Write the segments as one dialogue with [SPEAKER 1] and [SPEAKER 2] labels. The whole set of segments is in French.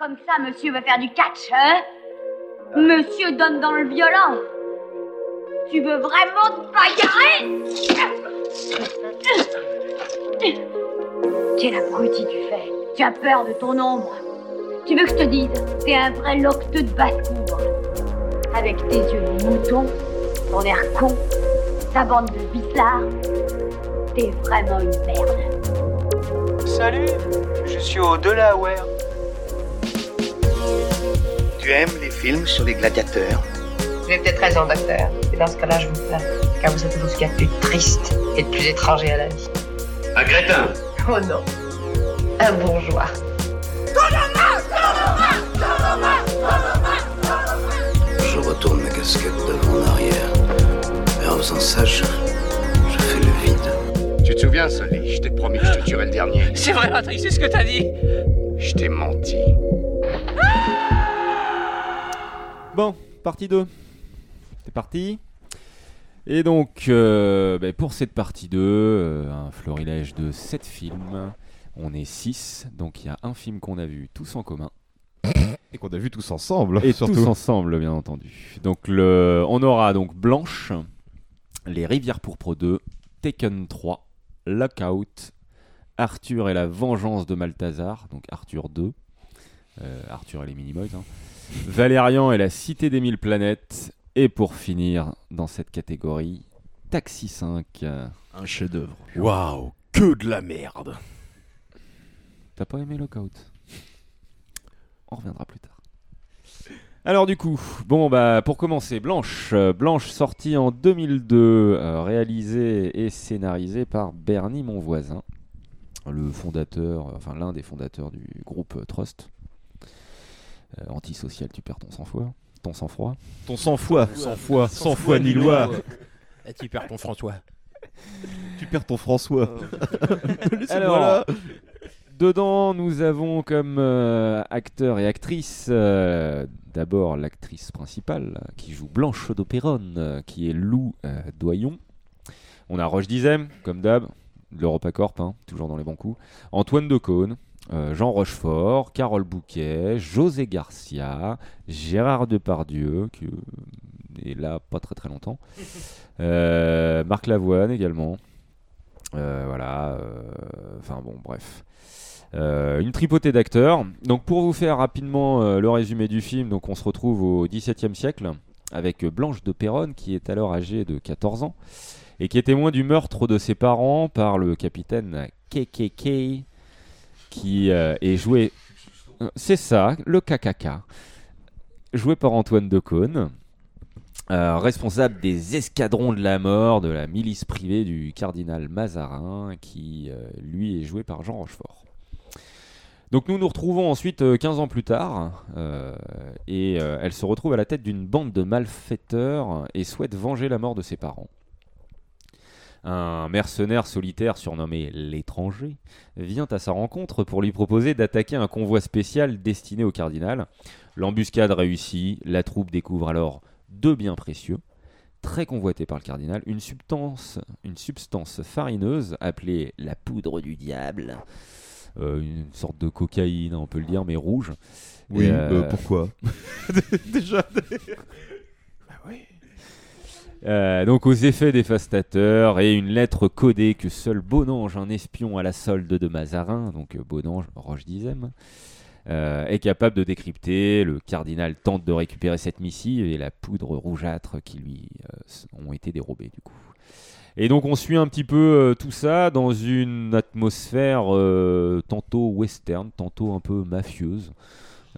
[SPEAKER 1] Comme ça, monsieur veut faire du catch, hein Monsieur donne dans le violent. Tu veux vraiment te bagarrer Quel abruti tu fais Tu as peur de ton ombre. Tu veux que je te dise, t'es un vrai locteux de basse-cour. Avec tes yeux de mouton, ton air con, ta bande de bizarres, t'es vraiment une merde.
[SPEAKER 2] Salut, je suis au Delaware.
[SPEAKER 3] Tu aimes les films sur les gladiateurs
[SPEAKER 4] J'ai peut-être raison, docteur. Et dans ce cas-là, je vous plains, car vous êtes vous ce qu'il y a de plus triste et de plus étranger à la vie.
[SPEAKER 5] Un crétin
[SPEAKER 4] Oh non, un bourgeois.
[SPEAKER 6] Je retourne ma casquette devant en arrière. Et en faisant ça, je, je fais le vide.
[SPEAKER 7] Tu te souviens, Sully Je t'ai promis que je te tuerais le dernier.
[SPEAKER 8] C'est vrai, Patrick, c'est ce que t'as dit.
[SPEAKER 7] Je t'ai menti.
[SPEAKER 9] Bon, partie 2. C'est parti. Et donc, euh, bah pour cette partie 2, euh, un florilège de 7 films. On est 6, donc il y a un film qu'on a vu tous en commun.
[SPEAKER 10] Et qu'on a vu tous ensemble.
[SPEAKER 9] Et
[SPEAKER 10] surtout.
[SPEAKER 9] tous ensemble, bien entendu. Donc le, on aura donc Blanche, Les Rivières Pourpres 2, Taken 3, Lockout, Arthur et la Vengeance de Malthazar, donc Arthur 2, euh, Arthur et les Minimoys, hein. Valérian et la Cité des Mille Planètes, et pour finir dans cette catégorie, Taxi 5.
[SPEAKER 10] Un chef-d'œuvre.
[SPEAKER 11] Waouh, que de la merde
[SPEAKER 9] T'as pas aimé Lockout on reviendra plus tard. Alors du coup, bon bah pour commencer, Blanche, euh, Blanche sortie en 2002, euh, réalisée et scénarisée par Bernie Monvoisin, le fondateur, euh, enfin l'un des fondateurs du groupe euh, Trust. Euh, antisocial, tu perds ton sang-froid. Ton sang-froid.
[SPEAKER 10] Ton sang-froid. Sang-froid. Sang-froid ni loi.
[SPEAKER 11] Et tu perds ton François.
[SPEAKER 10] tu perds ton François.
[SPEAKER 9] Alors, là. Dedans, nous avons comme euh, acteur et actrice euh, d'abord l'actrice principale qui joue Blanche d'Opéronne, euh, qui est Lou Doyon. On a Roche Dizem, comme d'hab, de l'Europacorp, hein, toujours dans les bons coups. Antoine Decaune, euh, Jean Rochefort, Carole Bouquet, José Garcia, Gérard Depardieu, qui euh, est là pas très très longtemps. Euh, Marc Lavoine également. Euh, voilà, enfin bon, bref. Euh, une tripotée d'acteurs. Donc pour vous faire rapidement euh, le résumé du film, donc on se retrouve au XVIIe siècle avec Blanche de Péronne qui est alors âgée de 14 ans et qui est témoin du meurtre de ses parents par le capitaine KKK qui euh, est joué... euh, C'est ça, le KKK, joué par Antoine Decaune. Euh, responsable des escadrons de la mort de la milice privée du cardinal Mazarin, qui euh, lui est joué par Jean Rochefort. Donc nous nous retrouvons ensuite euh, 15 ans plus tard, euh, et euh, elle se retrouve à la tête d'une bande de malfaiteurs et souhaite venger la mort de ses parents. Un mercenaire solitaire surnommé l'étranger vient à sa rencontre pour lui proposer d'attaquer un convoi spécial destiné au cardinal. L'embuscade réussit, la troupe découvre alors deux biens précieux, très convoités par le cardinal, une substance, une substance farineuse appelée la poudre du diable, euh, une sorte de cocaïne, on peut le dire, mais rouge.
[SPEAKER 10] Oui, euh... Euh, pourquoi Déjà.
[SPEAKER 9] bah oui. Euh, donc aux effets dévastateurs et une lettre codée que seul Bonange, un espion à la solde de Mazarin, donc euh, Bonange, Roche d'Izem, euh, est capable de décrypter. Le cardinal tente de récupérer cette missive et la poudre rougeâtre qui lui euh, ont été dérobées du coup. Et donc on suit un petit peu euh, tout ça dans une atmosphère euh, tantôt western, tantôt un peu mafieuse.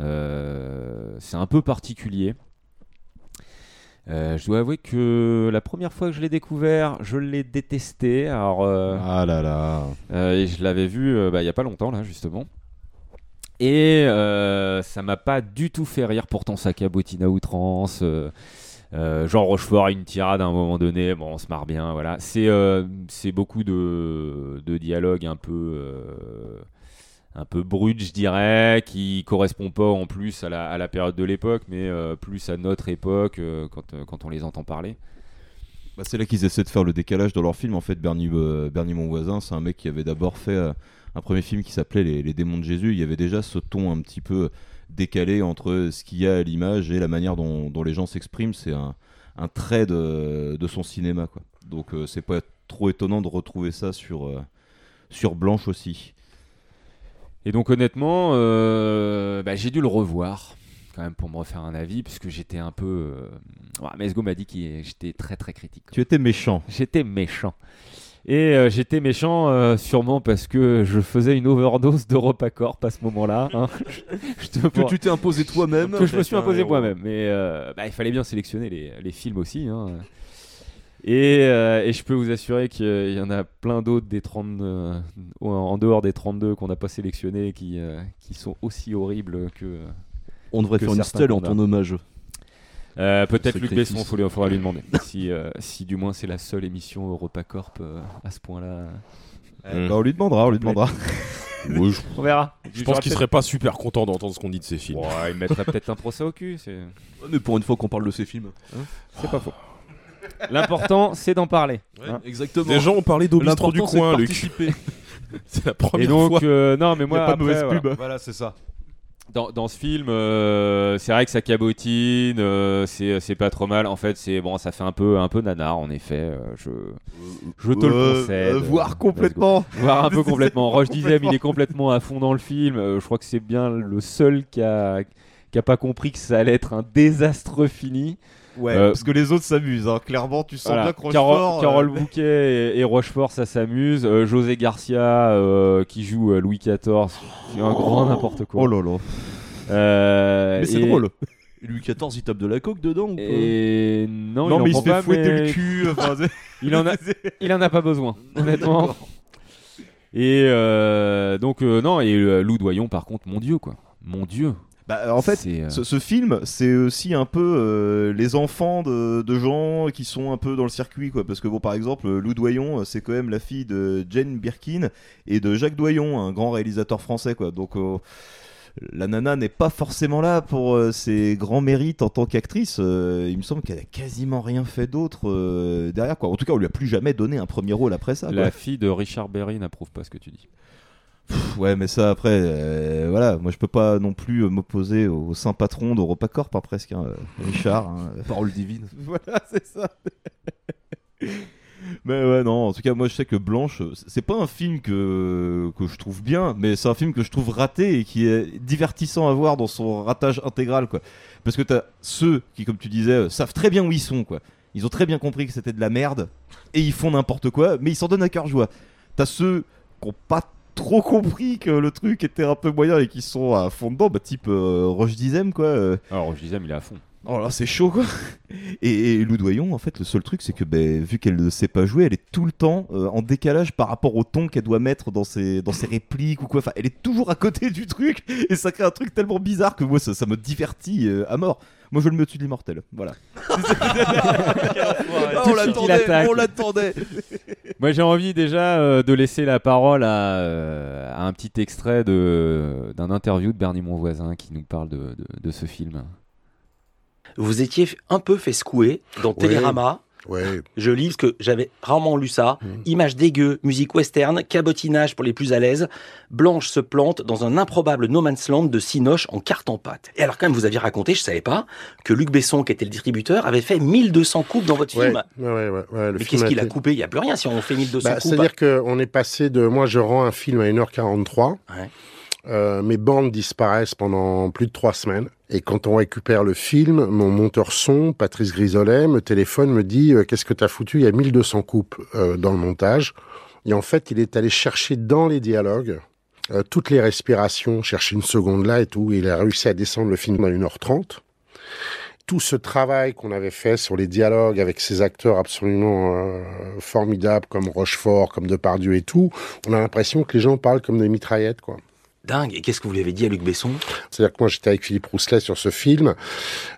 [SPEAKER 9] Euh, c'est un peu particulier. Euh, je dois avouer que la première fois que je l'ai découvert, je l'ai détesté. Alors, euh,
[SPEAKER 10] ah là là.
[SPEAKER 9] et je l'avais vu il bah, n'y a pas longtemps là justement. Et euh, ça m'a pas du tout fait rire, pourtant ça cabotine à outrance. Euh, euh, Jean Rochefort a une tirade à un moment donné, bon on se marre bien, voilà. C'est beaucoup de, de dialogues un peu, euh, un peu brut, je dirais, qui correspond pas en plus à la, à la période de l'époque, mais euh, plus à notre époque euh, quand, quand, on les entend parler.
[SPEAKER 10] euh, Bah, c'est là qu'ils essaient de faire le décalage dans leur film. En fait, Bernie, Bernie Monvoisin, c'est un mec qui avait d'abord fait un premier film qui s'appelait les, les démons de Jésus. Il y avait déjà ce ton un petit peu euh, décalé entre euh, ce qu'il y a à l'image et la manière dont, dont les gens s'expriment. C'est un, un trait de, de son cinéma. Quoi. Donc euh, c'est pas trop étonnant de retrouver ça sur, euh, sur Blanche aussi.
[SPEAKER 9] Et donc honnêtement, euh, bah, j'ai dû le revoir quand même pour me refaire un avis puisque j'étais un peu. Euh... Ouais, Mesgo m'a dit que j'étais très très critique.
[SPEAKER 10] Tu étais méchant.
[SPEAKER 9] J'étais méchant. Et euh, j'étais méchant euh, sûrement parce que je faisais une overdose d'Europacorp à ce moment-là. hein. Je te-
[SPEAKER 10] Que tu t'es imposé toi-même.
[SPEAKER 9] que je me suis imposé moi-même. Mais euh, bah, il fallait bien sélectionner les, les films aussi. hein. Et, euh, et je peux vous assurer qu'il y en a plein d'autres des 30, euh, en- en dehors des 32 qu'on n'a pas sélectionnés et qui, euh, qui sont aussi horribles que.
[SPEAKER 10] On devrait
[SPEAKER 9] que
[SPEAKER 10] faire une
[SPEAKER 9] certains
[SPEAKER 10] stèle en
[SPEAKER 9] qu'on a.
[SPEAKER 10] ton hommage.
[SPEAKER 9] Euh, Peut-être
[SPEAKER 10] Sacrifice.
[SPEAKER 9] Luc Besson, il faudra, lui demander. si, euh, si du moins c'est la seule émission EuropaCorp euh, à ce point-là.
[SPEAKER 10] Bah, on lui demandera, on lui demandera.
[SPEAKER 5] Ouais, Euh, je,
[SPEAKER 9] On verra.
[SPEAKER 5] je pense qu'il serait pas super content d'entendre ce qu'on dit de ces films.
[SPEAKER 9] Ouais, il mettrait peut-être un procès au cul. C'est
[SPEAKER 10] Mais pour une fois qu'on parle de ces films.
[SPEAKER 9] c'est pas faux. L'important, c'est d'en parler. hein.
[SPEAKER 10] Exactement.
[SPEAKER 5] Des gens ont parlé
[SPEAKER 10] L'important,
[SPEAKER 5] d'Aubistro du
[SPEAKER 10] c'est de
[SPEAKER 5] coin, Luc.
[SPEAKER 10] participer.
[SPEAKER 5] C'est la première
[SPEAKER 9] Et donc,
[SPEAKER 5] fois.
[SPEAKER 9] euh, non, mais moi,
[SPEAKER 10] Y a pas de
[SPEAKER 9] après,
[SPEAKER 10] mauvaise
[SPEAKER 9] voilà.
[SPEAKER 10] pub.
[SPEAKER 5] Voilà, c'est ça.
[SPEAKER 9] dans, dans ce film, euh, c'est vrai que ça cabotine, euh, c'est c'est pas trop mal. En fait, c'est bon, ça fait un peu un peu nanar, en effet. euh, je je te le concède.
[SPEAKER 10] voir
[SPEAKER 9] complètement.
[SPEAKER 10] complètement.
[SPEAKER 9] Voir un peu complètement. Roche disait, mais
[SPEAKER 10] Complètement.
[SPEAKER 9] il est complètement à fond dans le film. Euh, je crois que c'est bien le seul qui a qui a pas compris que ça allait être un désastre fini.
[SPEAKER 10] Ouais,
[SPEAKER 9] Euh,
[SPEAKER 10] parce que les autres s'amusent. hein. Clairement, tu sens
[SPEAKER 9] Voilà.
[SPEAKER 10] bien que
[SPEAKER 9] Caro-
[SPEAKER 10] Rochefort, euh,
[SPEAKER 9] Carole Bouquet et, et Rochefort, ça s'amuse. Euh, José Garcia euh, qui joue euh, Louis XIV, qui est un grand n'importe quoi.
[SPEAKER 10] Oh là là.
[SPEAKER 9] Euh,
[SPEAKER 10] Mais c'est
[SPEAKER 9] et-
[SPEAKER 10] drôle.
[SPEAKER 12] Louis XIV, il tape de la coke dedans ou pas
[SPEAKER 9] Et non,
[SPEAKER 10] Non,
[SPEAKER 9] il en
[SPEAKER 10] mais il
[SPEAKER 9] prend
[SPEAKER 10] se fait
[SPEAKER 9] pas,
[SPEAKER 10] fouetter
[SPEAKER 9] mais
[SPEAKER 10] le cul. enfin, c'est-
[SPEAKER 9] Il en a, il en a pas besoin, honnêtement. Et euh, donc euh, non, et euh, Lou Doyon, par contre, mon Dieu quoi, mon Dieu.
[SPEAKER 10] Bah, en fait,
[SPEAKER 9] C'est, euh,
[SPEAKER 10] ce, ce film, c'est aussi un peu euh, les enfants de, de gens qui sont un peu dans le circuit, quoi. Parce que, bon, par exemple, Lou Doyon, euh, c'est quand même la fille de Jane Birkin et de Jacques Doyon, un grand réalisateur français, quoi. Donc, euh, la nana n'est pas forcément là pour euh, ses grands mérites en tant qu'actrice. Euh, il me semble qu'elle a quasiment rien fait d'autre euh, derrière, quoi. En tout cas, on lui a plus jamais donné un premier rôle après ça.
[SPEAKER 9] la
[SPEAKER 10] quoi.
[SPEAKER 9] fille de Richard Berry n'approuve pas ce que tu dis.
[SPEAKER 10] Pff, Ouais, mais ça après, euh, voilà, moi je peux pas non plus euh, m'opposer au saint patron d'EuropaCorp, hein, presque, hein, euh, Richard. hein.
[SPEAKER 12] Parole divine.
[SPEAKER 10] voilà, c'est ça. mais ouais, non, en tout cas, moi je sais que Blanche, euh, c'est pas un film que, que je trouve bien, mais c'est un film que je trouve raté et qui est divertissant à voir dans son ratage intégral, quoi. Parce que t'as ceux qui, comme tu disais, euh, savent très bien où ils sont, quoi. Ils ont très bien compris que c'était de la merde et ils font n'importe quoi, mais ils s'en donnent à cœur joie. T'as ceux qui ont pas trop compris que le truc était un peu moyen et qui sont à fond dedans, bah, type euh, Roche Dizem, quoi. euh,
[SPEAKER 9] Alors je disais, mais il est à fond.
[SPEAKER 10] Oh là, c'est chaud quoi! Et, et Lou Doyon, en fait, le seul truc, c'est que ben, vu qu'elle ne sait pas jouer, elle est tout le temps euh, en décalage par rapport au ton qu'elle doit mettre dans ses, dans ses répliques ou quoi. Enfin, elle est toujours à côté du truc et ça crée un truc tellement bizarre que moi, ça, ça me divertit euh, à mort. Moi, je le me tue de l'immortel. Voilà.
[SPEAKER 12] Ah,
[SPEAKER 9] Tout de suite, il attaque.
[SPEAKER 10] l'attendait!
[SPEAKER 9] Moi j'ai envie déjà euh, de laisser la parole à, euh, à un petit extrait de d'un interview de Bernie Monvoisin qui nous parle de, de- de ce film.
[SPEAKER 13] Vous étiez un peu fait secouer dans Télérama.
[SPEAKER 14] Ouais, Mm.
[SPEAKER 13] Je lis parce que j'avais rarement lu ça. Images dégueu, musique western, cabotinage pour les plus à l'aise. Blanche se plante dans un improbable no man's land de Cinoche en carte en pâte. Et alors quand même, vous aviez raconté, je savais pas, que Luc Besson, qui était le distributeur, avait fait 1200 coupes dans votre
[SPEAKER 14] ouais,
[SPEAKER 13] film.
[SPEAKER 14] ouais, ouais, ouais, ouais, le
[SPEAKER 13] Mais
[SPEAKER 14] film
[SPEAKER 13] qu'est-ce
[SPEAKER 14] a
[SPEAKER 13] qu'il a
[SPEAKER 14] été-
[SPEAKER 13] coupé Il n'y a plus rien si on fait 1200
[SPEAKER 14] Bah,
[SPEAKER 13] coupes.
[SPEAKER 14] C'est-à-dire qu'on est passé de. Moi, je rends un film à 1h43.
[SPEAKER 13] Ouais.
[SPEAKER 14] euh, mes bandes disparaissent pendant plus de trois semaines. Et quand on récupère le film, mon monteur son, Patrice Grisolet, me téléphone, me dit euh, Qu'est-ce que t'as foutu Il y a 1200 coupes euh, dans le montage. Et en fait, il est allé chercher dans les dialogues euh, toutes les respirations, chercher une seconde là et tout. Et il a réussi à descendre le film à 1h30 tout ce travail qu'on avait fait sur les dialogues avec ces acteurs absolument euh, formidables comme Rochefort, comme Depardieu et tout, on a l'impression que les gens parlent comme des mitraillettes, quoi.
[SPEAKER 13] Dingue. Et qu'est-ce que vous lui avez dit à Luc Besson
[SPEAKER 14] C'est-à-dire que moi j'étais avec Philippe Rousselet sur ce film,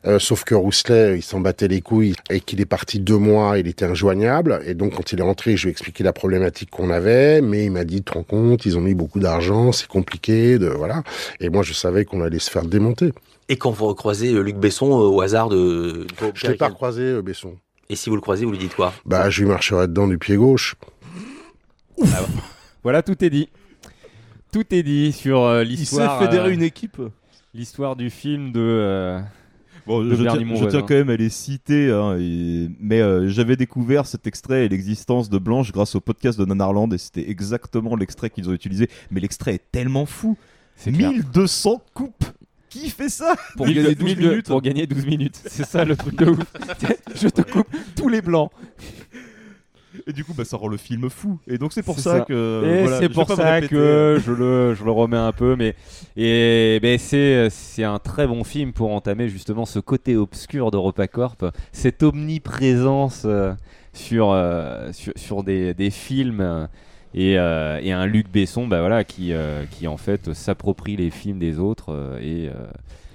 [SPEAKER 14] euh, sauf que Rousselet il s'en battait les couilles et qu'il est parti deux mois, il était injoignable. Et donc quand il est rentré, je lui ai expliqué la problématique qu'on avait, mais il m'a dit, tu te rends compte, ils ont mis beaucoup d'argent, c'est compliqué, de voilà. Et moi je savais qu'on allait se faire démonter.
[SPEAKER 13] Et quand vous recroisez euh, Luc Besson euh, au hasard de.
[SPEAKER 14] Je l'ai pas croisé, euh, Besson.
[SPEAKER 13] Et si vous le croisez, vous lui dites quoi
[SPEAKER 14] Bah je lui marcherai dedans du pied gauche.
[SPEAKER 9] Voilà, tout est dit. Tout est dit sur euh, l'histoire.
[SPEAKER 12] sait fédérer
[SPEAKER 9] euh,
[SPEAKER 12] une équipe.
[SPEAKER 9] L'histoire du film de. euh,
[SPEAKER 10] Bon,
[SPEAKER 9] de
[SPEAKER 10] je, tiens,
[SPEAKER 9] Bernie
[SPEAKER 10] je
[SPEAKER 9] Monroe,
[SPEAKER 10] tiens
[SPEAKER 9] hein.
[SPEAKER 10] quand même à les citer, hein, et- mais euh, j'avais découvert cet extrait et l'existence de Blanche grâce au podcast de Nanarland et c'était exactement l'extrait qu'ils ont utilisé. Mais l'extrait est tellement fou. 1200 coupes. Qui fait ça
[SPEAKER 9] Pour gagner 12 minutes. Pour gagner 12 minutes. C'est ça le truc de ouf. je te coupe tous les blancs.
[SPEAKER 10] Et du coup, bah, ça rend le film fou. Et donc, c'est pour
[SPEAKER 9] C'est
[SPEAKER 10] ça, que.
[SPEAKER 9] Et
[SPEAKER 10] voilà,
[SPEAKER 9] c'est
[SPEAKER 10] je vais
[SPEAKER 9] pour
[SPEAKER 10] pas me
[SPEAKER 9] ça
[SPEAKER 10] répéter. hein.
[SPEAKER 9] que je le, je le remets un peu, mais et ben c'est c'est un très bon film pour entamer justement ce côté obscur d'EuropaCorp, cette omniprésence euh, sur euh, sur, sur des, des films. euh, Et, euh, et un Luc Besson, bah voilà, qui, euh, qui en fait s'approprie les films des autres euh, et euh,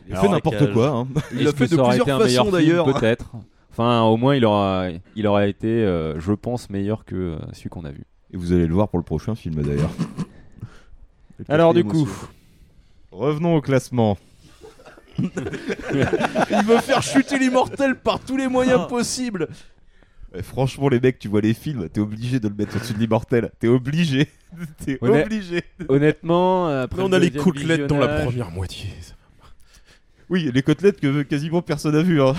[SPEAKER 10] Il
[SPEAKER 9] alors,
[SPEAKER 10] fait n'importe quoi, hein. Il l'a
[SPEAKER 9] Est-ce que
[SPEAKER 10] fait de
[SPEAKER 9] ça aurait
[SPEAKER 10] plusieurs
[SPEAKER 9] été un meilleur
[SPEAKER 10] façons,
[SPEAKER 9] film
[SPEAKER 10] d'ailleurs.
[SPEAKER 9] Peut-être. Enfin, au moins, il aura, il aura été, euh, je pense, meilleur que euh, celui qu'on a vu.
[SPEAKER 10] Et vous allez le voir pour le prochain film d'ailleurs.
[SPEAKER 9] Alors, du
[SPEAKER 10] Quatrième
[SPEAKER 9] coup.
[SPEAKER 10] aussi. Revenons au classement.
[SPEAKER 12] Il veut faire chuter l'immortel par tous les
[SPEAKER 9] Ah.
[SPEAKER 12] moyens possibles.
[SPEAKER 10] Eh, franchement, les mecs, tu vois les films, t'es obligé de le mettre au-dessus de l'immortel. T'es obligé. t'es
[SPEAKER 9] Honnêt-
[SPEAKER 10] obligé.
[SPEAKER 9] Honnêtement, après
[SPEAKER 10] Mais on
[SPEAKER 9] le
[SPEAKER 10] a les
[SPEAKER 9] deuxième
[SPEAKER 10] côtelettes dans la
[SPEAKER 9] visionnage-
[SPEAKER 10] première moitié. Oui, les côtelettes que quasiment personne n'a vu. Hein.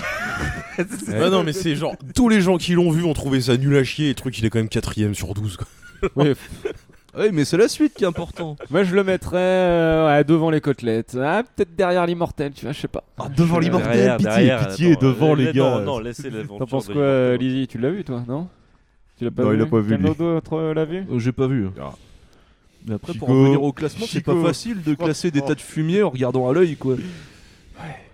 [SPEAKER 5] Ah non, mais c'est genre, tous les gens qui l'ont vu ont trouvé ça nul à chier. Et le truc, il est quand même quatrième sur 12. Quoi.
[SPEAKER 9] Oui.
[SPEAKER 12] mais c'est la suite qui est importante.
[SPEAKER 9] Moi, je le mettrais euh, ouais, devant les côtelettes. Ah, peut-être derrière l'immortel, tu vois, je sais pas.
[SPEAKER 10] Ah, devant
[SPEAKER 9] Je-
[SPEAKER 10] l'immortel, pitié, pitié,
[SPEAKER 9] euh,
[SPEAKER 10] devant les gars.
[SPEAKER 9] T'en penses quoi, euh, Lizzy Tu l'as vu, toi, non Tu l'as pas
[SPEAKER 10] Non,
[SPEAKER 9] vu
[SPEAKER 10] il l'a pas vu,
[SPEAKER 9] Quelqu'un
[SPEAKER 10] lui. Ah.
[SPEAKER 9] d'autre euh, l'a vu
[SPEAKER 12] J'ai pas vu. Mais après,
[SPEAKER 10] Chico.
[SPEAKER 12] pour en venir au classement, c'est pas
[SPEAKER 10] Chico.
[SPEAKER 12] facile de classer des tas de fumier en regardant à l'œil, quoi.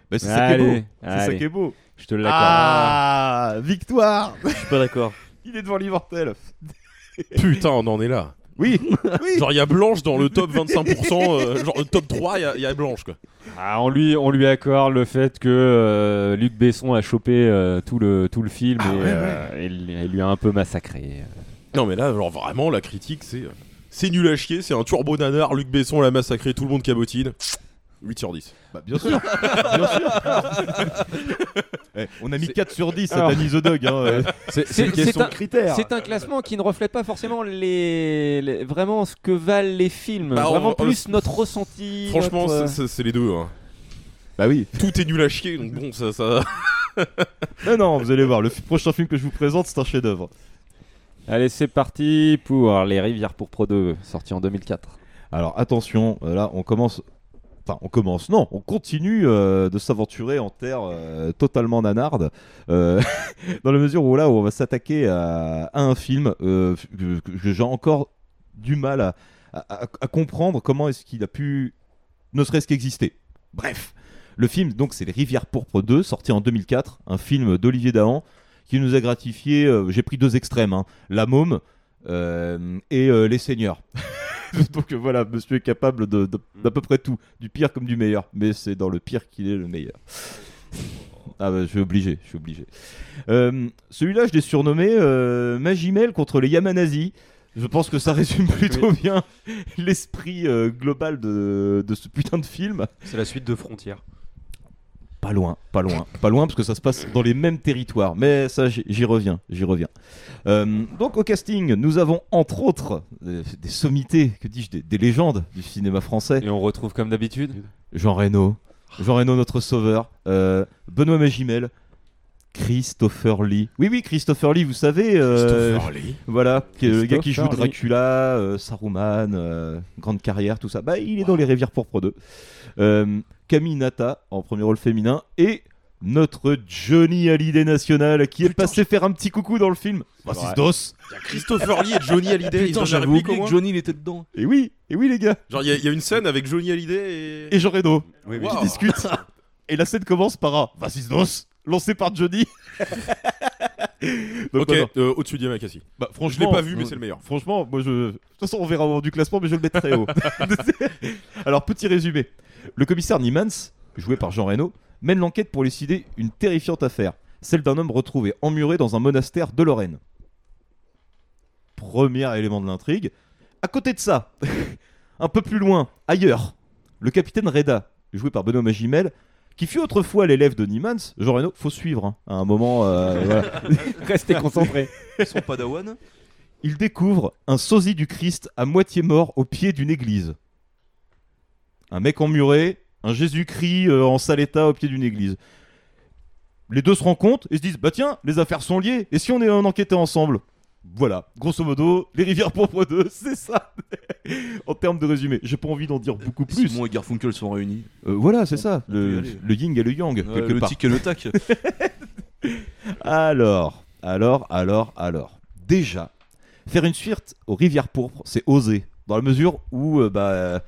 [SPEAKER 10] Bah, c'est ça qui est beau.
[SPEAKER 12] Allez,
[SPEAKER 10] C'est ça
[SPEAKER 12] allez.
[SPEAKER 10] qui est beau.
[SPEAKER 9] Je te
[SPEAKER 12] l'accorde.
[SPEAKER 10] Ah, victoire
[SPEAKER 12] Je suis pas d'accord.
[SPEAKER 10] Il est devant l'immortel.
[SPEAKER 5] Putain, on en est là.
[SPEAKER 10] Oui,
[SPEAKER 5] Genre, il y a Blanche dans le top 25%, euh, genre le top 3, il y a- il y, a Blanche quoi.
[SPEAKER 9] Ah, on, lui, on lui accorde le fait que euh, Luc Besson a chopé euh, tout, le, tout le film
[SPEAKER 10] Ah
[SPEAKER 9] et, euh, il- il lui a un peu massacré.
[SPEAKER 5] Non, mais là, genre vraiment, la critique c'est. euh, C'est nul à chier, c'est un turbo nanar, Luc Besson l'a massacré, tout le monde cabotine. 8 sur 10.
[SPEAKER 10] Bah, bien sûr. Bien sûr. Eh, on a mis 4 sur 10 à Danny the Dog. hein, euh.
[SPEAKER 9] C'est un classement qui ne reflète pas forcément les, les- vraiment ce que valent les films.
[SPEAKER 5] Bah, on-
[SPEAKER 9] vraiment
[SPEAKER 5] on-
[SPEAKER 9] plus notre ressenti.
[SPEAKER 5] Franchement,
[SPEAKER 9] notre, euh,
[SPEAKER 5] c'est- c'est c'est les deux. hein.
[SPEAKER 10] Bah oui.
[SPEAKER 5] Tout est nul à chier, donc bon, ça. ça...
[SPEAKER 10] Non, non, vous allez voir, le f- prochain film que je vous présente, c'est un chef-d'œuvre.
[SPEAKER 9] Allez, c'est parti pour Les Rivières pourpres 2, sorti en 2004.
[SPEAKER 10] Alors attention, euh, là on commence. Enfin, on commence, non, on continue euh, de s'aventurer en terre euh, totalement nanarde, euh, dans la mesure où là, on va s'attaquer à, à un film euh, que, que j'ai encore du mal à, à- à- à comprendre comment est-ce qu'il a pu ne serait-ce qu'exister. Bref, le film, donc, c'est Les Rivières Pourpres 2, sorti en 2004, un film d'Olivier Dahan qui nous a gratifié. euh, J'ai pris deux extrêmes hein, La Môme euh, et euh, Les Seigneurs. donc euh, voilà, monsieur est capable de- de- d'à peu près tout, du pire comme du meilleur, mais c'est dans le pire qu'il est le meilleur. Ah bah, je suis obligé, je suis obligé. Euh, Celui-là, je l'ai surnommé euh, Magimel contre les Yamanazis. Je pense que ça résume plutôt bien l'esprit euh, global de, de ce putain de film.
[SPEAKER 15] C'est la suite de Frontières.
[SPEAKER 10] Pas loin, pas loin, pas loin, parce que ça se passe dans les mêmes territoires. Mais ça, j'y j'y reviens, j'y reviens. Euh, donc au casting, nous avons entre autres des, des sommités, que dis-je, des, des légendes du cinéma français.
[SPEAKER 9] Et on retrouve comme d'habitude
[SPEAKER 10] Jean Reno, Jean Reno notre sauveur, euh, Benoît Magimel, Christopher Lee. Oui, oui, Christopher Lee, vous savez. euh,
[SPEAKER 5] Christopher Lee.
[SPEAKER 10] Voilà, qui est le gars qui joue
[SPEAKER 5] Christopher Lee.
[SPEAKER 10] Dracula, euh, Saruman, euh, Grande Carrière, tout ça. Bah, il est dans les Rivières Pourpres 2. Euh, Camille Nata en premier rôle féminin et notre Johnny Hallyday national qui est passé faire un petit coucou dans le film. Bah,
[SPEAKER 5] vrai.
[SPEAKER 10] c'est dos.
[SPEAKER 5] Il y a Christopher Lee et Johnny Hallyday, ils
[SPEAKER 12] Putain,
[SPEAKER 5] ont la
[SPEAKER 12] j'avais
[SPEAKER 5] réplique,
[SPEAKER 12] oublié
[SPEAKER 5] au moins
[SPEAKER 12] que Johnny il était dedans.
[SPEAKER 10] Et oui, et oui les gars.
[SPEAKER 5] Genre, il y, a- il y a une scène avec Johnny Hallyday et.
[SPEAKER 10] Et Jean Reno
[SPEAKER 5] Oui,
[SPEAKER 10] qui
[SPEAKER 5] oui.
[SPEAKER 10] discutent. et la scène commence par un Vas-y, dos lancé par Johnny. Donc,
[SPEAKER 5] ok,
[SPEAKER 10] voilà.
[SPEAKER 5] euh, au-dessus d'Yamakasi.
[SPEAKER 10] Bah, franchement,
[SPEAKER 5] je l'ai pas vu, mais
[SPEAKER 10] euh,
[SPEAKER 5] c'est le meilleur.
[SPEAKER 10] Franchement, moi je. De toute façon, on verra au moment du classement, mais je le mets très haut. Alors, petit résumé. Le commissaire Niemans, joué par Jean Reno, mène l'enquête pour élucider une terrifiante affaire, celle d'un homme retrouvé emmuré dans un monastère de Lorraine. Premier élément de l'intrigue. À côté de ça, un peu plus loin, ailleurs, le capitaine Reda, joué par Benoît Magimel, qui fut autrefois l'élève de Niemans, Jean Reno, faut suivre hein, à un moment. euh, voilà.
[SPEAKER 9] Ah, Restez concentrés.
[SPEAKER 15] Son padawan
[SPEAKER 10] Il découvre un sosie du Christ à moitié mort au pied d'une église. un mec emmuré, un Jésus-Christ euh, en sale état au pied d'une église. Les deux se rencontrent et se disent Bah tiens, les affaires sont liées, et si on est en enquêté ensemble Voilà, grosso modo, les rivières pauvres 2, c'est ça En termes de résumé, j'ai pas envie d'en dire beaucoup plus.
[SPEAKER 15] Simon et Garfunkel sont réunis.
[SPEAKER 10] Euh, voilà, c'est ça, le, le yin et le yang,
[SPEAKER 15] Ouais,
[SPEAKER 10] quelque
[SPEAKER 15] le
[SPEAKER 10] part.
[SPEAKER 15] tic et le tac.
[SPEAKER 10] Alors, alors, alors, alors. Déjà, faire une suite aux Rivières Pourpres, c'est osé. Dans la mesure où, euh, bah,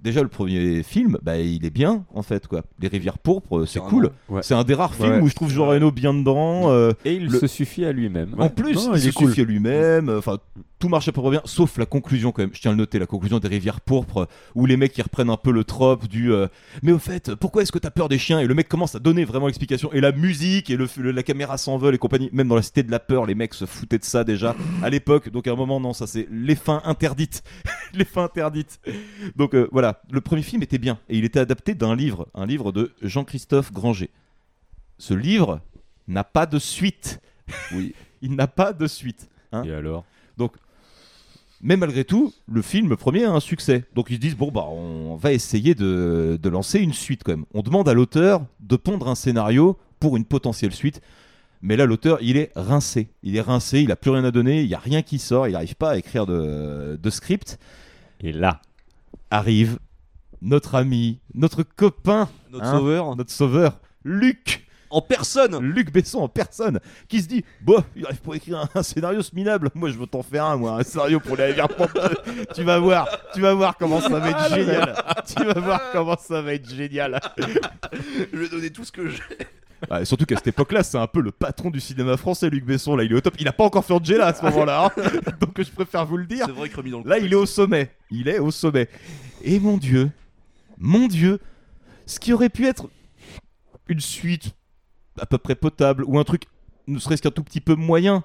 [SPEAKER 10] déjà le premier film, bah, il est bien, en fait, quoi. Les Rivières Pourpres, euh, c'est
[SPEAKER 9] Carrément.
[SPEAKER 10] cool.
[SPEAKER 9] Ouais.
[SPEAKER 10] C'est un des rares films
[SPEAKER 9] Ouais.
[SPEAKER 10] où je trouve Jean Reno bien dedans. euh,
[SPEAKER 9] Et il
[SPEAKER 10] le-
[SPEAKER 9] se suffit à lui-même.
[SPEAKER 10] En plus, il, se suffit à lui-même. euh, Enfin, tout marche à peu près bien, sauf la conclusion quand même. Je tiens à le noter, la conclusion des Rivières Pourpres, euh, où les mecs qui reprennent un peu le trope du. euh, mais au fait, euh, pourquoi est-ce que t'as peur des chiens Et le mec commence à donner vraiment l'explication. Et la musique et le, le- la caméra s'envole et compagnie. Même dans la Cité de la peur, les mecs se foutaient de ça déjà à l'époque. Donc à un moment, non, ça c'est les fins interdites, les fins interdites. Donc euh, voilà, le premier film était bien et il était adapté d'un livre, un livre de Jean-Christophe Granger ce livre n'a pas de suite. Oui. Il n'a pas de suite. Et alors Donc, mais malgré tout, le film premier a un succès. Donc ils se disent, bon, bah, on va essayer de, de lancer une suite quand même. On demande à l'auteur de pondre un scénario pour une potentielle suite. Mais là, l'auteur, il est rincé. Il est rincé, il n'a plus rien à donner, il n'y a rien qui sort, il n'arrive pas à écrire de, de script.
[SPEAKER 9] Et là
[SPEAKER 10] arrive notre ami, notre copain, hein,
[SPEAKER 15] Notre sauveur.
[SPEAKER 10] notre sauveur, Luc.
[SPEAKER 15] En personne
[SPEAKER 10] Luc Besson en personne Qui se dit Bon, il arrive pour écrire un, un scénario ce minable Moi je veux t'en faire un, moi, un scénario pour les rivières Pourpres. Tu vas voir, tu vas voir comment ça va
[SPEAKER 15] Ah,
[SPEAKER 10] être génial Ah, Tu vas voir comment ça va être génial
[SPEAKER 15] Je vais donner tout ce que j'ai.
[SPEAKER 10] Ouais, et Surtout qu'à cette époque-là, c'est un peu le patron du cinéma français, Luc Besson. Là, il est au top. Il a pas encore fait Angela à ce moment-là. hein. Donc je préfère vous le dire.
[SPEAKER 15] C'est vrai que remis dans le
[SPEAKER 10] Là, il est au sommet. Il est au sommet. Et mon Dieu, mon Dieu, ce qui aurait pu être une suite à peu près potable ou un truc, ne serait-ce qu'un tout petit peu moyen,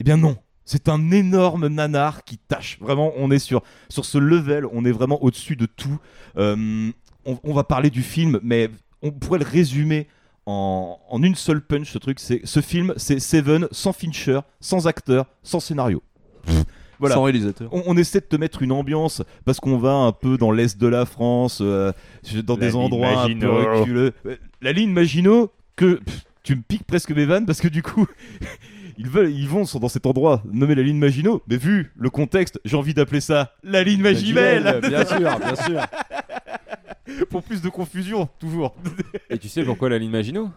[SPEAKER 10] eh bien non. C'est un énorme nanar qui tâche. Vraiment, on est sur, sur ce level, on est vraiment au-dessus de tout. Euh, on, on va parler du film, mais on pourrait le résumer en, en une seule punch, ce truc. C'est, ce film, c'est Seven sans Fincher, sans acteur, sans scénario. Pff,
[SPEAKER 15] Sans réalisateur.
[SPEAKER 10] On, on essaie de te mettre une ambiance parce qu'on va un peu dans l'est de la France, euh, dans
[SPEAKER 9] La
[SPEAKER 10] des
[SPEAKER 9] ligne
[SPEAKER 10] endroits un peu
[SPEAKER 9] Maginot.
[SPEAKER 10] reculeux. Euh, La ligne Maginot, que pff, tu me piques presque mes vannes parce que du coup, ils veulent, ils vont sont dans cet endroit nommé la ligne Maginot. Mais vu le contexte, j'ai envie d'appeler ça la ligne Magimel.
[SPEAKER 9] Bien sûr, bien sûr.
[SPEAKER 10] Pour plus de confusion, toujours. Euh,
[SPEAKER 9] Et tu sais pourquoi la ligne Maginot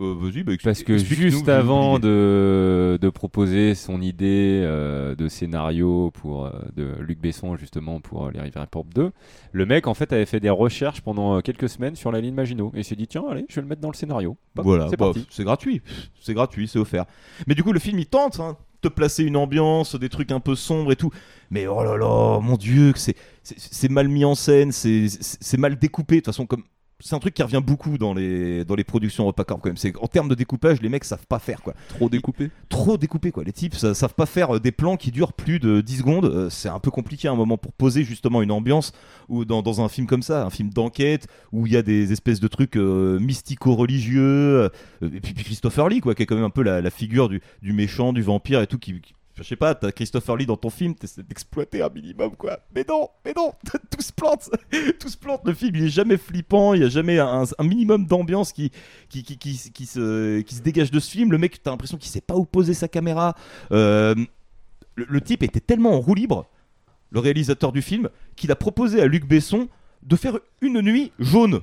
[SPEAKER 10] Vas-y, bah,
[SPEAKER 9] Parce que juste avant de, de proposer son idée euh, de scénario pour, euh, de Luc Besson justement pour euh, Les Rivières Pourpres 2, le mec en fait avait fait des recherches pendant euh, quelques semaines sur la ligne Maginot et il s'est dit tiens allez je vais le mettre dans le scénario. Hop,
[SPEAKER 10] Voilà,
[SPEAKER 9] c'est
[SPEAKER 10] bah,
[SPEAKER 9] parti.
[SPEAKER 10] c'est gratuit, c'est gratuit, c'est offert. Mais du coup, le film il tente hein, de te placer une ambiance, des trucs un peu sombres et tout. Mais oh là là, mon dieu, que c'est c'est- c'est mal mis en scène, c'est c'est- c'est mal découpé. De toute façon, comme c'est un truc qui revient beaucoup dans les dans les productions Repacorp quand même. C'est en termes de découpage, les mecs savent pas faire quoi.
[SPEAKER 15] Trop découpé.
[SPEAKER 10] Trop découpé quoi. Les types ça, savent pas faire euh, des plans qui durent plus de 10 secondes. Euh, c'est un peu compliqué à un moment pour poser justement une ambiance ou dans, dans un film comme ça, un film d'enquête où il y a des espèces de trucs euh, mystico-religieux. euh, et puis, puis Christopher Lee quoi, qui est quand même un peu la, la figure du, du méchant, du vampire et tout qui, qui- je sais pas, t'as Christopher Lee dans ton film, t'essaies d'exploiter un minimum, quoi. Mais non, mais non, tout se plante, tout se plante. Le film, il est jamais flippant, il y a jamais un, un minimum d'ambiance qui, qui, qui, qui, qui se, qui se dégage de ce film. Le mec, t'as l'impression qu'il sait pas où poser sa caméra. Euh, le, le type était tellement en roue libre, le réalisateur du film, qu'il a proposé à Luc Besson de faire une nuit jaune.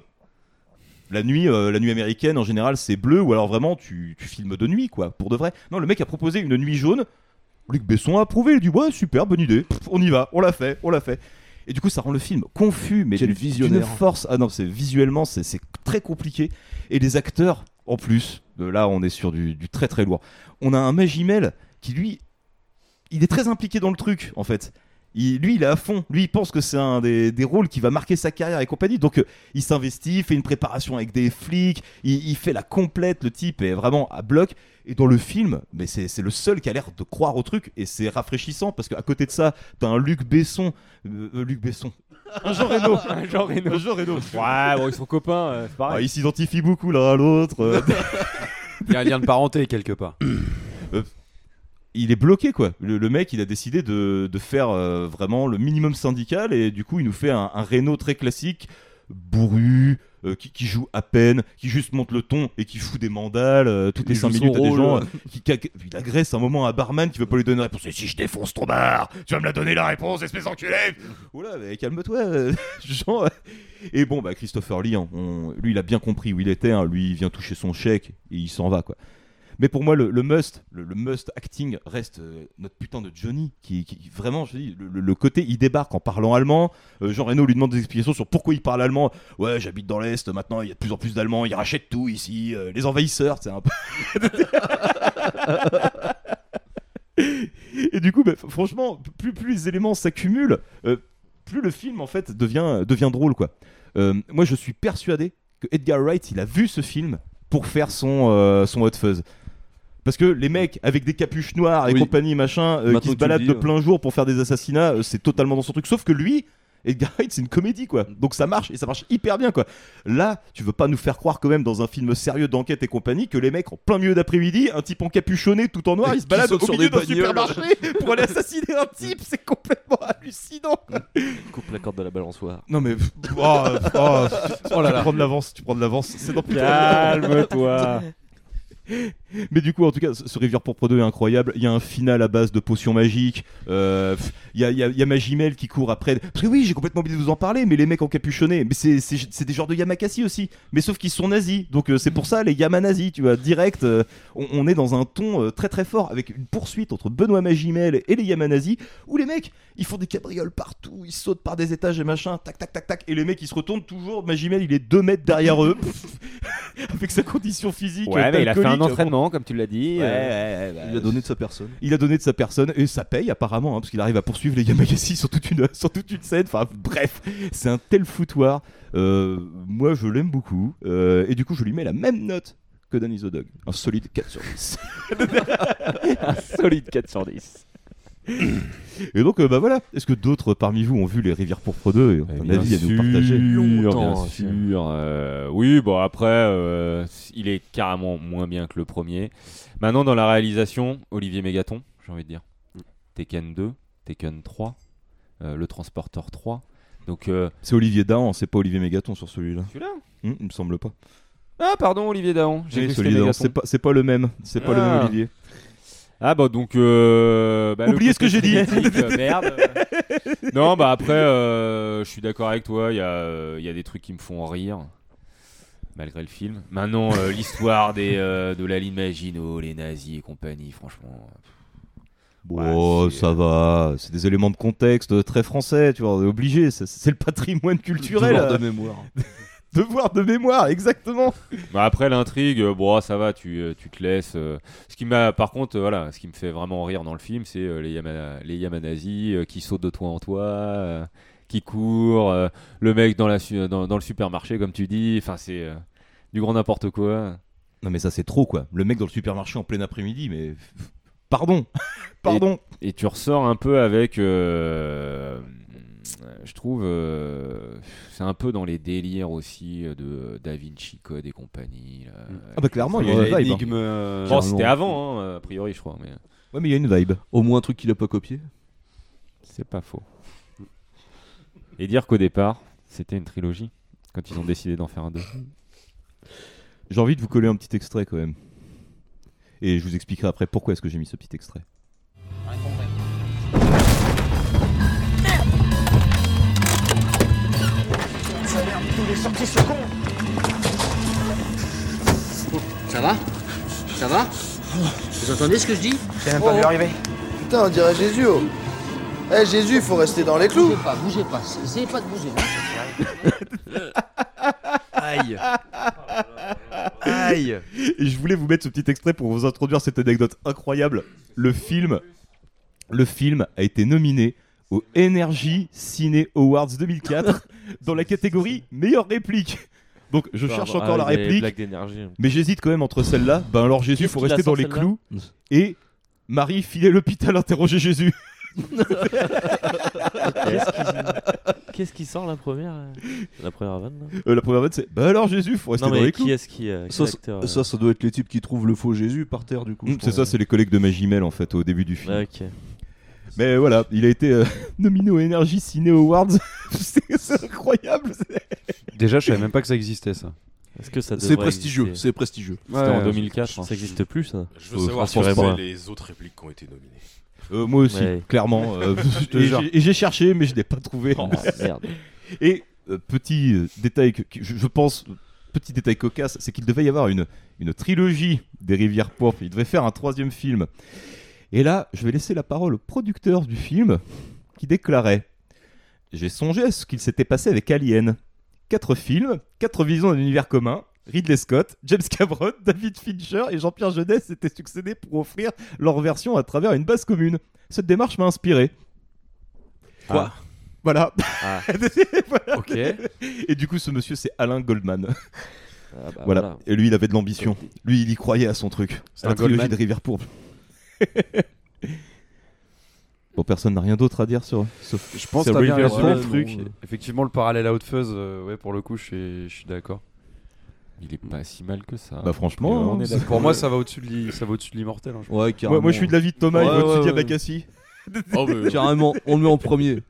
[SPEAKER 10] La nuit, euh, la nuit américaine en général, c'est bleu ou alors vraiment tu, tu filmes de nuit quoi, pour de vrai. Non, le mec a proposé une nuit jaune. Luc Besson a approuvé, il dit ouais super, bonne idée, Pff, on y va, on l'a fait, on l'a fait. Et du coup, ça rend le film confus, mais
[SPEAKER 15] Quel
[SPEAKER 10] d'une-
[SPEAKER 15] visionnaire.
[SPEAKER 10] d'une force. Ah non, c'est visuellement, c'est c'est très compliqué. Et les acteurs, en plus, euh, là, on est sur du, du très très lourd. On a un Magimel qui lui, il est très impliqué dans le truc en fait. Il- lui, il est à fond. Lui, il pense que c'est un des, des rôles qui va marquer sa carrière et compagnie. Donc, euh, il s'investit, il fait une préparation avec des flics, il, il fait la complète. Le type est vraiment à bloc. Et dans le film, mais c'est c'est le seul qui a l'air de croire au truc. Et c'est rafraîchissant parce qu'à côté de ça, t'as un Luc Besson. euh, euh, Luc Besson. Un Jean Reno.
[SPEAKER 9] Un Jean Reno.
[SPEAKER 10] Un Jean Reno.
[SPEAKER 9] Ouais, bon, ils sont copains, euh, c'est
[SPEAKER 10] Ah,
[SPEAKER 9] pareil.
[SPEAKER 10] ils s'identifient beaucoup l'un à l'autre. euh.
[SPEAKER 15] Il y a un lien de parenté quelque part.
[SPEAKER 10] Euh, il est bloqué quoi. Le, le mec, il a décidé de, de faire euh, vraiment le minimum syndical et du coup, il nous fait un, un Renault très classique bourru, euh, qui, qui joue à peine, qui juste monte le ton et qui fout des mandales euh, toutes
[SPEAKER 15] Il
[SPEAKER 10] les
[SPEAKER 15] joue
[SPEAKER 10] 5
[SPEAKER 15] son
[SPEAKER 10] minutes à des
[SPEAKER 15] rôle.
[SPEAKER 10] gens. euh, qui, qui- il agresse un moment un barman qui veut pas lui donner la réponse. Et si je défonce ton bar, tu vas me la donner la réponse, espèce enculée Oula, mais calme-toi, euh, Jean. euh. Et bon, bah, Christopher Lee, hein, on- lui, il a bien compris où il était. hein. Lui, il vient toucher son chèque et il s'en va, quoi. Mais pour moi, le, le must, le, le must acting reste euh, notre putain de Johnny, qui, qui- qui- vraiment, je te dis, le, le- le côté, il débarque en parlant allemand. Euh, Jean Reno lui demande des explications sur pourquoi il parle allemand. Ouais, j'habite dans l'Est, maintenant il y a de plus en plus d'Allemands, ils rachètent tout ici, euh, les envahisseurs, c'est un peu. Et du coup, bah, f- franchement, plus, plus les éléments s'accumulent, euh, plus le film en fait devient, devient drôle quoi. Euh, moi, je suis persuadé que Edgar Wright, il a vu ce film pour faire son euh, son Hot Fuzz. Parce que les mecs avec des capuches noires et compagnie machin euh,
[SPEAKER 15] Maintenant
[SPEAKER 10] qui
[SPEAKER 15] que
[SPEAKER 10] se
[SPEAKER 15] tu
[SPEAKER 10] baladent
[SPEAKER 15] le dis,
[SPEAKER 10] de
[SPEAKER 15] ouais.
[SPEAKER 10] plein jour pour faire des assassinats, euh, c'est totalement dans son truc. Sauf que lui, Edgar Wright, c'est une comédie quoi. Donc ça marche et ça marche hyper bien quoi. Là, tu veux pas nous faire croire quand même dans un film sérieux d'enquête et compagnie que les mecs en plein milieu d'après-midi, un type encapuchonné tout en noir, il se
[SPEAKER 15] Qui
[SPEAKER 10] balade
[SPEAKER 15] saute
[SPEAKER 10] au
[SPEAKER 15] sur
[SPEAKER 10] milieu
[SPEAKER 15] des
[SPEAKER 10] d'un
[SPEAKER 15] bagnoles.
[SPEAKER 10] supermarché pour aller assassiner un type, c'est complètement hallucinant. quoi.
[SPEAKER 16] Coupe la corde de la balançoire.
[SPEAKER 10] Non mais oh, euh, oh,
[SPEAKER 16] Oh là
[SPEAKER 10] tu
[SPEAKER 16] là.
[SPEAKER 10] prends de l'avance, tu prends de l'avance, c'est dans plus
[SPEAKER 9] Calme-toi.
[SPEAKER 10] Mais du coup, en tout cas, ce ce Rivière Pourpre 2 est incroyable. Il y a un final à base de potions magiques. Euh, pff, Il y, a, il y a- il y a Magimel qui court après. Parce que oui, j'ai complètement oublié de vous en parler, mais les mecs encapuchonnés, mais c'est- c'est c'est des genres de Yamakasi aussi. Mais sauf qu'ils sont nazis. Donc euh, c'est pour ça, les Yamanazis, tu vois, direct, euh, on, on est dans un ton euh, très très fort avec une poursuite entre Benoît Magimel et les Yamanazis, où les mecs, ils font des cabrioles partout, ils sautent par des étages et machin, tac tac tac tac. Et les mecs, ils se retournent toujours. Magimel, il est 2 mètres derrière eux. avec sa condition physique.
[SPEAKER 9] Ouais, mais il a fait un
[SPEAKER 10] d'alcoolique.
[SPEAKER 9] entraînement, comme tu l'as dit.
[SPEAKER 10] Ouais,
[SPEAKER 9] euh,
[SPEAKER 10] ouais, ouais, bah, Il a donné de sa personne. Il a donné de sa personne et ça paye apparemment, hein, parce qu'il arrive à poursuivre les Yamagasi sur toute une, sur toute une scène. Enfin bref, c'est un tel foutoir. Euh, moi je l'aime beaucoup Euh, et du coup je lui mets la même note que Danny the Dog. Un solide 4 sur 10.
[SPEAKER 9] un solide 4 sur 10.
[SPEAKER 10] Et donc euh, bah voilà, est-ce que d'autres parmi vous ont vu les Rivières pourpres 2 et ont un
[SPEAKER 9] Eh Bien
[SPEAKER 10] avis à nous
[SPEAKER 9] sûr,
[SPEAKER 10] partager
[SPEAKER 9] bien sûr. euh, oui, bon après, euh, il est carrément moins bien que le premier. Maintenant, dans la réalisation, Olivier Mégaton, j'ai envie de dire. Tekken 2, Tekken 3, euh, Le Transporteur 3. Donc, euh,
[SPEAKER 10] C'est Olivier Dahan, c'est pas Olivier Mégaton sur celui-là.
[SPEAKER 9] Celui-là
[SPEAKER 10] Hum, Il me semble pas.
[SPEAKER 9] ah pardon, Olivier Daon.
[SPEAKER 10] Oui,
[SPEAKER 9] J'ai cru que
[SPEAKER 10] celui
[SPEAKER 9] c'était
[SPEAKER 10] d'avant.
[SPEAKER 9] Mégaton.
[SPEAKER 10] C'est pas, c'est pas le même. C'est pas le
[SPEAKER 9] Ah.
[SPEAKER 10] même Olivier.
[SPEAKER 9] Ah bah donc. Euh, bah, le
[SPEAKER 10] Oubliez ce que
[SPEAKER 9] côté
[SPEAKER 10] j'ai dit.
[SPEAKER 9] critique, euh, merde. non bah après, euh, je suis d'accord avec toi. Il y a, euh, il y a des trucs qui me font rire malgré le film. Maintenant, euh, l'histoire des euh, de la ligne Maginot, les nazis et compagnie, franchement.
[SPEAKER 10] Bon, ça va, c'est des éléments de contexte très français, tu vois, obligé, c'est- c'est le patrimoine culturel.
[SPEAKER 15] Devoir de
[SPEAKER 10] euh.
[SPEAKER 15] mémoire.
[SPEAKER 10] Devoir de mémoire, exactement.
[SPEAKER 9] Bah après l'intrigue, euh, bon ça va, tu, euh, tu te laisses. euh. Ce qui m'a, par contre, euh, voilà, ce qui me fait vraiment rire dans le film, c'est euh, les, Yama- les Yamanazis euh, qui sautent de toi en toi, euh, qui courent, euh, le mec dans, la su- dans, dans le supermarché comme tu dis. Enfin c'est euh, du grand n'importe quoi.
[SPEAKER 10] Non mais ça c'est trop quoi. Le mec dans le supermarché en plein après-midi, mais pardon, pardon.
[SPEAKER 9] Et, et tu ressors un peu avec, euh, je trouve, euh, c'est un peu dans les délires aussi euh, de Da Vinci Code et compagnie. là.
[SPEAKER 10] Ah bah, clairement, il y a
[SPEAKER 9] Ouais.
[SPEAKER 10] une vibe, hein.
[SPEAKER 9] Énigme, euh,
[SPEAKER 10] Clairement.
[SPEAKER 9] Bon, c'était avant, hein, a priori, je crois. Mais...
[SPEAKER 16] euh.
[SPEAKER 10] Ouais, mais il y a une vibe.
[SPEAKER 15] Au moins un truc qu'il a pas copié.
[SPEAKER 9] C'est pas faux. Et dire qu'au départ, c'était une trilogie, quand ils ont décidé d'en faire un deux.
[SPEAKER 10] J'ai envie de vous coller un petit extrait quand même. Et je vous expliquerai après pourquoi est-ce que j'ai mis ce petit extrait.
[SPEAKER 6] Ça merde, tous les sorties sont cons
[SPEAKER 3] Ça va Ça va Vous entendez ce que je dis Oh.
[SPEAKER 6] J'ai même pas vu arriver.
[SPEAKER 3] Putain, on dirait Jésus. oh. Eh Jésus, faut rester dans les clous.
[SPEAKER 6] pas, bougez pas, essayez pas de bouger.
[SPEAKER 3] hein.
[SPEAKER 12] Aïe.
[SPEAKER 4] Ah,
[SPEAKER 10] Aïe Et je voulais vous mettre ce petit extrait pour vous introduire cette anecdote incroyable. Le film, le film a été nominé au Energy Ciné Awards 2004 dans la catégorie meilleure réplique. Donc je
[SPEAKER 16] Pardon.
[SPEAKER 10] cherche
[SPEAKER 16] Ah
[SPEAKER 10] encore
[SPEAKER 16] oui,
[SPEAKER 10] la
[SPEAKER 16] des
[SPEAKER 10] réplique,
[SPEAKER 16] blagues d'énergie.
[SPEAKER 10] mais j'hésite quand même entre celle-là, ben alors Jésus,
[SPEAKER 16] Qu'est-ce
[SPEAKER 10] faut
[SPEAKER 16] qu'il a
[SPEAKER 10] rester dans
[SPEAKER 16] sort,
[SPEAKER 10] les
[SPEAKER 16] celle-là Mm.
[SPEAKER 10] clous, et Marie, filez l'hôpital, interroger Jésus.
[SPEAKER 16] Qu'est-ce qui- Qu'est-ce qui sort la première euh La première vanne là
[SPEAKER 10] Euh, la première vanne, c'est Bah alors Jésus, faut rester
[SPEAKER 16] Non, mais
[SPEAKER 10] dans les
[SPEAKER 16] qui
[SPEAKER 10] clous.
[SPEAKER 16] est-ce qui, euh, quel
[SPEAKER 10] Ça,
[SPEAKER 16] acteur,
[SPEAKER 10] euh,
[SPEAKER 15] Ça, ça doit être les types qui trouvent le faux Jésus par terre du coup.
[SPEAKER 10] Mm,
[SPEAKER 15] je
[SPEAKER 10] C'est
[SPEAKER 15] pense.
[SPEAKER 10] ça, c'est les collègues de Magimel en fait au début du film.
[SPEAKER 16] Ah, ok.
[SPEAKER 10] Mais voilà, il a été euh, nominé aux Energy Ciné Awards. c'est c'est incroyable.
[SPEAKER 15] Déjà, je savais même pas que ça existait, ça.
[SPEAKER 16] Est-ce que ça
[SPEAKER 15] C'est
[SPEAKER 16] devrait
[SPEAKER 15] prestigieux,
[SPEAKER 16] exister
[SPEAKER 15] c'est prestigieux.
[SPEAKER 16] C'était en 2004, ça existe plus ça
[SPEAKER 5] Je veux savoir si
[SPEAKER 16] Rassurez-moi.
[SPEAKER 5] c'est les autres répliques qui ont été nominées.
[SPEAKER 10] Euh, moi aussi,
[SPEAKER 16] Ouais.
[SPEAKER 10] clairement. euh, je te jure. et j'ai cherché, mais je l'ai pas trouvé.
[SPEAKER 16] Oh, merde.
[SPEAKER 10] Et euh, petit euh, détail, que, que je, je pense, petit détail cocasse, c'est qu'il devait y avoir une, une trilogie des Rivières Pop. Il devait faire un troisième film. Et là, je vais laisser la parole au producteur du film qui déclarait J'ai songé à ce qu'il s'était passé avec Alien. Quatre films, quatre visions d'un univers commun. Ridley Scott, James Cameron, David Fincher et Jean-Pierre Jeunet s'étaient succédés pour offrir leur version à travers une base commune. Cette démarche m'a inspiré.
[SPEAKER 15] Quoi
[SPEAKER 10] Voilà.
[SPEAKER 15] Ah.
[SPEAKER 10] Voilà.
[SPEAKER 15] Ok.
[SPEAKER 10] Et du coup, ce monsieur, c'est Alain Goldman.
[SPEAKER 15] bah,
[SPEAKER 10] voilà.
[SPEAKER 15] voilà.
[SPEAKER 10] Et lui, il avait de l'ambition. Lui, il y croyait à son truc. C'est
[SPEAKER 15] Alain
[SPEAKER 10] la trilogie
[SPEAKER 15] Goldman.
[SPEAKER 10] de Rivière Pourbe. bon, personne n'a rien d'autre à dire sur. Sauf...
[SPEAKER 15] Je pense que
[SPEAKER 10] sur
[SPEAKER 15] t'as bien
[SPEAKER 10] Rivière
[SPEAKER 15] résumé le
[SPEAKER 10] Pourbe.
[SPEAKER 15] truc. Effectivement, le parallèle à Haute Fuzz, euh, ouais, pour le coup, je suis, je suis d'accord.
[SPEAKER 9] Il est pas si mal que ça.
[SPEAKER 10] Bah, franchement,
[SPEAKER 9] Et, euh, on
[SPEAKER 10] hein,
[SPEAKER 9] est
[SPEAKER 10] c'est-
[SPEAKER 9] d'accord.
[SPEAKER 15] Pour moi, ça va au-dessus de l'i- ça va au-dessus de l'immortel. hein, je pense.
[SPEAKER 10] Ouais, carrément. Moi- moi, je suis de l'avis de Thomas, il va au-dessus de Yabakassi. Oh, mais-
[SPEAKER 15] Carrément, on le met en premier.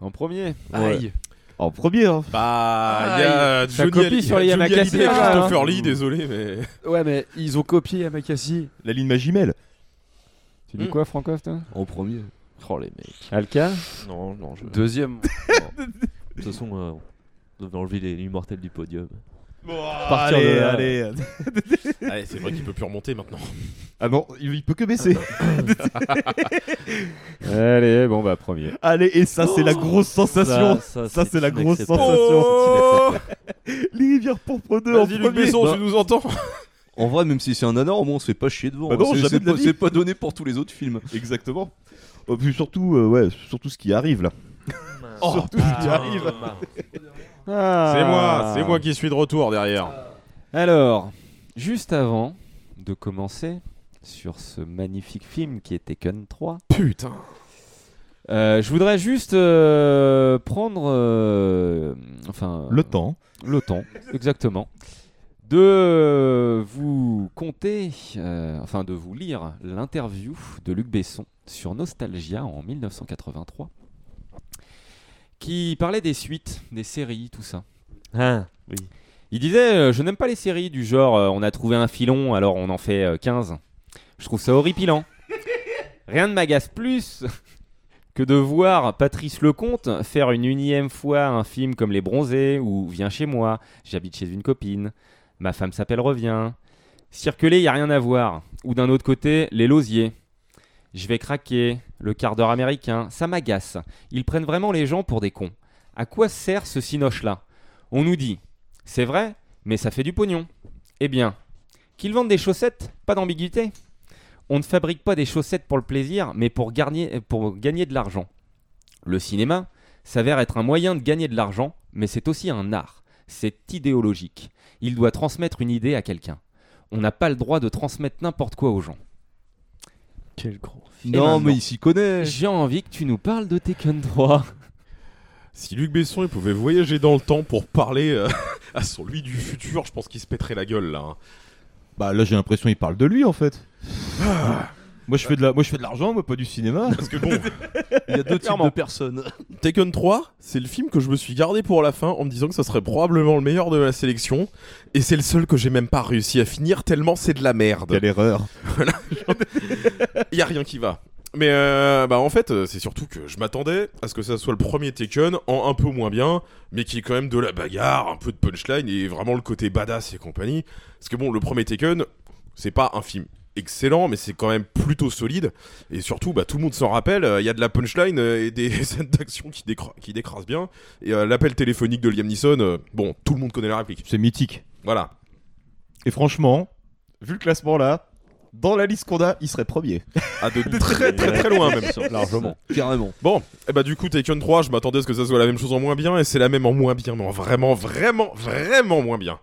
[SPEAKER 9] En premier
[SPEAKER 15] Aïe.
[SPEAKER 10] En premier, hein.
[SPEAKER 5] Bah, il y a
[SPEAKER 15] Ça
[SPEAKER 5] Johnny
[SPEAKER 15] copie
[SPEAKER 5] Hallyday-
[SPEAKER 15] sur les
[SPEAKER 5] Johnny
[SPEAKER 15] Yamakasi,
[SPEAKER 5] Hallyday et
[SPEAKER 15] là,
[SPEAKER 5] Christopher
[SPEAKER 15] hein.
[SPEAKER 5] Lee, désolé, mais.
[SPEAKER 15] Ouais, mais ils ont copié Amakasi.
[SPEAKER 10] La ligne Magimel.
[SPEAKER 9] Tu dis
[SPEAKER 15] Hmm.
[SPEAKER 9] quoi, Francoff, toi
[SPEAKER 15] En premier.
[SPEAKER 16] Oh les mecs.
[SPEAKER 9] Alka
[SPEAKER 16] Non, non, je.
[SPEAKER 15] Deuxième.
[SPEAKER 16] Non. De toute façon, euh, on devait enlever les immortels du podium. Partir
[SPEAKER 10] allez,
[SPEAKER 16] de là.
[SPEAKER 10] allez.
[SPEAKER 5] Allez, c'est vrai qu'il peut plus remonter maintenant.
[SPEAKER 10] Ah non, il, il peut que baisser.
[SPEAKER 9] Allez, bon, bah, premier.
[SPEAKER 10] Allez, et ça, c'est
[SPEAKER 5] Oh
[SPEAKER 10] la grosse sensation.
[SPEAKER 9] Ça,
[SPEAKER 10] Ça,
[SPEAKER 9] ça,
[SPEAKER 10] c'est
[SPEAKER 9] c'est
[SPEAKER 10] la grosse
[SPEAKER 9] inacceptable.
[SPEAKER 10] sensation.
[SPEAKER 9] Oh
[SPEAKER 10] Les rivières pourpres deux en
[SPEAKER 5] Vas-y, Luc
[SPEAKER 10] premier.
[SPEAKER 5] Besson, tu
[SPEAKER 10] Bah,
[SPEAKER 5] nous entends
[SPEAKER 15] En vrai, même si c'est un anor, au moins on se fait pas chier devant.
[SPEAKER 10] Bah
[SPEAKER 15] hein.
[SPEAKER 10] non,
[SPEAKER 15] C'est-
[SPEAKER 10] jamais
[SPEAKER 15] c'est
[SPEAKER 10] de la
[SPEAKER 15] pas-
[SPEAKER 10] vie.
[SPEAKER 15] c'est pas donné pour tous les autres films.
[SPEAKER 10] Exactement. Oh, puis surtout, euh, ouais, surtout ce qui arrive là. Oh, surtout ce qui arrive.
[SPEAKER 6] Ah.
[SPEAKER 9] Ah.
[SPEAKER 5] C'est moi, c'est moi qui suis de retour derrière.
[SPEAKER 9] Alors, juste avant de commencer sur ce magnifique film qui est Taken 3.
[SPEAKER 5] Putain.
[SPEAKER 9] Euh, je voudrais juste euh, prendre, euh, enfin,
[SPEAKER 10] Le temps.
[SPEAKER 9] le temps, exactement, de euh, vous compter, euh, enfin de vous lire l'interview de Luc Besson sur Nostalgia en 1983, qui parlait des suites, des séries, tout ça.
[SPEAKER 16] Ah, oui.
[SPEAKER 9] Il disait euh, Je n'aime pas les séries du genre euh, on a trouvé un filon, alors on en fait euh, 15. Je trouve ça horripilant. Rien ne m'agace plus que de voir Patrice Lecomte faire une unième fois un film comme Les Bronzés ou Viens chez moi, j'habite chez une copine, ma femme s'appelle Revient. Circuler, y a rien à voir. Ou d'un autre côté, Les Lausiers. Je vais craquer, le quart d'heure américain, ça m'agace. Ils prennent vraiment les gens pour des cons. À quoi sert ce cinoche-là On nous dit c'est vrai, mais ça fait du pognon. Eh bien, qu'ils vendent des chaussettes, pas d'ambiguïté. On ne fabrique pas des chaussettes pour le plaisir, mais pour gagner, pour gagner de l'argent. Le cinéma s'avère être un moyen de gagner de l'argent, mais c'est aussi un art. C'est idéologique. Il doit transmettre une idée à quelqu'un. On n'a pas le droit de transmettre n'importe quoi aux gens.
[SPEAKER 16] Quel grand
[SPEAKER 15] Non, mais il
[SPEAKER 9] s'y connaît. J'ai envie que tu nous parles de Tekken 3.
[SPEAKER 5] Si Luc Besson il pouvait voyager dans le temps pour parler euh, à son lui du futur, je pense qu'il se pèterait la gueule là. hein.
[SPEAKER 10] Bah là, j'ai l'impression qu'il parle de lui en fait. moi, je fais de la, moi, je fais de l'argent, moi, pas du cinéma.
[SPEAKER 5] Ah. Parce que bon,
[SPEAKER 10] il y a deux types de personnes.
[SPEAKER 5] Taken 3, c'est le film que je me suis gardé pour la fin en me disant que ça serait probablement le meilleur de la sélection. Et c'est le seul que j'ai même pas réussi à finir tellement c'est de la merde.
[SPEAKER 10] Quelle erreur.
[SPEAKER 5] Voilà. Il y a rien qui va. Mais euh, bah en fait, euh, c'est surtout que je m'attendais à ce que ça soit le premier Taken en un peu moins bien, mais qui est quand même de la bagarre, un peu de punchline et vraiment le côté badass et compagnie. Parce que bon, le premier Taken, c'est pas un film excellent, mais c'est quand même plutôt solide. Et surtout, bah, tout le monde s'en rappelle, il y a de la punchline euh, et des scènes d'action qui, décra- qui décrasent bien. Et euh, l'appel téléphonique de Liam Neeson, euh, bon, tout le monde connaît la réplique.
[SPEAKER 10] C'est mythique.
[SPEAKER 5] Voilà.
[SPEAKER 10] Et franchement, vu le classement là, dans la liste qu'on a, il serait premier.
[SPEAKER 5] Ah, de très très très loin même.
[SPEAKER 10] Largement. Carrément.
[SPEAKER 5] Bon, et bah du coup Taken 3, je m'attendais à ce que ça soit la même chose en moins bien, et c'est la même en moins bien, mais en vraiment, vraiment, vraiment moins bien.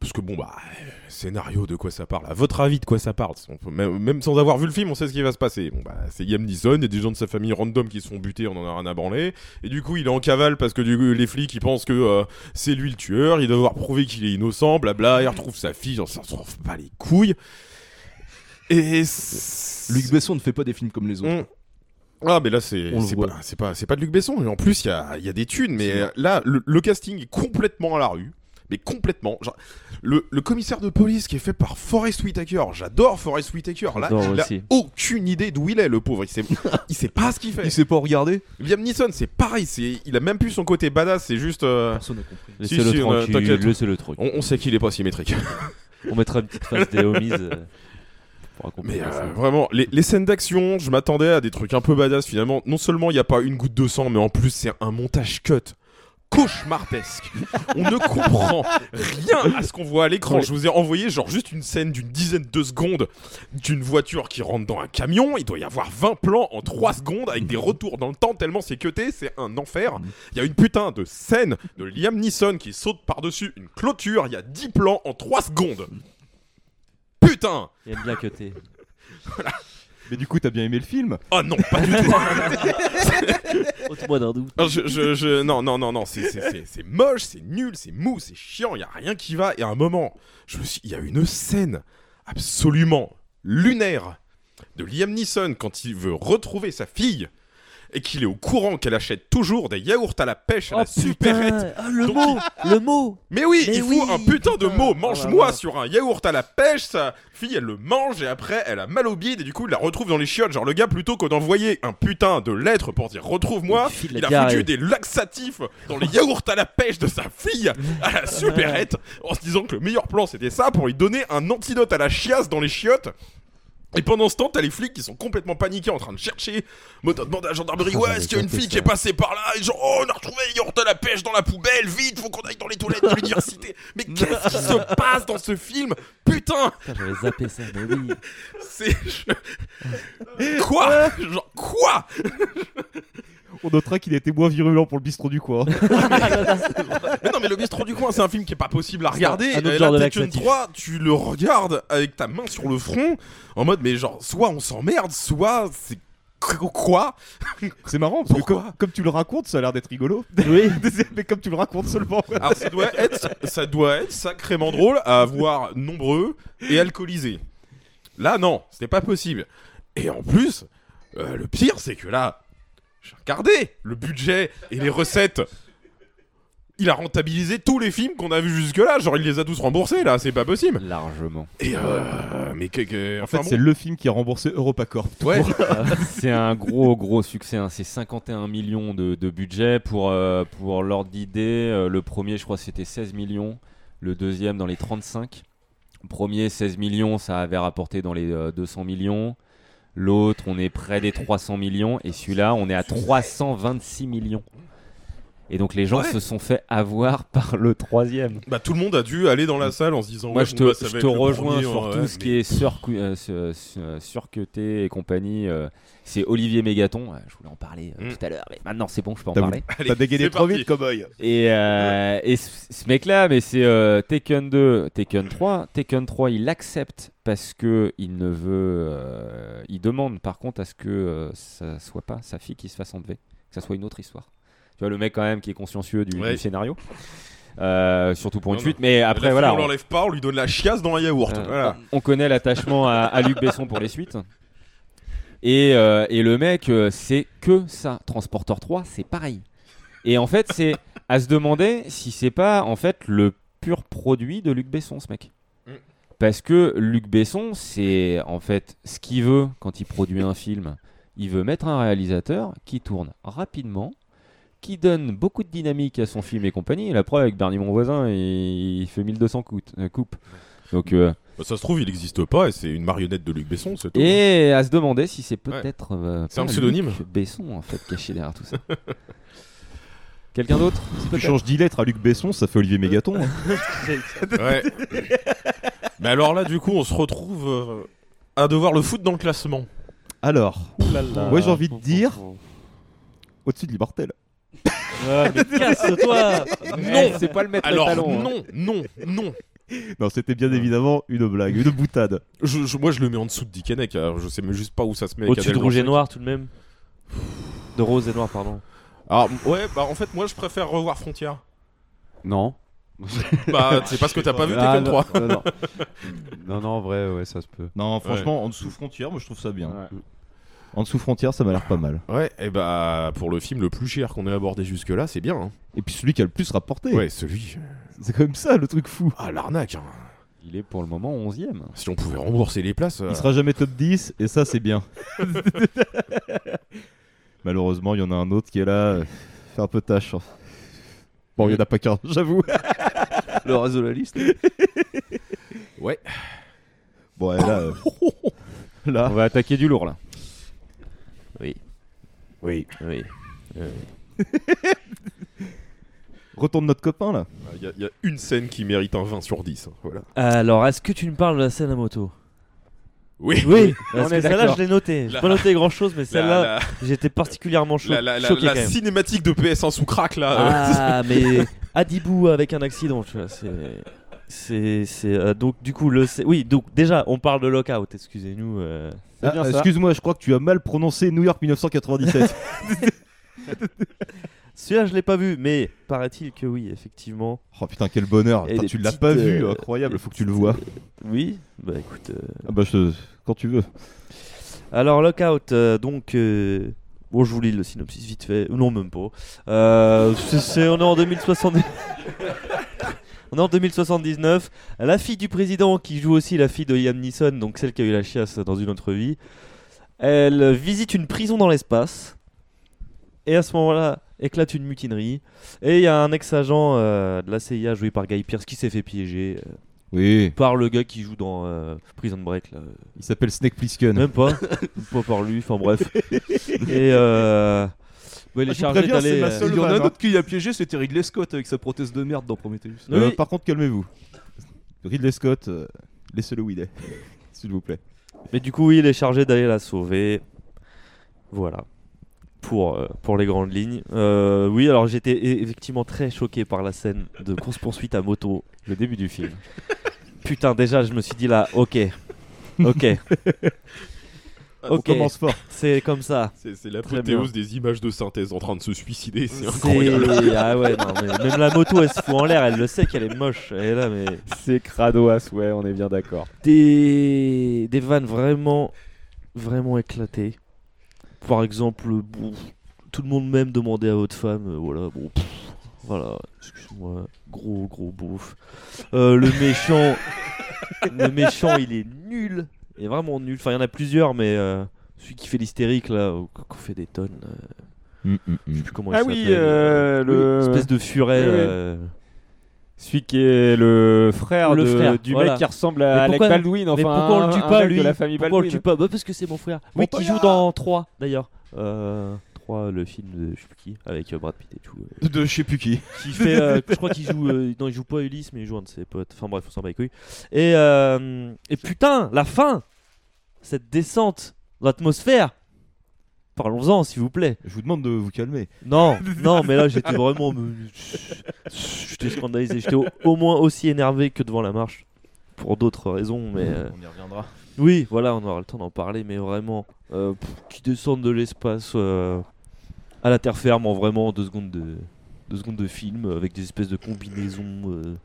[SPEAKER 5] Parce que bon, bah, euh, scénario, de quoi ça parle À votre avis, de quoi ça parle On peut- même, même sans avoir vu le film, on sait ce qui va se passer. Bon, bah, c'est Liam Neeson, il y a des gens de sa famille random qui se sont butés, on en a rien à branler. Et du coup, il est en cavale parce que du coup, les flics, ils pensent que euh, c'est lui le tueur, il doit devoir prouver qu'il est innocent, blabla, il retrouve sa fille, on s'en trouve pas les couilles. Et
[SPEAKER 10] Luc Besson ne fait pas des films comme les autres.
[SPEAKER 5] Ah, mais là, c'est
[SPEAKER 10] On le
[SPEAKER 5] c'est
[SPEAKER 10] voit.
[SPEAKER 5] pas, c'est pas, c'est pas de Luc Besson. Mais en plus, il y a, il y a des thunes. Mais euh, là, le, le casting est complètement à la rue. Mais complètement. Genre, le, le commissaire de police qui est fait par Forrest Whitaker. J'adore Forrest Whitaker. Là,
[SPEAKER 10] J'adore
[SPEAKER 5] il a
[SPEAKER 10] aussi.
[SPEAKER 5] aucune idée d'où il est, le pauvre. Il sait, il sait pas ce qu'il fait.
[SPEAKER 10] Il sait pas regarder.
[SPEAKER 5] Liam Neeson, c'est pareil. C'est, il a même plus son côté badass. C'est juste. euh,
[SPEAKER 10] Personne n'a compris.
[SPEAKER 5] si,
[SPEAKER 9] Laissez-le
[SPEAKER 5] si, on a-
[SPEAKER 9] tranquille,
[SPEAKER 5] t'inquiète.
[SPEAKER 9] laissez-le tranquille.
[SPEAKER 5] On, on sait qu'il est pas symétrique.
[SPEAKER 9] On mettra une petite face des homies. euh, pour
[SPEAKER 5] Mais
[SPEAKER 9] accompagner
[SPEAKER 5] euh,
[SPEAKER 9] ça.
[SPEAKER 5] vraiment, les, les scènes d'action, je m'attendais à des trucs un peu badass finalement. Non seulement il n'y a pas une goutte de sang, mais en plus c'est un montage cut cauchemardesque. On ne comprend rien à ce qu'on voit à l'écran. Je vous ai envoyé genre juste une scène d'une dizaine de secondes d'une voiture qui rentre dans un camion. Il doit y avoir 20 plans en 3 secondes avec des retours dans le temps tellement c'est cuté, c'est un enfer.
[SPEAKER 10] Mm.
[SPEAKER 5] Il y a une putain de scène de Liam Neeson qui saute par-dessus une clôture. Il y a 10 plans en 3 secondes. Putain
[SPEAKER 9] Il aime bien cuter.
[SPEAKER 10] Mais du coup, t'as bien aimé le film
[SPEAKER 5] Oh non, pas du tout.
[SPEAKER 9] Ôte-moi d'un doute.
[SPEAKER 5] Non, je- je- je- Euh, non, non, non, non, c'est- c'est c'est- c'est moche, c'est nul, c'est mou, c'est chiant, il y a rien qui va. Et à un moment, je me suis, il y a une scène absolument lunaire de Liam Neeson quand il veut retrouver sa fille et qu'il est au courant qu'elle achète toujours des yaourts à la pêche à la supérette.
[SPEAKER 9] Oh, Ah, le
[SPEAKER 5] Donc
[SPEAKER 9] mot Le mot
[SPEAKER 5] Mais oui, il
[SPEAKER 9] oui, Oh
[SPEAKER 5] faut un putain de mot. Mange-moi
[SPEAKER 9] là.
[SPEAKER 5] sur un yaourt à la pêche. Sa fille, elle le mange et après, elle a mal au bide et du coup, il la retrouve dans les chiottes. Genre, le gars, plutôt que d'envoyer un putain de lettre pour dire retrouve-moi,
[SPEAKER 9] la
[SPEAKER 5] il a
[SPEAKER 9] diarrhée.
[SPEAKER 5] foutu des laxatifs dans les yaourts à la pêche de sa fille à la supérette en se disant que le meilleur plan c'était ça pour lui donner un antidote à la chiasse dans les chiottes. Et pendant ce temps, t'as les flics qui sont complètement paniqués en train de chercher. Moi, t'as demandé à la gendarmerie,
[SPEAKER 12] Ah,
[SPEAKER 5] ouais,
[SPEAKER 12] j'avais
[SPEAKER 5] est-ce qu'il y a une
[SPEAKER 12] zappé
[SPEAKER 5] fille
[SPEAKER 12] ça.
[SPEAKER 5] qui est passée par là Et genre, oh, on a retrouvé les yaourts à la pêche dans la poubelle, vite, faut qu'on aille dans les toilettes de l'université. Mais qu'est-ce qui se passe dans ce film Putain
[SPEAKER 9] Putain, j'avais zappé ça, mais oui.
[SPEAKER 5] C'est. je-
[SPEAKER 10] Ah.
[SPEAKER 5] Quoi Genre, quoi
[SPEAKER 10] On notera qu'il a été moins virulent pour le bistrot du coin.
[SPEAKER 5] Mais non, mais le bistrot du coin, c'est un film qui est pas possible à regarder.
[SPEAKER 10] un autre
[SPEAKER 5] Et
[SPEAKER 10] genre
[SPEAKER 5] là,
[SPEAKER 10] de
[SPEAKER 5] Taken
[SPEAKER 10] laxatif.
[SPEAKER 5] 3, tu le regardes avec ta main sur le front, en mode, mais genre, soit on s'emmerde, soit c'est. Quoi
[SPEAKER 10] C'est marrant, parce que comme, comme tu le racontes, ça a l'air d'être rigolo.
[SPEAKER 9] Oui.
[SPEAKER 10] mais comme tu le racontes seulement.
[SPEAKER 5] Alors ça doit être, ça doit être sacrément drôle à avoir nombreux et alcoolisés. Là non, c'était pas possible. Et en plus, euh, le pire c'est que là, j'ai regardé le budget et les recettes. Il a rentabilisé tous les films qu'on a vus jusque-là. Genre il les a tous remboursés là, c'est pas possible.
[SPEAKER 9] Largement.
[SPEAKER 5] Et euh, mais que, que-
[SPEAKER 10] En fait,
[SPEAKER 5] enfin,
[SPEAKER 10] c'est
[SPEAKER 5] bon.
[SPEAKER 10] le film qui a remboursé EuropaCorp.
[SPEAKER 5] Ouais.
[SPEAKER 9] c'est un gros gros succès. hein. C'est 51 millions de, de budget pour, euh, pour l'ordre d'idée. euh, le premier, je crois, c'était 16 millions. Le deuxième, dans les 35. Le premier, 16 millions, ça avait rapporté dans les euh, 200 millions. L'autre, on est près des 300 millions. Et celui-là, on est à 326 millions. Et donc les gens
[SPEAKER 5] Ouais.
[SPEAKER 9] se sont fait avoir par le troisième.
[SPEAKER 5] Bah, tout le monde a dû aller dans la salle en se disant.
[SPEAKER 9] Moi,
[SPEAKER 5] ouais,
[SPEAKER 9] je
[SPEAKER 5] bon, bah,
[SPEAKER 9] te,
[SPEAKER 5] ça
[SPEAKER 9] je
[SPEAKER 5] va
[SPEAKER 9] te
[SPEAKER 5] être le
[SPEAKER 9] rejoins
[SPEAKER 5] premier,
[SPEAKER 9] sur
[SPEAKER 5] hein,
[SPEAKER 9] tout
[SPEAKER 5] ouais,
[SPEAKER 9] ce qui est surcu- euh, sur- sur- surcuté et compagnie. euh, c'est Olivier Mégaton. euh, Je voulais en parler
[SPEAKER 5] Mm.
[SPEAKER 9] euh, tout à l'heure, mais maintenant c'est bon, je peux en
[SPEAKER 10] T'as
[SPEAKER 9] parler.
[SPEAKER 10] voulu- t'as dégainé trop vite, cowboy.
[SPEAKER 9] Et, euh, et ce, ce mec-là, mais c'est euh, Taken 2, Taken 3. Taken 3, il accepte parce que il ne veut. euh, il demande par contre à ce que euh, ça soit pas sa fille qui se fasse enlever, que ça soit une autre histoire. Tu vois, le mec quand même qui est consciencieux du, du
[SPEAKER 5] Ouais.
[SPEAKER 9] scénario. Euh, surtout pour
[SPEAKER 5] Non,
[SPEAKER 9] une suite,
[SPEAKER 5] non.
[SPEAKER 9] mais
[SPEAKER 5] La
[SPEAKER 9] après
[SPEAKER 5] fille,
[SPEAKER 9] voilà.
[SPEAKER 5] on l'enlève pas, on lui donne la chiasse dans un yaourt.
[SPEAKER 9] Euh,
[SPEAKER 5] Voilà.
[SPEAKER 9] On connaît l'attachement à, à Luc Besson pour les suites. Et, euh, et le mec, euh, c'est que ça. Transporteur 3, c'est pareil. Et en fait, c'est à se demander si c'est pas en fait le pur produit de Luc Besson, ce mec. Parce que Luc Besson, c'est en fait ce qu'il veut quand il produit un film. Il veut mettre un réalisateur qui tourne rapidement, qui donne beaucoup de dynamique à son film et compagnie. Et la preuve avec Bernie Monvoisin, il, il fait 1200 coutes- euh, coupes. Donc, euh,
[SPEAKER 5] Bah, ça se trouve, il n'existe pas et c'est une marionnette de Luc Besson, c'est tout.
[SPEAKER 9] et à se demander si c'est peut-être. euh,
[SPEAKER 5] C'est un
[SPEAKER 9] pas
[SPEAKER 5] pseudonyme.
[SPEAKER 9] Luc Besson, en fait, caché derrière tout ça.
[SPEAKER 5] hein.
[SPEAKER 9] Quelqu'un d'autre
[SPEAKER 10] Si tu
[SPEAKER 9] Peut-être.
[SPEAKER 10] changes 10 lettres à Luc Besson, ça fait Olivier Mégaton. hein.
[SPEAKER 5] Ouais. Mais alors là, du coup, on se retrouve euh, à devoir le foutre dans le classement.
[SPEAKER 10] Alors,
[SPEAKER 5] Ouh là là.
[SPEAKER 10] moi j'ai envie de dire au-dessus de l'immortel.
[SPEAKER 9] casse-toi
[SPEAKER 5] Non
[SPEAKER 9] C'est pas le maître
[SPEAKER 5] Alors,
[SPEAKER 9] talon, hein.
[SPEAKER 5] non, non, non
[SPEAKER 10] Non, c'était bien évidemment une blague, une boutade.
[SPEAKER 5] je, je- Moi, je le mets en dessous de Dickeneck. alors Je sais même juste pas où ça se met. avec
[SPEAKER 16] Au-dessus de
[SPEAKER 5] Adèle
[SPEAKER 16] rouge et
[SPEAKER 5] Blanchec.
[SPEAKER 16] noir, tout de même. De rose et noir, pardon.
[SPEAKER 5] Ah, Alors, ouais, bah en fait, moi, je préfère revoir Frontière.
[SPEAKER 9] Non.
[SPEAKER 5] Bah, c'est parce que t'as pas vu
[SPEAKER 15] Ah,
[SPEAKER 5] Tekken 3.
[SPEAKER 15] Non, non, en vrai, ouais, ça se peut.
[SPEAKER 10] Non, franchement, en dessous frontière, moi je trouve ça bien. En dessous frontière, ça m'a l'air pas mal.
[SPEAKER 5] Ouais, et bah pour le film le plus cher qu'on ait abordé jusque-là, c'est bien. hein.
[SPEAKER 10] Et puis celui qui a le plus rapporté.
[SPEAKER 5] Ouais, celui. euh,
[SPEAKER 10] C'est comme ça le truc fou.
[SPEAKER 5] Ah, l'arnaque. hein.
[SPEAKER 9] Il est pour le moment 11ème.
[SPEAKER 5] Si on pouvait rembourser les places. euh,
[SPEAKER 10] Il sera jamais top 10 et ça c'est bien. Malheureusement, il y en a un autre qui est là. euh, Fait un peu tâche. Bon, il y en a pas qu'un, j'avoue.
[SPEAKER 16] Le reste de la liste.
[SPEAKER 5] Ouais.
[SPEAKER 10] Bon, et là, euh, là.
[SPEAKER 9] On va attaquer du lourd là.
[SPEAKER 16] Oui. Oui. Oui. Euh,
[SPEAKER 10] Retourne notre copain là.
[SPEAKER 5] Il y, a- il y a une scène qui mérite un 20 sur 10. hein, Voilà.
[SPEAKER 16] Alors, est-ce que tu me parles de la scène à moto
[SPEAKER 5] Oui.
[SPEAKER 16] Oui,
[SPEAKER 9] On
[SPEAKER 16] parce
[SPEAKER 9] est
[SPEAKER 16] que celle-là,
[SPEAKER 9] d'accord.
[SPEAKER 16] je l'ai notée. J'ai
[SPEAKER 5] La-
[SPEAKER 16] pas noté grand-chose, mais
[SPEAKER 5] la-
[SPEAKER 16] celle-là, j'étais particulièrement cho-
[SPEAKER 5] La, la- la-
[SPEAKER 16] choqué
[SPEAKER 5] la
[SPEAKER 16] quand même.
[SPEAKER 5] cinématique de PS1 sous crack là. euh,
[SPEAKER 16] Ah, mais Adibou avec un accident, tu vois, c'est. C'est. c'est, euh, donc, du coup, le. c'est- Oui, donc, déjà, on parle de lockout, excusez-nous. euh.
[SPEAKER 10] Ah,
[SPEAKER 16] bien ça.
[SPEAKER 10] Excuse-moi, je crois que tu as mal prononcé New York 1997.
[SPEAKER 16] Celui-là, je l'ai pas vu, mais paraît-il que oui, effectivement.
[SPEAKER 10] oh putain, quel bonheur.
[SPEAKER 16] Et
[SPEAKER 10] Putain,
[SPEAKER 16] des
[SPEAKER 10] tu l'as
[SPEAKER 16] petites,
[SPEAKER 10] pas vu,
[SPEAKER 16] euh,
[SPEAKER 10] incroyable, faut que tu
[SPEAKER 16] des
[SPEAKER 10] le vois.
[SPEAKER 9] euh,
[SPEAKER 16] Oui, bah écoute. euh,
[SPEAKER 10] Ah bah, je- quand tu veux.
[SPEAKER 16] Alors, Lockout, euh, donc. euh, Bon, je vous lis le synopsis vite fait. Non, même pas. Euh, c'est- c'est- on est en 2070. on est en 2079. La fille du président, qui joue aussi la fille de Liam Neeson, donc celle qui a eu la chiasse dans une autre vie, elle visite une prison dans l'espace. Et à ce moment-là, éclate une mutinerie. Et il y a un ex-agent euh, de la CIA joué par Guy Pierce qui s'est fait piéger euh,
[SPEAKER 10] Oui,
[SPEAKER 16] par le gars qui joue dans euh, Prison Break. Là.
[SPEAKER 10] il s'appelle Snake Plissken.
[SPEAKER 16] Même pas. pas par lui, enfin bref. Et euh... ouais, il est
[SPEAKER 12] Ah, je
[SPEAKER 16] chargé
[SPEAKER 12] préviens,
[SPEAKER 16] d'aller.
[SPEAKER 12] c'est ma
[SPEAKER 16] euh,
[SPEAKER 12] seule
[SPEAKER 16] il y en a
[SPEAKER 12] vanne, hein.
[SPEAKER 16] d'autres.
[SPEAKER 12] qui a piégé, c'était Ridley Scott avec sa prothèse de merde dans Prometheus.
[SPEAKER 10] Euh,
[SPEAKER 16] Oui.
[SPEAKER 10] Par contre, calmez-vous. Ridley Scott, euh, laissez-le où il est, s'il vous plaît.
[SPEAKER 16] Mais du coup, oui, il est chargé d'aller la sauver. Voilà. Pour, euh, pour les grandes lignes. Euh, oui, alors j'étais e- effectivement très choqué par la scène de course-poursuite à moto.
[SPEAKER 9] Le début du film.
[SPEAKER 16] Putain, déjà, je me suis dit là, ok. Ok.
[SPEAKER 10] On commence fort.
[SPEAKER 16] C'est comme ça.
[SPEAKER 5] C'est c'est
[SPEAKER 16] Très
[SPEAKER 5] l'apothéose des images de synthèse en train de se suicider. C'est incroyable.
[SPEAKER 16] C'est- Ah ouais, non, mais même la moto, elle se fout en l'air, elle le sait qu'elle est moche. Elle est là, mais.
[SPEAKER 9] C'est Cradoas, ouais, on est bien d'accord.
[SPEAKER 16] des, des vannes vraiment, vraiment éclatées. Par exemple, bon, tout le monde même demandait à votre femme, euh, voilà, bon, pff, voilà, excuse-moi, gros, gros beauf. Euh, le méchant, le méchant, il est nul, il est vraiment nul. Enfin, il y en a plusieurs, mais euh, celui qui fait l'hystérique là, ou- qu'on fait des tonnes, euh, je sais plus comment il
[SPEAKER 9] Ah
[SPEAKER 16] s'appelle.
[SPEAKER 9] oui, euh, le-
[SPEAKER 16] espèce de furet.
[SPEAKER 9] Oui, oui.
[SPEAKER 16] euh,
[SPEAKER 9] Celui qui est le frère,
[SPEAKER 16] Le
[SPEAKER 9] de-
[SPEAKER 16] frère,
[SPEAKER 9] du
[SPEAKER 16] voilà.
[SPEAKER 9] mec qui ressemble
[SPEAKER 16] Mais
[SPEAKER 9] à Alec
[SPEAKER 16] pourquoi-
[SPEAKER 9] Baldwin, enfin
[SPEAKER 16] mais pourquoi on le tue
[SPEAKER 9] un- un
[SPEAKER 16] pas
[SPEAKER 9] mec
[SPEAKER 16] lui
[SPEAKER 9] de la famille
[SPEAKER 16] Pourquoi on le
[SPEAKER 9] Baldwin.
[SPEAKER 16] tue pas Bah, Parce que c'est mon frère. Oui, qui joue dans 3 d'ailleurs. Euh, 3, le film de je sais plus qui, avec euh, Brad Pitt et tout. euh,
[SPEAKER 10] De- De je sais plus qui.
[SPEAKER 16] qui fait, euh, je crois qu'il joue, euh, non il joue pas Ulysse mais il joue un de ses potes. Enfin bref, on s'en bat les couilles. Et, euh, et putain, la fin, cette descente, l'atmosphère. Parlons-en s'il vous plaît.
[SPEAKER 10] Je vous demande de vous calmer.
[SPEAKER 16] Non, non, mais là j'étais vraiment, me- j'étais scandalisé, j'étais au, au moins aussi énervé que devant la marche pour d'autres raisons, mais. euh,
[SPEAKER 10] On y reviendra.
[SPEAKER 16] oui, voilà, on aura le temps d'en parler, mais vraiment, euh, pff, qui descendent de l'espace euh, à la terre ferme en vraiment deux secondes de, deux secondes de film avec des espèces de combinaisons euh,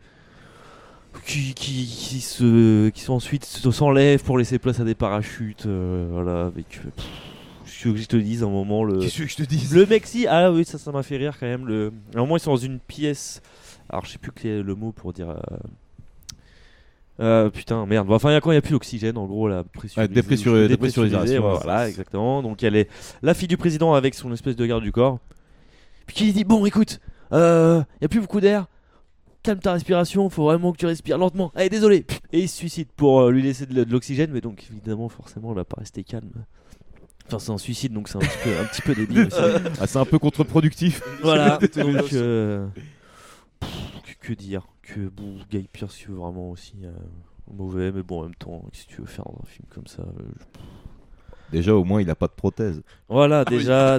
[SPEAKER 16] qui, qui, qui se, qui sont ensuite se- s'enlèvent pour laisser place à des parachutes. euh, voilà, avec. euh, pff, je veux que je te dise un moment le.
[SPEAKER 10] Qu'est-ce que je te dis
[SPEAKER 16] Le Mexi, ah oui, ça, ça m'a fait rire quand même. Le... À un moment, ils sont dans une pièce. Alors, je sais plus quel est le mot pour dire. euh, euh, putain, merde. Bon, Enfin, il y a quand il n'y a plus d'oxygène, en gros, la pressurisée-
[SPEAKER 10] Ouais, dépressuri- dépressurisation,
[SPEAKER 16] Voilà,
[SPEAKER 10] ouais,
[SPEAKER 16] voilà,
[SPEAKER 10] c'est-
[SPEAKER 16] exactement. Donc, elle est la fille du président avec son espèce de garde du corps. Puis qui lui dit Bon, écoute, euh, il n'y a plus beaucoup d'air. Calme ta respiration, faut vraiment que tu respires lentement. Allez, désolé. Et il se suicide pour euh, lui laisser de, de l'oxygène, mais donc évidemment, forcément, elle va pas rester calme. Enfin, c'est un suicide, donc c'est un petit peu, un petit peu débile. aussi.
[SPEAKER 10] Ah, c'est un peu contre-productif.
[SPEAKER 16] Voilà, donc. euh, pff, que, que dire Que bon, Guy Pierce, c'est vraiment aussi euh, mauvais, mais bon, en même temps, qu'est-ce que tu veux faire dans un film comme ça euh, je-
[SPEAKER 10] Déjà, au moins, il a pas de prothèse.
[SPEAKER 16] Voilà, déjà,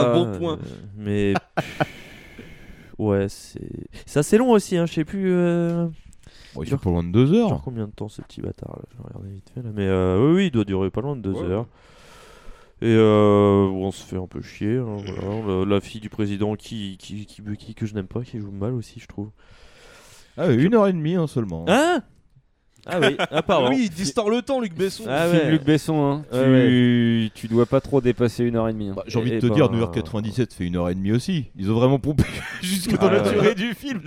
[SPEAKER 12] Ah c'est un bon point.
[SPEAKER 16] euh, mais. ouais, c'est. C'est assez long aussi, hein, je sais plus. euh,
[SPEAKER 10] Bon, il
[SPEAKER 16] Genre-
[SPEAKER 10] fait pas loin de deux
[SPEAKER 16] Genre
[SPEAKER 10] heures.
[SPEAKER 16] combien de temps ce petit bâtard là Je vais regarder vite fait là. Mais euh, oui, oui, il doit durer pas loin de deux
[SPEAKER 5] Ouais.
[SPEAKER 16] heures. Et euh, on se fait un peu chier. hein, voilà. Le- la fille du président qui, qui, qui, qui- que je n'aime pas, qui joue mal aussi, je trouve.
[SPEAKER 10] Ah, une heure et demie hein, seulement.
[SPEAKER 16] Hein Ah oui, ah, pardon.
[SPEAKER 12] Oui, il distord le temps, Luc Besson.
[SPEAKER 16] Ah ouais.
[SPEAKER 9] Luc Besson, hein.
[SPEAKER 16] Ah
[SPEAKER 9] tu... tu dois pas trop dépasser une heure et demie. hein.
[SPEAKER 10] Bah, J'ai envie
[SPEAKER 9] Eh
[SPEAKER 10] de te
[SPEAKER 9] ben,
[SPEAKER 10] dire, New York 97 fait une heure et demie aussi. Ils ont vraiment pompé jusque dans la
[SPEAKER 16] Ah, ouais.
[SPEAKER 10] durée du film.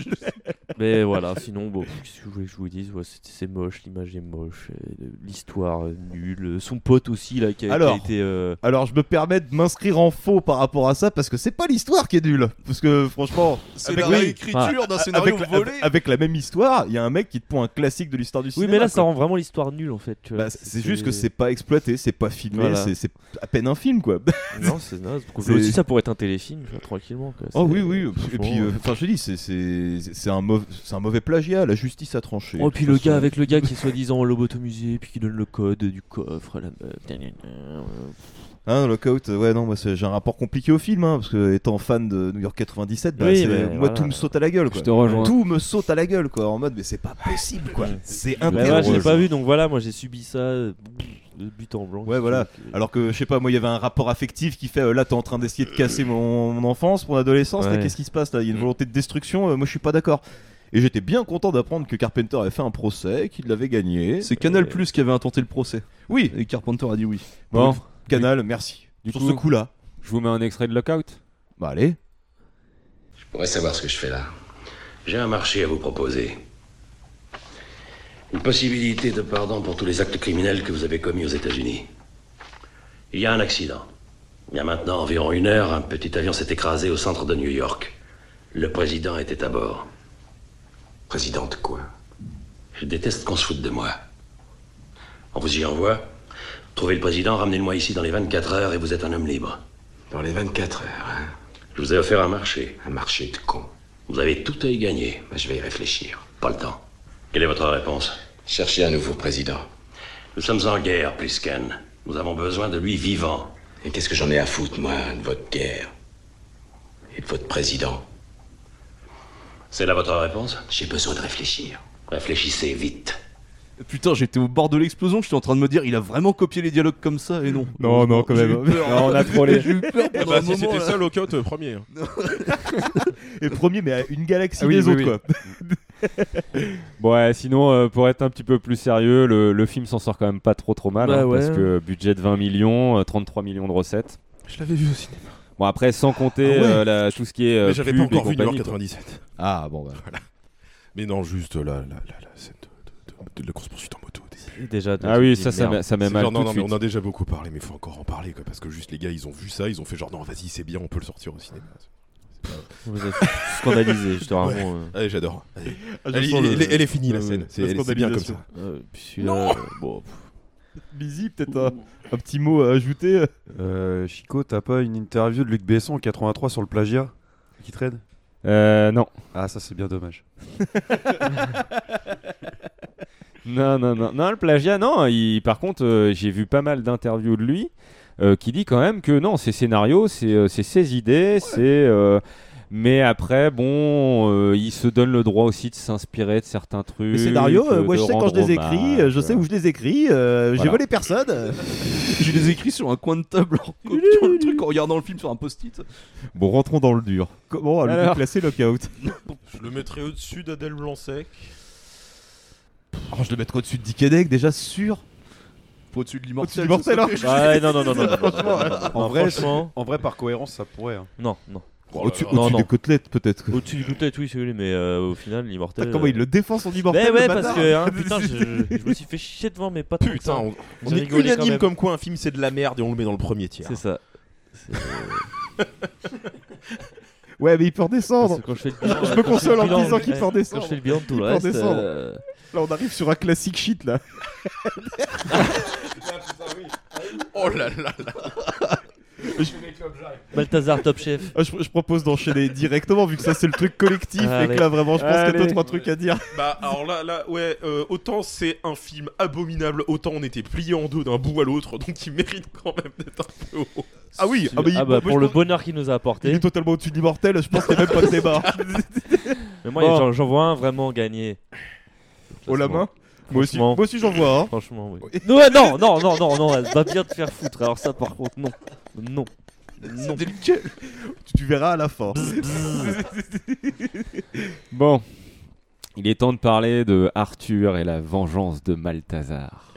[SPEAKER 16] Mais voilà, sinon, bon, qu'est-ce que je voulais que je vous dise Ouais, c'est- C'est moche, l'image est moche, euh, l'histoire euh, nulle. Son pote aussi, là, qui a, qui a
[SPEAKER 10] Alors,
[SPEAKER 16] été. euh,
[SPEAKER 10] alors, je me permets de m'inscrire en faux par rapport à ça parce que c'est pas l'histoire qui est nulle. Parce que franchement,
[SPEAKER 12] C'est
[SPEAKER 10] avec-
[SPEAKER 12] la
[SPEAKER 10] oui,
[SPEAKER 12] réécriture
[SPEAKER 10] enfin,
[SPEAKER 12] d'un scénario
[SPEAKER 10] avec,
[SPEAKER 12] volé.
[SPEAKER 10] avec- Avec la même histoire, il y a un mec qui te pond un classique de l'histoire du
[SPEAKER 16] Oui,
[SPEAKER 10] cinéma.
[SPEAKER 16] mais là, ça
[SPEAKER 10] quoi.
[SPEAKER 16] rend vraiment l'histoire nulle en fait. tu vois.
[SPEAKER 10] Bah, c'est c'est juste que c'est pas exploité, c'est pas filmé,
[SPEAKER 16] Voilà.
[SPEAKER 10] c'est- c'est à peine un film quoi.
[SPEAKER 16] Non, c'est naze. Pour
[SPEAKER 10] C'est-
[SPEAKER 16] le- aussi, ça pourrait être un téléfilm, tu vois, tranquillement. quoi.
[SPEAKER 10] Oh
[SPEAKER 16] C'est-
[SPEAKER 10] oui, oui. Et
[SPEAKER 16] franchement,
[SPEAKER 10] puis, euh, enfin, je te dis, c'est- c'est c'est un, mauvais- c'est un mauvais plagiat. La justice a tranché.
[SPEAKER 16] Oh, puis le
[SPEAKER 10] Parce que-
[SPEAKER 16] gars avec le gars qui est soi-disant lobotomisé, puis qui donne le code du coffre à la meuf. euh, gna, gna, gna.
[SPEAKER 10] Hein, Lockout, euh, ouais, non, moi c'est- j'ai un rapport compliqué au film, hein, parce que étant fan de New York 97, bah,
[SPEAKER 16] Oui,
[SPEAKER 10] c'est-
[SPEAKER 16] mais
[SPEAKER 10] moi
[SPEAKER 16] voilà.
[SPEAKER 10] tout me saute à la gueule. Quoi.
[SPEAKER 16] Je te rejoins.
[SPEAKER 10] Tout me saute à la gueule, quoi, en mode, mais c'est pas possible, quoi. c'est
[SPEAKER 16] Bah, voilà, je l'ai
[SPEAKER 10] interrogeant.
[SPEAKER 16] pas vu, donc voilà, moi j'ai subi ça euh, de but en blanc.
[SPEAKER 10] Ouais, voilà. Alors que, je sais pas, moi il y avait un rapport affectif qui fait, euh, là t'es en train d'essayer de casser mon, mon enfance, mon adolescence, là
[SPEAKER 16] Ouais.
[SPEAKER 10] qu'est-ce qui se passe, là il
[SPEAKER 12] Mm.
[SPEAKER 10] y a une volonté de destruction, euh, moi je suis pas d'accord. Et j'étais bien content d'apprendre que Carpenter avait fait un procès, qu'il l'avait gagné.
[SPEAKER 12] C'est Canal Plus qui avait intenté le procès.
[SPEAKER 10] Oui.
[SPEAKER 12] Et Carpenter a dit oui.
[SPEAKER 10] Bon, Canal, merci.
[SPEAKER 9] Du
[SPEAKER 10] Sur
[SPEAKER 9] coup-
[SPEAKER 10] ce coup-là.
[SPEAKER 9] Je vous mets un extrait de Lockout.
[SPEAKER 10] Bah allez.
[SPEAKER 7] Je pourrais savoir ce que je fais là. J'ai un marché à vous proposer. Une possibilité de pardon pour tous les actes criminels que vous avez commis aux États-Unis. Il y a un accident. Il y a maintenant environ une heure, un petit avion s'est écrasé au centre de New York. Le président était à bord. Président de quoi Je déteste qu'on se foute de moi. On vous y envoie. Trouvez le président, ramenez-le-moi ici dans les 24 heures et vous êtes un homme libre. Dans les 24 heures, hein je vous ai offert un marché. Un marché de cons. Vous avez tout à y gagner. je vais y réfléchir. Pas le temps. Quelle est votre réponse Cherchez un nouveau président. Nous sommes en guerre, Plisken. Nous avons besoin de lui vivant. Et qu'est-ce que j'en ai à foutre, moi, de votre guerre Et de votre président C'est là votre réponse J'ai besoin de réfléchir. Réfléchissez vite.
[SPEAKER 12] Putain, j'étais au bord de l'explosion, j'étais en train de me dire, il a vraiment copié les dialogues comme ça et non.
[SPEAKER 10] Non, non, quand
[SPEAKER 12] J'ai
[SPEAKER 10] même.
[SPEAKER 12] eu peur.
[SPEAKER 10] Non, on a trollé.
[SPEAKER 12] J'ai eu peur
[SPEAKER 5] Ah
[SPEAKER 12] pendant
[SPEAKER 5] bah,
[SPEAKER 12] un
[SPEAKER 5] si
[SPEAKER 12] moment.
[SPEAKER 5] c'était
[SPEAKER 12] là.
[SPEAKER 5] ça, Lockout, euh, premier.
[SPEAKER 10] Et premier, mais à une galaxie
[SPEAKER 9] Ah oui,
[SPEAKER 10] des
[SPEAKER 9] oui,
[SPEAKER 10] autres,
[SPEAKER 9] oui.
[SPEAKER 10] quoi.
[SPEAKER 9] Bon, ouais, sinon, euh, pour être un petit peu plus sérieux, le, le film s'en sort quand même pas trop trop mal.
[SPEAKER 11] Bah
[SPEAKER 9] hein,
[SPEAKER 11] ouais.
[SPEAKER 9] Parce que budget de 20 millions, euh, 33 millions de recettes.
[SPEAKER 5] Je l'avais vu au cinéma.
[SPEAKER 9] Bon, après, sans compter
[SPEAKER 5] Ah ouais.
[SPEAKER 9] euh, la- tout ce qui est. euh,
[SPEAKER 5] Mais j'avais
[SPEAKER 9] pub
[SPEAKER 5] pas
[SPEAKER 9] et
[SPEAKER 5] encore vu New York
[SPEAKER 9] compagnie, quoi.
[SPEAKER 5] 97.
[SPEAKER 10] Ah bon, bah.
[SPEAKER 5] Voilà. Mais non, juste la, la, la, la scène de, de- de la course-poursuite en moto. au début.
[SPEAKER 9] Déjà, Ah oui, ça, ça m'a- ça m'a
[SPEAKER 5] C'est
[SPEAKER 9] mal
[SPEAKER 5] genre, non, non,
[SPEAKER 9] tout de
[SPEAKER 5] mais
[SPEAKER 9] suite.
[SPEAKER 5] on a déjà beaucoup parlé, mais faut encore en parler quoi, parce que juste les gars, ils ont vu ça, ils ont fait genre non, vas-y, c'est bien, on peut le sortir au cinéma.
[SPEAKER 9] On vous a scandalisé, juste vraiment,
[SPEAKER 5] Ouais.
[SPEAKER 9] euh.
[SPEAKER 5] Allez, j'adore. Allez.
[SPEAKER 9] Ah, je
[SPEAKER 5] Elle,
[SPEAKER 9] sens
[SPEAKER 5] elle-
[SPEAKER 9] le-
[SPEAKER 5] elle- elle est finie la
[SPEAKER 9] Ah,
[SPEAKER 5] scène.
[SPEAKER 9] oui.
[SPEAKER 5] C'est
[SPEAKER 9] La
[SPEAKER 5] elle- c'est bien comme
[SPEAKER 9] scandalisation.
[SPEAKER 5] ça.
[SPEAKER 9] Euh, puis celui-là,
[SPEAKER 5] Non
[SPEAKER 9] euh, bon, pff.
[SPEAKER 10] Busy, peut-être euh, un, un petit mot à ajouter.
[SPEAKER 15] Euh, Chico, t'as pas une interview de Luc Besson en 83 sur le plagiat qui traîne
[SPEAKER 9] Euh, non.
[SPEAKER 15] Ah, ça c'est bien dommage.
[SPEAKER 9] Non, non, non, non, le plagiat, non. Il, par contre, euh, j'ai vu pas mal d'interviews de lui euh, qui dit quand même que non, ses scénarios, c'est euh, c'est ses idées, c'est. euh, mais après, bon, euh, il se donne le droit aussi de s'inspirer de certains trucs.
[SPEAKER 10] Les scénarios, euh,
[SPEAKER 9] euh,
[SPEAKER 10] moi
[SPEAKER 9] de
[SPEAKER 10] je sais quand je
[SPEAKER 9] rendre
[SPEAKER 10] les écris, euh, je sais où je les écris, euh, j'ai
[SPEAKER 9] Voilà.
[SPEAKER 10] volé personne. euh.
[SPEAKER 12] J'ai les écrits sur un coin de table en copiant le truc en regardant le film sur un post-it.
[SPEAKER 10] Bon, rentrons dans le dur. Comment allons-nous
[SPEAKER 12] Alors.
[SPEAKER 10] classer Lockout
[SPEAKER 5] Je le mettrai au-dessus d'Adèle Blanc-Sec.
[SPEAKER 10] Oh, Je le mettrai au-dessus de Dick Hedek, déjà sûr.
[SPEAKER 12] Au-dessus de l'immortel.
[SPEAKER 10] Au-dessus de l'immortel,
[SPEAKER 12] ça
[SPEAKER 10] hein.
[SPEAKER 12] serait-
[SPEAKER 10] Ah, ouais, non, non, non, non, non, non,
[SPEAKER 12] Franchement,
[SPEAKER 10] non, non, non,
[SPEAKER 15] En
[SPEAKER 10] non,
[SPEAKER 15] vrai,
[SPEAKER 10] franchement.
[SPEAKER 15] en vrai, par cohérence, ça pourrait. hein.
[SPEAKER 16] Non, non.
[SPEAKER 10] Bon, au-dessus-
[SPEAKER 16] Non,
[SPEAKER 10] au-dessus
[SPEAKER 16] non.
[SPEAKER 10] des côtelettes, peut-être.
[SPEAKER 16] Au-dessus des côtelettes, oui, si vous voulez, mais euh, au final, l'immortel. euh,
[SPEAKER 10] Putain, comment il le défend, son immortel,
[SPEAKER 16] Mais
[SPEAKER 10] le
[SPEAKER 16] ouais, parce
[SPEAKER 10] bâtard.
[SPEAKER 16] que hein, putain, je, je me suis fait chier devant, mais pas tant que ça.
[SPEAKER 5] Putain, on, on
[SPEAKER 16] J'ai
[SPEAKER 5] est
[SPEAKER 16] rigolé quand
[SPEAKER 5] unanime
[SPEAKER 16] même.
[SPEAKER 5] comme quoi un film c'est de la merde et on le met dans le premier tiers.
[SPEAKER 16] C'est ça.
[SPEAKER 10] Ouais, mais il peut redescendre.
[SPEAKER 16] Parce que quand je fais le
[SPEAKER 10] Je-
[SPEAKER 16] bilan,
[SPEAKER 10] je
[SPEAKER 16] euh,
[SPEAKER 10] me
[SPEAKER 16] quand je fais le
[SPEAKER 10] console en
[SPEAKER 16] bilan,
[SPEAKER 10] disant qu'il
[SPEAKER 16] ouais,
[SPEAKER 10] peut redescendre.
[SPEAKER 16] quand je fais le bilan de tout
[SPEAKER 10] Il
[SPEAKER 16] le
[SPEAKER 10] peut
[SPEAKER 16] reste,
[SPEAKER 10] redescendre.
[SPEAKER 16] euh,
[SPEAKER 10] Là, on arrive sur un classique shit, là.
[SPEAKER 5] Oh là là là
[SPEAKER 16] Balthazar Top Chef.
[SPEAKER 10] Ah, je, je propose d'enchaîner directement, vu que ça, c'est le truc collectif, et
[SPEAKER 16] Allez.
[SPEAKER 10] que là, vraiment, je pense qu'il y a
[SPEAKER 16] Allez.
[SPEAKER 10] deux, trois trucs à dire.
[SPEAKER 5] Bah alors là, là ouais, euh, autant c'est un film abominable, autant on était plié en deux d'un bout à l'autre, donc il mérite quand même d'être un peu haut.
[SPEAKER 10] Ah oui, ah bah, il-
[SPEAKER 16] bah,
[SPEAKER 10] moi, je
[SPEAKER 16] pour le
[SPEAKER 10] pense-
[SPEAKER 16] bonheur qu'il nous a apporté.
[SPEAKER 10] Il est totalement au-dessus de l'immortel, je pense qu'il n'y a même pas de débat.
[SPEAKER 16] Mais moi,
[SPEAKER 10] Bon.
[SPEAKER 16] j'en- j'en vois un vraiment gagné.
[SPEAKER 10] Oh la main Moi aussi,
[SPEAKER 16] Franchement.
[SPEAKER 10] moi aussi, j'en vois. hein.
[SPEAKER 16] Franchement, oui. Non, non, non, non, non, non, elle va bien te faire foutre. Alors, ça, par contre, non. Non. Non.
[SPEAKER 10] Tu, tu verras à la fin.
[SPEAKER 9] Bon. Il est temps de parler de Arthur et la vengeance de Malthazar.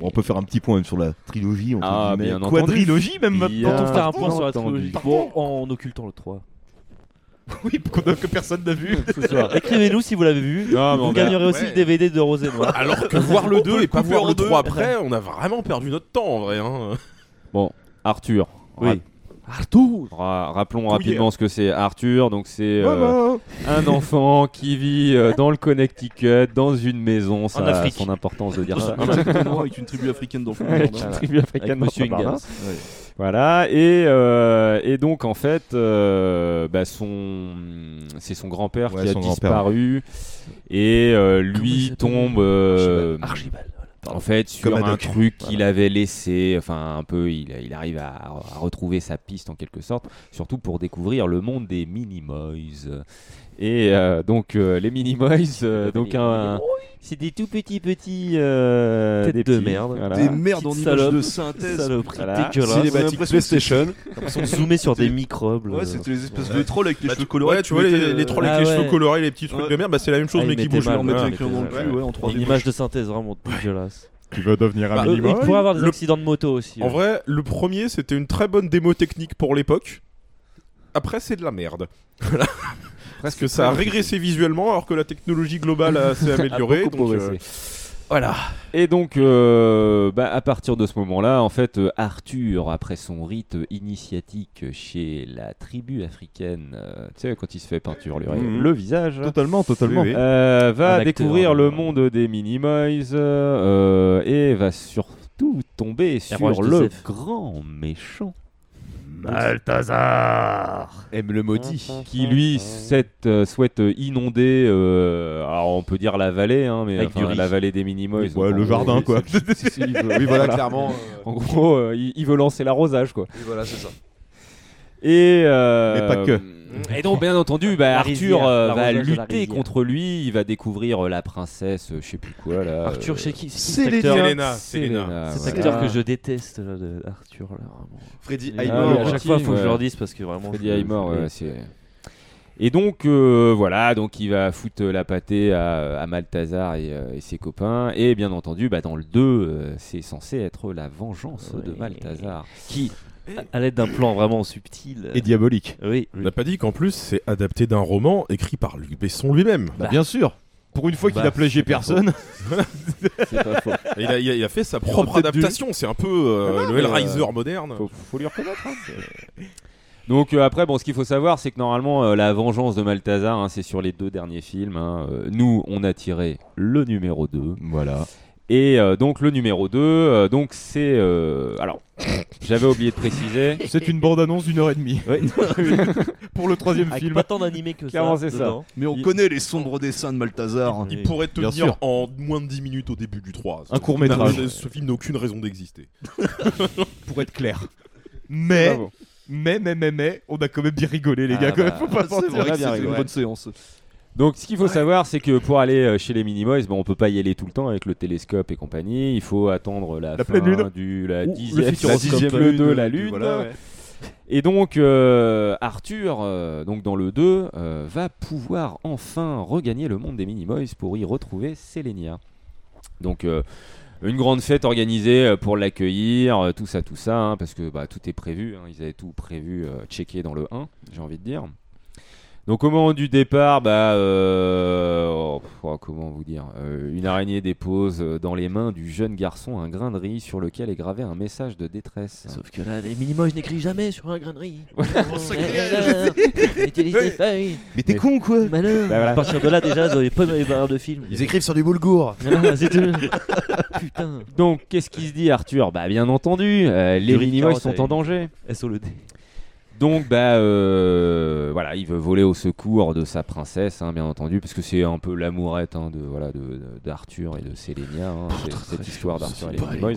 [SPEAKER 10] On peut faire un petit point même sur la trilogie, entre
[SPEAKER 9] Ah,
[SPEAKER 10] guillemets.
[SPEAKER 9] bien entendu.
[SPEAKER 10] quadrilogie même.
[SPEAKER 9] Bien
[SPEAKER 10] quand on fait
[SPEAKER 16] un point sur la
[SPEAKER 10] entendu.
[SPEAKER 16] trilogie. Bon, en occultant le 3.
[SPEAKER 10] Oui, qu'on a- que personne n'a vu.
[SPEAKER 16] Ce soir. Écrivez-nous si vous l'avez vu.
[SPEAKER 5] Non, mais on
[SPEAKER 16] vous
[SPEAKER 5] a-
[SPEAKER 16] gagnerez aussi
[SPEAKER 5] ouais.
[SPEAKER 16] le DVD de Rosé Noir.
[SPEAKER 5] Alors que voir le 2 et pas voir le 3
[SPEAKER 16] 3
[SPEAKER 5] après, on a vraiment perdu notre temps en vrai. hein.
[SPEAKER 9] Bon, Arthur.
[SPEAKER 5] Oui.
[SPEAKER 9] Arthur Rappelons
[SPEAKER 5] Arthur.
[SPEAKER 9] rapidement ce que c'est Arthur. Donc, c'est euh,
[SPEAKER 5] Maman.
[SPEAKER 9] un enfant qui vit euh, dans le Connecticut, dans une maison. Ça
[SPEAKER 12] En
[SPEAKER 9] a
[SPEAKER 12] Afrique.
[SPEAKER 9] son importance de dire ça.
[SPEAKER 12] Exactement, avec une tribu africaine dans le
[SPEAKER 9] Avec une
[SPEAKER 12] Voilà.
[SPEAKER 9] tribu africaine
[SPEAKER 12] Avec
[SPEAKER 9] dans
[SPEAKER 12] Monsieur
[SPEAKER 9] le Barbara.
[SPEAKER 12] Ingalls. Ouais.
[SPEAKER 9] Voilà, et, euh, et donc en fait, euh, bah, son, c'est son grand-père
[SPEAKER 10] Ouais,
[SPEAKER 9] qui a
[SPEAKER 10] son grand-père,
[SPEAKER 9] disparu, et euh, lui tombe euh, en fait sur
[SPEAKER 10] Comme
[SPEAKER 9] un
[SPEAKER 10] Haddock.
[SPEAKER 9] truc qu'il avait laissé, enfin un peu, il, il arrive à, à retrouver sa piste en quelque sorte, surtout pour découvrir le monde des Minimoys. Et euh, donc euh, les Minimoys, euh, donc un... C'est des tout petits petits euh,
[SPEAKER 16] Tête
[SPEAKER 9] des
[SPEAKER 16] de
[SPEAKER 9] petits,
[SPEAKER 16] merde.
[SPEAKER 9] voilà.
[SPEAKER 12] Des merdes en
[SPEAKER 16] Petite
[SPEAKER 12] images de
[SPEAKER 16] salope.
[SPEAKER 12] synthèse.
[SPEAKER 16] Saloperie
[SPEAKER 12] Voilà.
[SPEAKER 16] dégueulasse.
[SPEAKER 12] Cinématique
[SPEAKER 16] J'ai l'impression que c'est-
[SPEAKER 12] PlayStation.
[SPEAKER 16] J'ai l'impression que zoomer sur des microbes.
[SPEAKER 12] Ouais,
[SPEAKER 16] euh.
[SPEAKER 12] c'était les espèces de
[SPEAKER 5] Ouais.
[SPEAKER 12] trolls avec les
[SPEAKER 5] Bah,
[SPEAKER 12] cheveux
[SPEAKER 5] tu-
[SPEAKER 12] colorés.
[SPEAKER 5] ouais,
[SPEAKER 12] qui
[SPEAKER 5] tu vois, les-
[SPEAKER 12] mettaient,
[SPEAKER 5] les trolls avec
[SPEAKER 12] Ah
[SPEAKER 5] les cheveux
[SPEAKER 12] ouais.
[SPEAKER 5] colorés, les petits trucs de merde, bah, c'est la même chose,
[SPEAKER 12] Ah,
[SPEAKER 5] mais
[SPEAKER 12] ils
[SPEAKER 5] qui
[SPEAKER 12] mettaient
[SPEAKER 5] bougent.
[SPEAKER 12] mal,
[SPEAKER 5] Ouais,
[SPEAKER 12] ils mettaient
[SPEAKER 5] ouais,
[SPEAKER 12] les clients dans le
[SPEAKER 5] ouais.
[SPEAKER 12] cul, ouais, en 3D.
[SPEAKER 16] Une image de synthèse vraiment dégueulasse.
[SPEAKER 10] Tu vas devenir
[SPEAKER 5] Bah,
[SPEAKER 16] Euh, Il pourrait avoir des
[SPEAKER 5] Le-
[SPEAKER 16] accidents de moto aussi. hein.
[SPEAKER 5] En
[SPEAKER 16] ouais.
[SPEAKER 5] vrai, le premier, c'était une très bonne démo technique pour l'époque. Après, c'est de la merde. Voilà. Parce que ça a régressé visuellement, alors que la technologie globale a- s'est améliorée.
[SPEAKER 9] beaucoup
[SPEAKER 5] donc, euh,
[SPEAKER 9] progressé. Voilà. Et donc, euh, bah, à partir de ce moment-là, en fait, euh, Arthur, après son rite initiatique chez la tribu africaine, euh, tu sais, quand il se fait peinture le,
[SPEAKER 10] Mhm.
[SPEAKER 9] le visage,
[SPEAKER 10] Totalement, totalement. Oui, oui.
[SPEAKER 9] euh, va
[SPEAKER 10] Un acteur,
[SPEAKER 9] découvrir
[SPEAKER 10] euh,
[SPEAKER 9] le monde des Minimoys euh, euh, et va surtout tomber sur le grand méchant.
[SPEAKER 11] Balthazar
[SPEAKER 9] aime le maudit qui lui souhaite, euh, souhaite inonder euh, alors on peut dire la vallée hein, mais
[SPEAKER 10] Avec
[SPEAKER 9] enfin,
[SPEAKER 10] du riz.
[SPEAKER 9] la vallée des Minimoys
[SPEAKER 10] Ouais, le jardin, quoi. Oui, voilà, clairement, euh,
[SPEAKER 9] en gros euh, il, il veut lancer l'arrosage quoi
[SPEAKER 10] Oui, voilà, c'est ça.
[SPEAKER 9] et euh,
[SPEAKER 10] Mais pas que.
[SPEAKER 9] et donc bien entendu bah,
[SPEAKER 10] La
[SPEAKER 9] Arthur
[SPEAKER 10] rizière,
[SPEAKER 9] euh, va
[SPEAKER 10] l'arrosage de la
[SPEAKER 9] lutter
[SPEAKER 10] rizière.
[SPEAKER 9] contre lui il va découvrir euh, la princesse euh, je sais plus quoi là
[SPEAKER 16] Arthur, c'est qui
[SPEAKER 9] c'est
[SPEAKER 16] cet acteur
[SPEAKER 9] Selena
[SPEAKER 16] Cet
[SPEAKER 9] voilà.
[SPEAKER 16] acteur que je déteste, là, de Arthur. Là, vraiment.
[SPEAKER 10] Freddy
[SPEAKER 16] Ah,
[SPEAKER 10] Highmore.
[SPEAKER 16] oui, À chaque
[SPEAKER 10] Freddy,
[SPEAKER 16] fois, il faut que
[SPEAKER 10] ouais.
[SPEAKER 16] je leur dise parce que vraiment.
[SPEAKER 9] Freddy
[SPEAKER 16] je-
[SPEAKER 9] Highmore,
[SPEAKER 16] oui.
[SPEAKER 9] ouais, c'est- Et donc, euh, voilà, donc il va foutre la pâtée à, à Malthazar et, euh, et ses copains. Et bien entendu, bah, dans le 2, euh, c'est censé être la vengeance de Malthazar.
[SPEAKER 16] Qui, à- à l'aide d'un plan vraiment subtil.
[SPEAKER 5] Et
[SPEAKER 10] diabolique.
[SPEAKER 16] Euh, Oui.
[SPEAKER 5] On n'a pas dit qu'en plus, c'est adapté d'un roman écrit par Luc Besson lui-même.
[SPEAKER 10] Bah, bien sûr. Pour une fois qu'il
[SPEAKER 5] Bah,
[SPEAKER 10] a plagié
[SPEAKER 5] c'est pas
[SPEAKER 10] personne.
[SPEAKER 5] faux.
[SPEAKER 10] C'est pas faux.
[SPEAKER 5] Il a, il a- il a fait sa
[SPEAKER 10] Il
[SPEAKER 5] propre
[SPEAKER 10] aurait peut-être dû.
[SPEAKER 5] adaptation. C'est un peu euh,
[SPEAKER 10] Ah non,
[SPEAKER 5] le
[SPEAKER 10] mais,
[SPEAKER 5] Hellraiser
[SPEAKER 10] euh,
[SPEAKER 5] moderne.
[SPEAKER 9] Faut, lui reconnaître. Donc euh, après, bon, ce qu'il faut savoir, c'est que normalement, euh, la vengeance de Malthazar, hein, c'est sur les deux derniers films. hein. Euh, nous, on a tiré le numéro 2.
[SPEAKER 10] Voilà.
[SPEAKER 9] Et euh, donc le numéro 2, euh, donc c'est... euh, alors, j'avais oublié de préciser.
[SPEAKER 10] C'est une bande-annonce d'une heure et demie. Pour le troisième
[SPEAKER 16] Avec
[SPEAKER 10] film.
[SPEAKER 16] pas tant d'animé que ça Clairement, c'est ça. dedans.
[SPEAKER 12] Mais on
[SPEAKER 16] Il-
[SPEAKER 12] connaît les sombres dessins de Malthazar. hein.
[SPEAKER 5] Il pourrait te
[SPEAKER 12] Bien
[SPEAKER 5] dire
[SPEAKER 12] sûr.
[SPEAKER 5] en moins de 10 minutes au début du 3.
[SPEAKER 12] Un court-métrage.
[SPEAKER 5] Ce- Ce film n'a aucune raison d'exister.
[SPEAKER 10] Pour être clair. Mais,
[SPEAKER 5] Bravo.
[SPEAKER 10] mais, mais, mais, mais, on a quand même bien rigolé,
[SPEAKER 16] Ah
[SPEAKER 10] les gars. quand
[SPEAKER 16] bah,
[SPEAKER 10] même, faut pas mentir.
[SPEAKER 9] Donc, ce qu'il faut savoir, c'est que pour aller euh, chez les Minimoys, ben, on peut pas y aller tout le temps avec le télescope et compagnie. Il faut attendre la,
[SPEAKER 10] La
[SPEAKER 9] fin
[SPEAKER 10] pleine lune.
[SPEAKER 9] du la
[SPEAKER 10] Ou le
[SPEAKER 9] dixième, la
[SPEAKER 10] futuroscope.
[SPEAKER 9] dixième
[SPEAKER 10] Lune,
[SPEAKER 9] le de la
[SPEAKER 10] du-
[SPEAKER 9] lune.
[SPEAKER 10] voilà, ouais.
[SPEAKER 9] Et donc euh, Arthur, euh, donc dans le 2, euh, va pouvoir enfin regagner le monde des Minimoys pour y retrouver Selenia. Donc euh, une grande fête organisée euh, pour l'accueillir, euh, tout ça, tout ça, hein, parce que bah, tout est prévu, hein, ils avaient tout prévu, euh, checké dans le 1, j'ai envie de dire. Donc au moment du départ, bah, euh, oh, pff, oh, comment vous dire, euh, une araignée dépose euh, dans les mains du jeune garçon un grain de riz sur lequel est gravé un message de détresse. Sauf
[SPEAKER 16] que là, les Minimoys n'écrivent jamais sur un grain de riz.
[SPEAKER 9] Oh,
[SPEAKER 16] Euh, euh, Utilise des feuilles.
[SPEAKER 9] Mais t'es con
[SPEAKER 16] quoi Malheur.
[SPEAKER 9] Bah voilà.
[SPEAKER 16] À partir de là, déjà, ils n'avaient pas de barrière de film.
[SPEAKER 9] Ils écrivent sur du boulgour.
[SPEAKER 16] Voilà, c'est tout. Putain.
[SPEAKER 9] Mmh. Donc qu'est-ce qui se dit Arthur Bah bien entendu, euh, les
[SPEAKER 16] Yuri
[SPEAKER 9] Minimoys
[SPEAKER 16] Carotte
[SPEAKER 9] sont en
[SPEAKER 16] avec-
[SPEAKER 9] danger.
[SPEAKER 16] SO le D.
[SPEAKER 9] Donc bah euh, voilà, il veut voler au secours de sa princesse, hein, bien entendu, parce que c'est un peu l'amourette hein, de voilà de- de- d'Arthur et de Sélénia, hein, c'est- cette histoire d'Arthur et les Boys.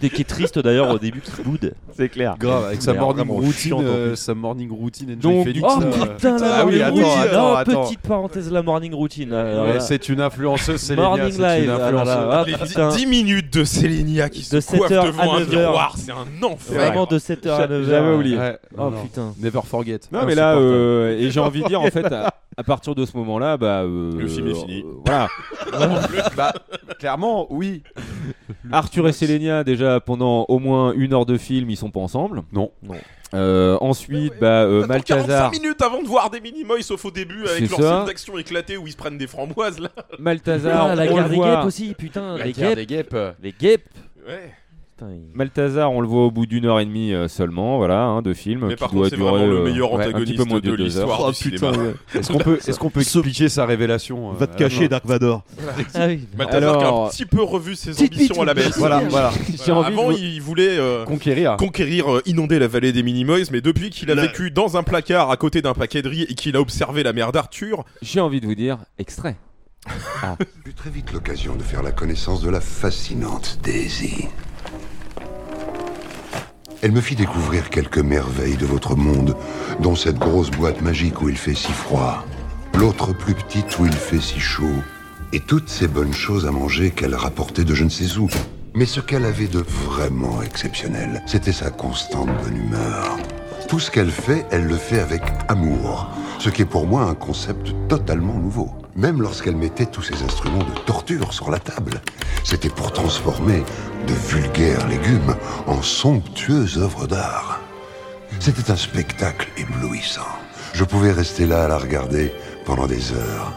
[SPEAKER 16] dès qui est triste d'ailleurs au début qui boude.
[SPEAKER 9] C'est clair.
[SPEAKER 15] Grave, avec sa
[SPEAKER 16] Mais
[SPEAKER 15] morning
[SPEAKER 16] vraiment
[SPEAKER 15] routine,
[SPEAKER 16] chiant, en
[SPEAKER 15] euh,
[SPEAKER 16] plus.
[SPEAKER 15] sa morning routine, Enjoy
[SPEAKER 16] Donc,
[SPEAKER 15] Phoenix,
[SPEAKER 16] oh
[SPEAKER 15] euh,
[SPEAKER 16] putain, la
[SPEAKER 15] ah oui,
[SPEAKER 16] morning
[SPEAKER 15] attends,
[SPEAKER 16] routine.
[SPEAKER 15] attends,
[SPEAKER 16] Ah,
[SPEAKER 15] attends.
[SPEAKER 16] Petite parenthèse, la morning routine.
[SPEAKER 9] Euh,
[SPEAKER 16] Ah, là,
[SPEAKER 15] Ouais,
[SPEAKER 16] là.
[SPEAKER 15] C'est une influenceuse, c'est
[SPEAKER 16] Morning
[SPEAKER 15] Lénia, c'est
[SPEAKER 16] live,
[SPEAKER 15] une
[SPEAKER 16] ah là
[SPEAKER 15] influenceuse.
[SPEAKER 16] là, ah,
[SPEAKER 5] Les
[SPEAKER 16] putain.
[SPEAKER 5] 10 minutes de Célinia qui se
[SPEAKER 16] de
[SPEAKER 5] coiffe
[SPEAKER 16] 7h
[SPEAKER 5] devant
[SPEAKER 16] à
[SPEAKER 5] un
[SPEAKER 16] 9h.
[SPEAKER 5] miroir, c'est un enfer.
[SPEAKER 16] Vraiment de 7h à 9h.
[SPEAKER 9] J'avais oublié.
[SPEAKER 16] Ouais. Oh
[SPEAKER 9] Non, non.
[SPEAKER 16] putain.
[SPEAKER 15] Never forget.
[SPEAKER 9] Non, mais là,
[SPEAKER 15] Insupportable.
[SPEAKER 9] euh, et j'ai envie de dire, en fait, à, à partir de ce moment-là, bah. euh,
[SPEAKER 5] Le film est fini.
[SPEAKER 9] euh, voilà.
[SPEAKER 15] bah, clairement, oui.
[SPEAKER 9] Arthur et Selenia, déjà pendant au moins une heure de film, ils sont pas ensemble.
[SPEAKER 15] Non.
[SPEAKER 9] Euh, ensuite, bah, euh,
[SPEAKER 5] Attends, 45
[SPEAKER 9] Malthazar.
[SPEAKER 5] minutes avant de voir des Minimoys sauf au début
[SPEAKER 9] C'est
[SPEAKER 5] avec leur
[SPEAKER 9] ça.
[SPEAKER 5] scène d'action éclatée où ils se prennent des framboises là.
[SPEAKER 9] Malthazar,
[SPEAKER 16] Ah, la
[SPEAKER 9] on
[SPEAKER 16] guerre
[SPEAKER 9] le
[SPEAKER 16] des
[SPEAKER 9] voit.
[SPEAKER 16] guêpes aussi, putain.
[SPEAKER 5] La
[SPEAKER 16] les
[SPEAKER 5] guerre
[SPEAKER 16] guêpes.
[SPEAKER 5] des
[SPEAKER 15] guêpes.
[SPEAKER 16] Les guêpes.
[SPEAKER 5] Ouais.
[SPEAKER 16] Putain, il-
[SPEAKER 9] Malthazar, on le voit au bout d'une heure et demie euh, seulement, voilà, hein, de film.
[SPEAKER 5] Mais
[SPEAKER 9] qui
[SPEAKER 5] par
[SPEAKER 9] doit
[SPEAKER 5] contre, c'est
[SPEAKER 9] durer,
[SPEAKER 5] vraiment le
[SPEAKER 9] euh,
[SPEAKER 5] meilleur
[SPEAKER 9] ouais, un petit
[SPEAKER 5] antagoniste
[SPEAKER 9] peu moins
[SPEAKER 5] de
[SPEAKER 9] deux heures.
[SPEAKER 5] l'histoire.
[SPEAKER 15] Oh,
[SPEAKER 5] du
[SPEAKER 15] putain,
[SPEAKER 5] cinéma.
[SPEAKER 15] ouais. Est-ce qu'on peut, est-ce qu'on peut expliquer sa révélation euh,
[SPEAKER 10] Va te cacher, Dark Vador.
[SPEAKER 16] Ah oui.
[SPEAKER 5] Balthazar qui a un
[SPEAKER 9] Alors-
[SPEAKER 5] petit peu revu ses
[SPEAKER 9] Petite
[SPEAKER 5] ambitions
[SPEAKER 9] bite,
[SPEAKER 5] à la baisse.
[SPEAKER 9] petite
[SPEAKER 5] Euh,
[SPEAKER 9] bite. Voilà, voilà. J'ai envie de
[SPEAKER 5] Avant,
[SPEAKER 9] vous-
[SPEAKER 5] il voulait euh,
[SPEAKER 15] Conquérir.
[SPEAKER 5] conquérir, euh, inonder la vallée des Minimoys, mais depuis qu'il a
[SPEAKER 9] Le-
[SPEAKER 5] vécu dans un placard à côté d'un paquet de riz et qu'il a observé la mère d'Arthur,
[SPEAKER 9] J'ai envie de vous dire, extrait. Ah.
[SPEAKER 6] J'ai très vite l'occasion de faire la connaissance de la fascinante Daisy. Elle me fit découvrir quelques merveilles de votre monde, dont cette grosse boîte magique où il fait si froid, l'autre plus petite où il fait si chaud, et toutes ces bonnes choses à manger qu'elle rapportait de je ne sais où. Mais ce qu'elle avait de vraiment exceptionnel, c'était sa constante bonne humeur. Tout ce qu'elle fait, elle le fait avec amour, ce qui est pour moi un concept totalement nouveau. Même lorsqu'elle mettait tous ses instruments de torture sur la table, c'était pour transformer de vulgaires légumes en somptueuses œuvres d'art. C'était un spectacle éblouissant. Je pouvais rester là à la regarder pendant des heures.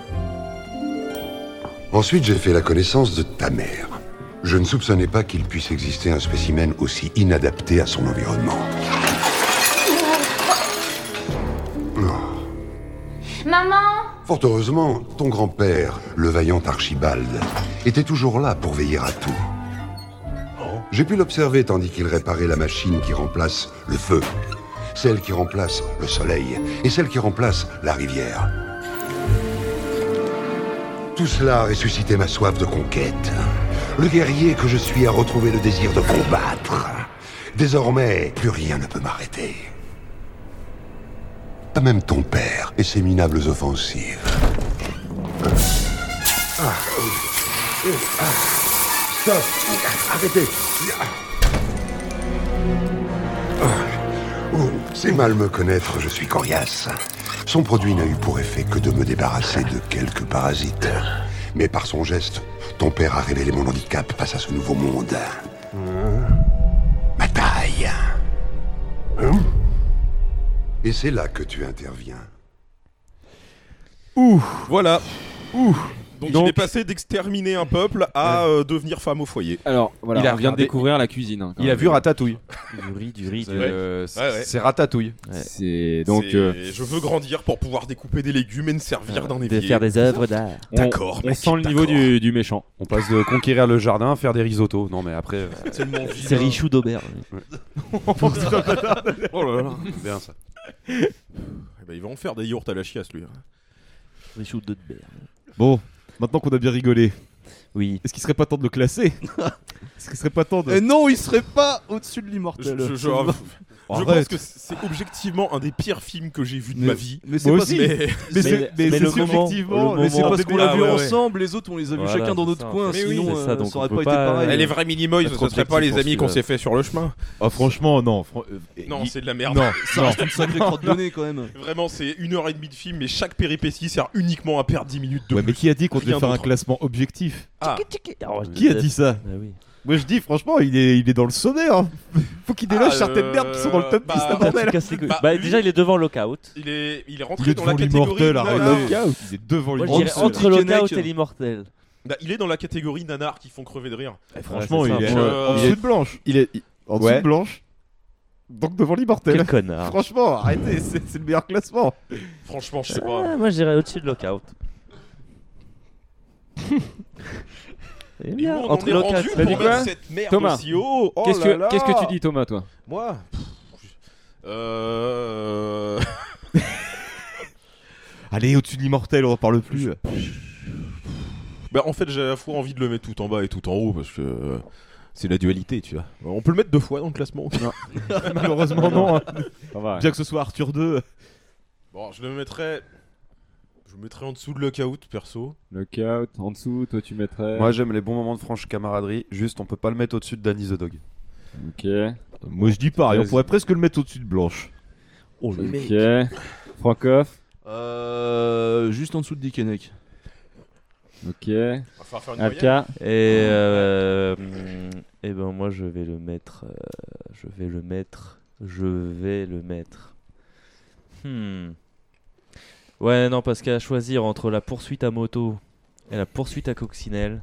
[SPEAKER 6] Ensuite, j'ai fait la connaissance de ta mère. Je ne soupçonnais pas qu'il puisse exister un spécimen aussi inadapté à son environnement.
[SPEAKER 1] Maman
[SPEAKER 6] Fort heureusement, ton grand-père, le vaillant Archibald, était toujours là pour veiller à tout. J'ai pu l'observer tandis qu'il réparait la machine qui remplace le feu, celle qui remplace le soleil et celle qui remplace la rivière. Tout cela a ressuscité ma soif de conquête. Le guerrier que je suis a retrouvé le désir de combattre. Désormais, plus rien ne peut m'arrêter. Pas même ton père et ses minables offensives. Ah, oh, Stop Arrêtez Oh, c'est mal me connaître, je suis coriace. Son produit n'a eu pour effet que de me débarrasser de quelques parasites. Mais par son geste, ton père a révélé mon handicap face à ce nouveau monde. Ma taille. Hein Et c'est là que tu interviens.
[SPEAKER 5] Ouh Voilà Ouh donc,
[SPEAKER 9] Donc-
[SPEAKER 5] il est passé d'exterminer un peuple à euh, devenir femme au foyer.
[SPEAKER 9] Alors, voilà,
[SPEAKER 5] Il a
[SPEAKER 9] on vient de
[SPEAKER 5] regardé-
[SPEAKER 9] découvrir la cuisine. hein, quand
[SPEAKER 15] Il a
[SPEAKER 9] même.
[SPEAKER 15] vu Ratatouille.
[SPEAKER 16] Du riz, du riz.
[SPEAKER 15] C'est,
[SPEAKER 16] du-
[SPEAKER 15] euh,
[SPEAKER 5] Ouais, ouais.
[SPEAKER 15] c'est Ratatouille.
[SPEAKER 9] C'est donc.
[SPEAKER 5] C'est-
[SPEAKER 9] euh,
[SPEAKER 5] Je veux grandir pour pouvoir découper des légumes et me servir d'un évier.
[SPEAKER 16] de faire des œuvres d'art.
[SPEAKER 9] on-
[SPEAKER 5] D'accord,
[SPEAKER 9] On
[SPEAKER 5] mec,
[SPEAKER 9] sent le niveau
[SPEAKER 5] d'accord.
[SPEAKER 9] du, du méchant.
[SPEAKER 15] On passe de conquérir le jardin à faire des risottos. Non, mais après. euh,
[SPEAKER 16] C'est Richou d'Aubert.
[SPEAKER 15] oh là là, bien ça.
[SPEAKER 5] Eh ben, il va en faire des yaourts à la chiasse, lui. hein.
[SPEAKER 16] Richou d'Aubert.
[SPEAKER 10] Bon, maintenant qu'on a bien rigolé,
[SPEAKER 16] Oui.
[SPEAKER 10] est-ce qu'il serait pas temps de le classer Est-ce qu'il serait pas temps de.
[SPEAKER 12] Et Euh, non, il serait pas au-dessus de
[SPEAKER 5] Je,
[SPEAKER 12] l'immortel.
[SPEAKER 5] je- je- je pense
[SPEAKER 10] Arrête.
[SPEAKER 5] que c'est objectivement un des pires films que j'ai vu de
[SPEAKER 10] Mais-
[SPEAKER 5] ma vie.
[SPEAKER 10] mais c'est Moi pas- aussi.
[SPEAKER 5] Mais,
[SPEAKER 10] Mais c'est-
[SPEAKER 16] le-
[SPEAKER 10] mais
[SPEAKER 16] mais
[SPEAKER 10] c'est
[SPEAKER 16] le moment-
[SPEAKER 10] subjectivement,
[SPEAKER 16] le
[SPEAKER 10] mais c'est
[SPEAKER 16] moment-
[SPEAKER 10] parce qu'on l'a
[SPEAKER 5] Ah,
[SPEAKER 10] vu
[SPEAKER 5] ouais, ouais.
[SPEAKER 12] ensemble, les autres on les a vus
[SPEAKER 16] Voilà,
[SPEAKER 12] chacun dans
[SPEAKER 16] c'est
[SPEAKER 12] notre
[SPEAKER 16] ça, en
[SPEAKER 12] coin,
[SPEAKER 16] fait.
[SPEAKER 5] Mais oui,
[SPEAKER 12] sinon
[SPEAKER 16] c'est
[SPEAKER 12] euh,
[SPEAKER 16] ça, donc
[SPEAKER 12] ça aurait
[SPEAKER 16] on
[SPEAKER 12] pas
[SPEAKER 16] peut
[SPEAKER 12] été
[SPEAKER 16] pas-
[SPEAKER 12] pareil.
[SPEAKER 5] Eh, les vrais Minimoys,
[SPEAKER 16] Être
[SPEAKER 5] ce serait pas les
[SPEAKER 16] objectif
[SPEAKER 5] amis qu'on
[SPEAKER 16] pour celui-là.
[SPEAKER 5] s'est fait sur le chemin.
[SPEAKER 10] Ah, franchement, non. fran- euh,
[SPEAKER 5] Non,
[SPEAKER 10] il-
[SPEAKER 5] c'est de la merde.
[SPEAKER 10] Non,
[SPEAKER 12] Ça reste une sacrée crotte donnée quand même.
[SPEAKER 5] Vraiment, c'est une heure et demie de film, mais chaque péripétie sert uniquement à perdre 10 minutes de
[SPEAKER 10] Ouais, mais
[SPEAKER 5] plus.
[SPEAKER 10] qui a dit qu'on devait
[SPEAKER 5] Rien
[SPEAKER 10] faire un
[SPEAKER 5] d'autre.
[SPEAKER 10] classement objectif
[SPEAKER 5] Ah,
[SPEAKER 10] Qui a dit ça
[SPEAKER 16] Oh, Ah oui.
[SPEAKER 10] Moi je dis, franchement, il est, il est dans le sommet. Hein. Faut qu'il déloge
[SPEAKER 5] Ah,
[SPEAKER 10] certaines
[SPEAKER 5] euh,
[SPEAKER 10] merdes qui sont dans le top
[SPEAKER 5] bah,
[SPEAKER 10] 10, la
[SPEAKER 5] Putain,
[SPEAKER 10] bordel.
[SPEAKER 5] Bah,
[SPEAKER 16] Bah,
[SPEAKER 5] lui-
[SPEAKER 16] déjà, il est devant Lockout.
[SPEAKER 5] il est, il est rentré
[SPEAKER 10] Il est
[SPEAKER 5] dans
[SPEAKER 10] devant
[SPEAKER 5] la catégorie.
[SPEAKER 10] l'immortel,
[SPEAKER 5] nanar.
[SPEAKER 10] arrête. Il est devant
[SPEAKER 16] Moi, je
[SPEAKER 10] l'immortel.
[SPEAKER 16] dirais entre
[SPEAKER 12] Dick et
[SPEAKER 16] Lockout
[SPEAKER 12] Nick.
[SPEAKER 16] et l'immortel.
[SPEAKER 5] Bah, il est dans la catégorie nanar qui font crever de rire.
[SPEAKER 10] Eh, Franchement,
[SPEAKER 16] Ouais,
[SPEAKER 10] il
[SPEAKER 16] c'est
[SPEAKER 10] est
[SPEAKER 5] ça.
[SPEAKER 10] euh, en
[SPEAKER 5] Il est-
[SPEAKER 10] dessous de blanche. Il est il- en dessous
[SPEAKER 15] Ouais.
[SPEAKER 10] de blanche. Donc devant l'immortel.
[SPEAKER 16] Quel connard.
[SPEAKER 10] Franchement, arrêtez, c'est c'est le meilleur classement.
[SPEAKER 5] Franchement, je sais pas.
[SPEAKER 16] Ah, moi, je dirais au-dessus de Lockout. Eh
[SPEAKER 5] Mais où
[SPEAKER 16] bien,
[SPEAKER 5] on en
[SPEAKER 16] entre
[SPEAKER 5] est rendu
[SPEAKER 16] Lockout
[SPEAKER 5] pour
[SPEAKER 9] dit
[SPEAKER 5] mettre
[SPEAKER 9] quoi
[SPEAKER 5] cette merde
[SPEAKER 9] Thomas.
[SPEAKER 5] aussi haut Oh
[SPEAKER 9] Qu'est-ce
[SPEAKER 5] là
[SPEAKER 9] que
[SPEAKER 5] là.
[SPEAKER 9] qu'est-ce que tu dis, Thomas, toi
[SPEAKER 5] Moi Pff, Euh.
[SPEAKER 10] Allez, au-dessus de l'immortel, on en parle plus.
[SPEAKER 5] Bah en fait j'ai à la fois envie de le mettre tout en bas et tout en haut parce que C'est la dualité, tu vois. On peut le mettre deux fois dans le classement.
[SPEAKER 10] Malheureusement, non.
[SPEAKER 5] Ça va, ouais.
[SPEAKER 10] Bien que ce soit Arthur 2.
[SPEAKER 5] Bon, je le mettrais. Je le mettrais en dessous de Lockout, perso.
[SPEAKER 9] Lockout, en dessous, toi tu mettrais.
[SPEAKER 15] Moi j'aime les bons moments de franche camaraderie, juste on peut pas le mettre au-dessus de Danny the Dog.
[SPEAKER 9] Ok.
[SPEAKER 10] Moi je dis pareil, on pourrait presque le mettre au-dessus de Blanche.
[SPEAKER 16] Oh le mec.
[SPEAKER 9] Ok. Francoff.
[SPEAKER 12] Euh, juste en dessous de Dickeneck.
[SPEAKER 9] Ok.
[SPEAKER 5] falloir faire une
[SPEAKER 9] Alka.
[SPEAKER 16] Et euh, et ben moi je vais le mettre, euh, je vais le mettre, je vais le mettre. Hmm. Ouais non parce qu'à choisir entre la poursuite à moto et la poursuite à coccinelle,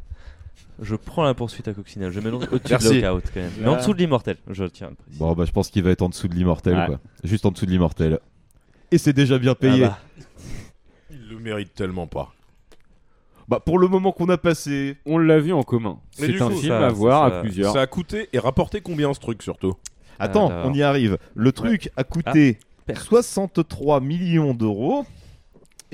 [SPEAKER 16] je prends la poursuite à coccinelle. Je mets l'autre au-dessus
[SPEAKER 10] Merci.
[SPEAKER 16] de lockout quand même, mais en dessous de l'immortel. Je tiens à le préciser.
[SPEAKER 10] Bon, bah je pense qu'il va être en dessous de l'immortel,
[SPEAKER 16] Ouais.
[SPEAKER 10] quoi. Juste en dessous de l'immortel. Et c'est déjà bien payé.
[SPEAKER 16] Ah bah.
[SPEAKER 5] Il le mérite tellement pas.
[SPEAKER 10] Bah, pour le moment qu'on a passé,
[SPEAKER 9] on l'a vu en commun.
[SPEAKER 5] Mais
[SPEAKER 9] C'est
[SPEAKER 5] du
[SPEAKER 9] un
[SPEAKER 5] coup,
[SPEAKER 9] film
[SPEAKER 5] ça-
[SPEAKER 9] à voir
[SPEAKER 5] ça-
[SPEAKER 9] à plusieurs.
[SPEAKER 5] Ça a coûté et rapporté combien ce truc surtout
[SPEAKER 10] Attends, on y arrive. Le truc a coûté
[SPEAKER 5] Ah,
[SPEAKER 10] 63 millions d'euros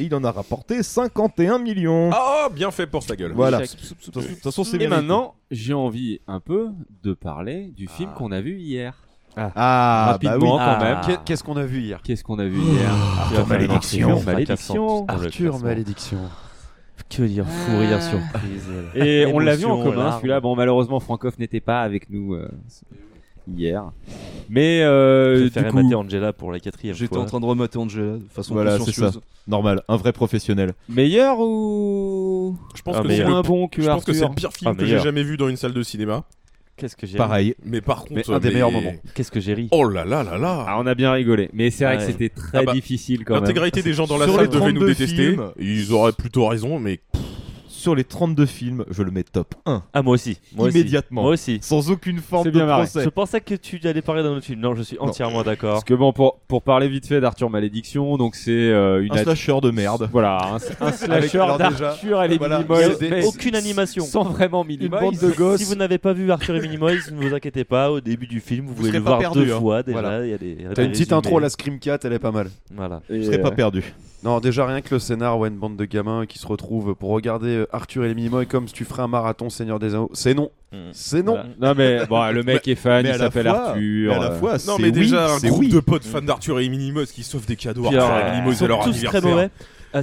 [SPEAKER 10] et il en a rapporté 51 millions.
[SPEAKER 5] Ah, bien fait pour sa gueule.
[SPEAKER 10] Voilà.
[SPEAKER 5] Échec.
[SPEAKER 10] De toute façon, c'est
[SPEAKER 9] Et
[SPEAKER 10] mérité.
[SPEAKER 9] maintenant, j'ai envie un peu de parler du film qu'on a vu hier. Ah,
[SPEAKER 10] Ah, bah
[SPEAKER 9] rapidement
[SPEAKER 10] oui.
[SPEAKER 9] quand
[SPEAKER 10] Ah.
[SPEAKER 9] même.
[SPEAKER 10] Qu'est-
[SPEAKER 15] qu'est-ce qu'on a vu hier
[SPEAKER 9] Qu'est-ce qu'on a vu
[SPEAKER 16] Oh.
[SPEAKER 9] hier
[SPEAKER 15] Arthur
[SPEAKER 9] Tu vas faire une
[SPEAKER 15] Malédiction.
[SPEAKER 9] entrée Malédiction.
[SPEAKER 15] Fracassante. Arthur Malédiction.
[SPEAKER 16] Que dire, fou
[SPEAKER 9] Ah.
[SPEAKER 16] rire surprise.
[SPEAKER 9] Et on l'a vu en
[SPEAKER 16] Émotion,
[SPEAKER 9] commun,
[SPEAKER 16] larmes.
[SPEAKER 9] celui-là. Bon, malheureusement, Francoff n'était pas avec nous euh, hier. Mais euh,
[SPEAKER 16] Je
[SPEAKER 9] du
[SPEAKER 16] préférais
[SPEAKER 9] coup,
[SPEAKER 16] mater Angela pour la quatrième
[SPEAKER 12] J'étais
[SPEAKER 16] fois.
[SPEAKER 12] en train de remater Angela de façon
[SPEAKER 10] Voilà, c'est ça.
[SPEAKER 12] consciencieuse.
[SPEAKER 10] Normal, un vrai professionnel.
[SPEAKER 9] meilleur ou
[SPEAKER 5] Je pense
[SPEAKER 9] Ah,
[SPEAKER 5] que c'est
[SPEAKER 9] meilleur.
[SPEAKER 5] le
[SPEAKER 9] moins bon que
[SPEAKER 5] Je pense que c'est
[SPEAKER 9] Arthur.
[SPEAKER 5] le pire film
[SPEAKER 9] Ah,
[SPEAKER 5] que j'ai
[SPEAKER 9] meilleur.
[SPEAKER 5] jamais vu dans une salle de cinéma.
[SPEAKER 16] Qu'est-ce que j'ai
[SPEAKER 10] Pareil.
[SPEAKER 5] Mais par contre,
[SPEAKER 9] Mais un des meilleurs moments.
[SPEAKER 16] Qu'est-ce que j'ai ri
[SPEAKER 5] Oh là là là là.
[SPEAKER 9] Ah, on a bien rigolé. Mais c'est vrai
[SPEAKER 5] Ouais.
[SPEAKER 9] que c'était très
[SPEAKER 5] Ah bah,
[SPEAKER 9] difficile quand même.
[SPEAKER 5] L'intégralité des gens dans la
[SPEAKER 10] Sur
[SPEAKER 5] salle
[SPEAKER 10] les
[SPEAKER 5] devait nous
[SPEAKER 10] 32
[SPEAKER 5] détester.
[SPEAKER 10] films.
[SPEAKER 5] Ils auraient plutôt raison, mais
[SPEAKER 10] Sur les 32 films, je le mets top 1.
[SPEAKER 16] Ah, moi aussi. Moi aussi.
[SPEAKER 10] Immédiatement.
[SPEAKER 16] Moi aussi.
[SPEAKER 10] Sans aucune forme
[SPEAKER 9] C'est
[SPEAKER 10] de
[SPEAKER 9] bien marré.
[SPEAKER 10] procès.
[SPEAKER 16] Je pensais que tu allais parler d'un autre film. Non, je suis entièrement d'accord.
[SPEAKER 9] Parce que bon, pour, pour parler vite fait d'Arthur Malédiction, donc c'est euh, une
[SPEAKER 10] Un
[SPEAKER 9] ad-
[SPEAKER 10] slasher de merde.
[SPEAKER 9] Voilà, un, un
[SPEAKER 10] Avec-
[SPEAKER 9] slasher
[SPEAKER 10] alors déjà,
[SPEAKER 9] d'Arthur et les
[SPEAKER 10] voilà,
[SPEAKER 9] Minimoys,
[SPEAKER 10] il y a des-
[SPEAKER 9] mais
[SPEAKER 16] Aucune animation.
[SPEAKER 9] Sans vraiment
[SPEAKER 16] Une
[SPEAKER 9] Minimoys.
[SPEAKER 16] bande de gosses. Si vous n'avez pas vu Arthur et Minimoys, ne vous inquiétez pas. Au début du film, vous, pouvez
[SPEAKER 10] serez
[SPEAKER 16] le
[SPEAKER 10] pas
[SPEAKER 16] voir
[SPEAKER 10] perdu,
[SPEAKER 16] deux
[SPEAKER 10] hein.
[SPEAKER 16] fois déjà.
[SPEAKER 10] Voilà.
[SPEAKER 16] Il y a des.
[SPEAKER 15] T'as une
[SPEAKER 16] des
[SPEAKER 15] petite
[SPEAKER 16] résumés.
[SPEAKER 15] intro, la Screamcat, elle est pas mal.
[SPEAKER 16] Voilà.
[SPEAKER 10] Je serais pas
[SPEAKER 15] euh,
[SPEAKER 10] perdu.
[SPEAKER 15] Non, déjà rien que le scénar, ouais, une bande de gamins qui se retrouvent pour regarder euh, Arthur et les Minimoys comme si tu ferais un marathon Seigneur des Anneaux. C'est non.
[SPEAKER 16] Hmm.
[SPEAKER 15] C'est non.
[SPEAKER 9] Non mais bon, le mec est fan, il s'appelle Arthur.
[SPEAKER 10] à la
[SPEAKER 9] euh,
[SPEAKER 10] fois,
[SPEAKER 5] Non,
[SPEAKER 10] c'est
[SPEAKER 5] mais
[SPEAKER 10] oui,
[SPEAKER 5] déjà, un
[SPEAKER 10] c'est
[SPEAKER 5] groupe
[SPEAKER 10] oui.
[SPEAKER 5] de potes fans d'Arthur et Minimoys qui sauvent des cadeaux à
[SPEAKER 16] Puis,
[SPEAKER 5] Arthur
[SPEAKER 16] euh,
[SPEAKER 5] et Minimoys
[SPEAKER 16] ils sont
[SPEAKER 5] à leur
[SPEAKER 16] tous très
[SPEAKER 5] anniversaire.
[SPEAKER 16] mauvais. Ah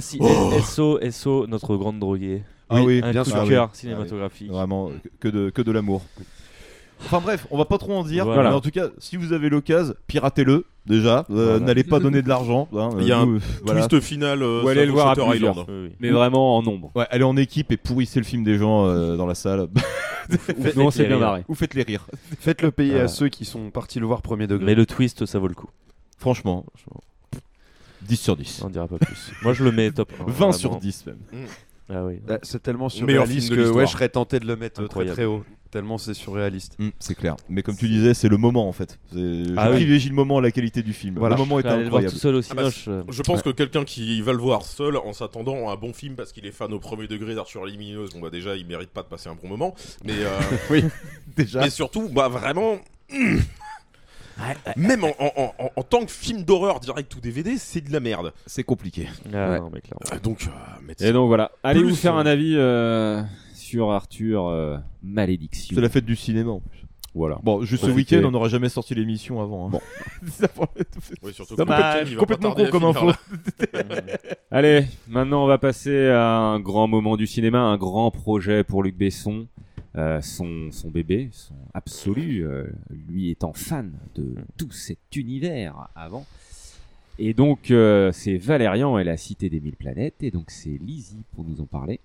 [SPEAKER 16] si,
[SPEAKER 5] Oh.
[SPEAKER 16] eh, SO, SO, notre grande droguée.
[SPEAKER 10] Ah oui,
[SPEAKER 16] un
[SPEAKER 10] bien
[SPEAKER 16] coup
[SPEAKER 10] sûr.
[SPEAKER 16] de cœur
[SPEAKER 10] Ah oui.
[SPEAKER 16] cinématographique.
[SPEAKER 10] Vraiment, Euh, que de, que de l'amour. Enfin bref, on va pas trop en dire,
[SPEAKER 16] Voilà.
[SPEAKER 10] mais en tout cas, si vous avez l'occasion, piratez-le déjà. Euh,
[SPEAKER 9] Voilà.
[SPEAKER 10] N'allez pas donner de l'argent. hein,
[SPEAKER 5] Il y a
[SPEAKER 10] euh,
[SPEAKER 5] un
[SPEAKER 10] nous, euh, voilà.
[SPEAKER 5] twist final. euh,
[SPEAKER 9] Ou aller
[SPEAKER 5] sur
[SPEAKER 9] le voir à
[SPEAKER 5] Shutter
[SPEAKER 9] plusieurs.
[SPEAKER 5] Island.
[SPEAKER 16] Oui, oui.
[SPEAKER 9] Mais vraiment en nombre.
[SPEAKER 10] Ouais, allez en équipe et pourrissez le film des gens euh, dans la salle.
[SPEAKER 9] Nous on s'est bien marré.
[SPEAKER 10] Ou faites-les rire.
[SPEAKER 15] Faites-le payer
[SPEAKER 16] Voilà.
[SPEAKER 15] à ceux qui sont partis le voir premier degré.
[SPEAKER 16] Mais le twist, ça vaut le coup.
[SPEAKER 10] Franchement, 10 sur 10.
[SPEAKER 16] On dira pas plus. Moi, je le mets
[SPEAKER 5] Hein,
[SPEAKER 16] top 1,
[SPEAKER 10] 20 sur
[SPEAKER 16] vraiment.
[SPEAKER 10] 10 même.
[SPEAKER 16] Ah oui.
[SPEAKER 15] Là, Bah, C'est tellement
[SPEAKER 5] Mm. Meilleur
[SPEAKER 15] surréaliste
[SPEAKER 5] film de
[SPEAKER 15] que ouais,
[SPEAKER 5] l'histoire.
[SPEAKER 15] je serais tenté de le mettre euh, très
[SPEAKER 16] Incroyable.
[SPEAKER 15] très haut. Tellement c'est surréaliste.
[SPEAKER 10] Mm, c'est clair. Mais comme tu disais, c'est le moment en fait. C'est- Je
[SPEAKER 16] Ah oui.
[SPEAKER 10] privilégie le moment à la qualité du film.
[SPEAKER 15] Voilà.
[SPEAKER 10] Le moment
[SPEAKER 16] Je
[SPEAKER 10] est
[SPEAKER 16] serais allé le voir
[SPEAKER 10] incroyable.
[SPEAKER 16] tout seul euh. aussi
[SPEAKER 5] Ah bah,
[SPEAKER 16] noche.
[SPEAKER 10] euh.
[SPEAKER 5] Je pense que quelqu'un qui va le voir seul en s'attendant à un bon film parce qu'il est fan au premier degré d'Arthur et les Minimoys, bon bah déjà il mérite pas de passer un bon moment, mais euh,
[SPEAKER 10] Déjà.
[SPEAKER 5] mais surtout bah vraiment mm. même en, en- en- en tant que film d'horreur direct ou DVD c'est de la merde.
[SPEAKER 10] C'est compliqué.
[SPEAKER 16] Ah,
[SPEAKER 10] Ouais.
[SPEAKER 16] non, mais clairement.
[SPEAKER 5] Ah, Donc euh, mais
[SPEAKER 9] Et donc voilà, allez
[SPEAKER 5] Plus,
[SPEAKER 9] vous faire
[SPEAKER 5] euh,
[SPEAKER 9] un avis euh, sur Arthur euh, Malédiction.
[SPEAKER 10] C'est la fête du cinéma en plus.
[SPEAKER 9] Voilà.
[SPEAKER 10] Bon, juste ce
[SPEAKER 9] Profitez.
[SPEAKER 10] week-end, on n'aura jamais sorti l'émission avant. hein.
[SPEAKER 9] Bon.
[SPEAKER 10] Ça pour le-
[SPEAKER 5] oui, surtout que Potemkin,
[SPEAKER 10] Dommage,
[SPEAKER 5] il va
[SPEAKER 10] complètement
[SPEAKER 5] pas tarder
[SPEAKER 10] con
[SPEAKER 5] à
[SPEAKER 10] comme
[SPEAKER 5] finir
[SPEAKER 10] info.
[SPEAKER 5] là.
[SPEAKER 9] Allez, maintenant on va passer à un grand moment du cinéma, un grand projet pour Luc Besson. Euh, son, son bébé, son absolu, euh, lui étant fan de tout cet univers avant. Et donc euh, c'est Valérian et la Cité des Mille Planètes, et donc c'est Lizzie pour nous en parler.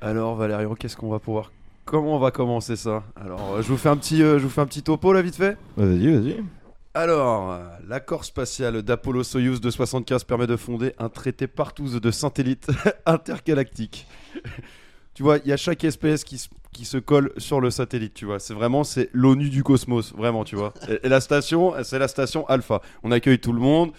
[SPEAKER 15] Alors Valério, qu'est-ce qu'on va pouvoir Comment on va commencer ça Alors, euh, je vous fais un petit euh, je vous fais un petit topo là vite fait.
[SPEAKER 10] Vas-y, vas-y.
[SPEAKER 15] Alors, euh, l'accord spatial d'Apollo-Soyuz de 75 permet de fonder un traité partouze de satellites intergalactiques. tu vois, il y a chaque espèce qui se, qui se colle sur le satellite, tu vois. C'est vraiment, c'est l'ONU du cosmos, vraiment, tu vois. Et, et la station, c'est la station Alpha. On accueille tout le monde.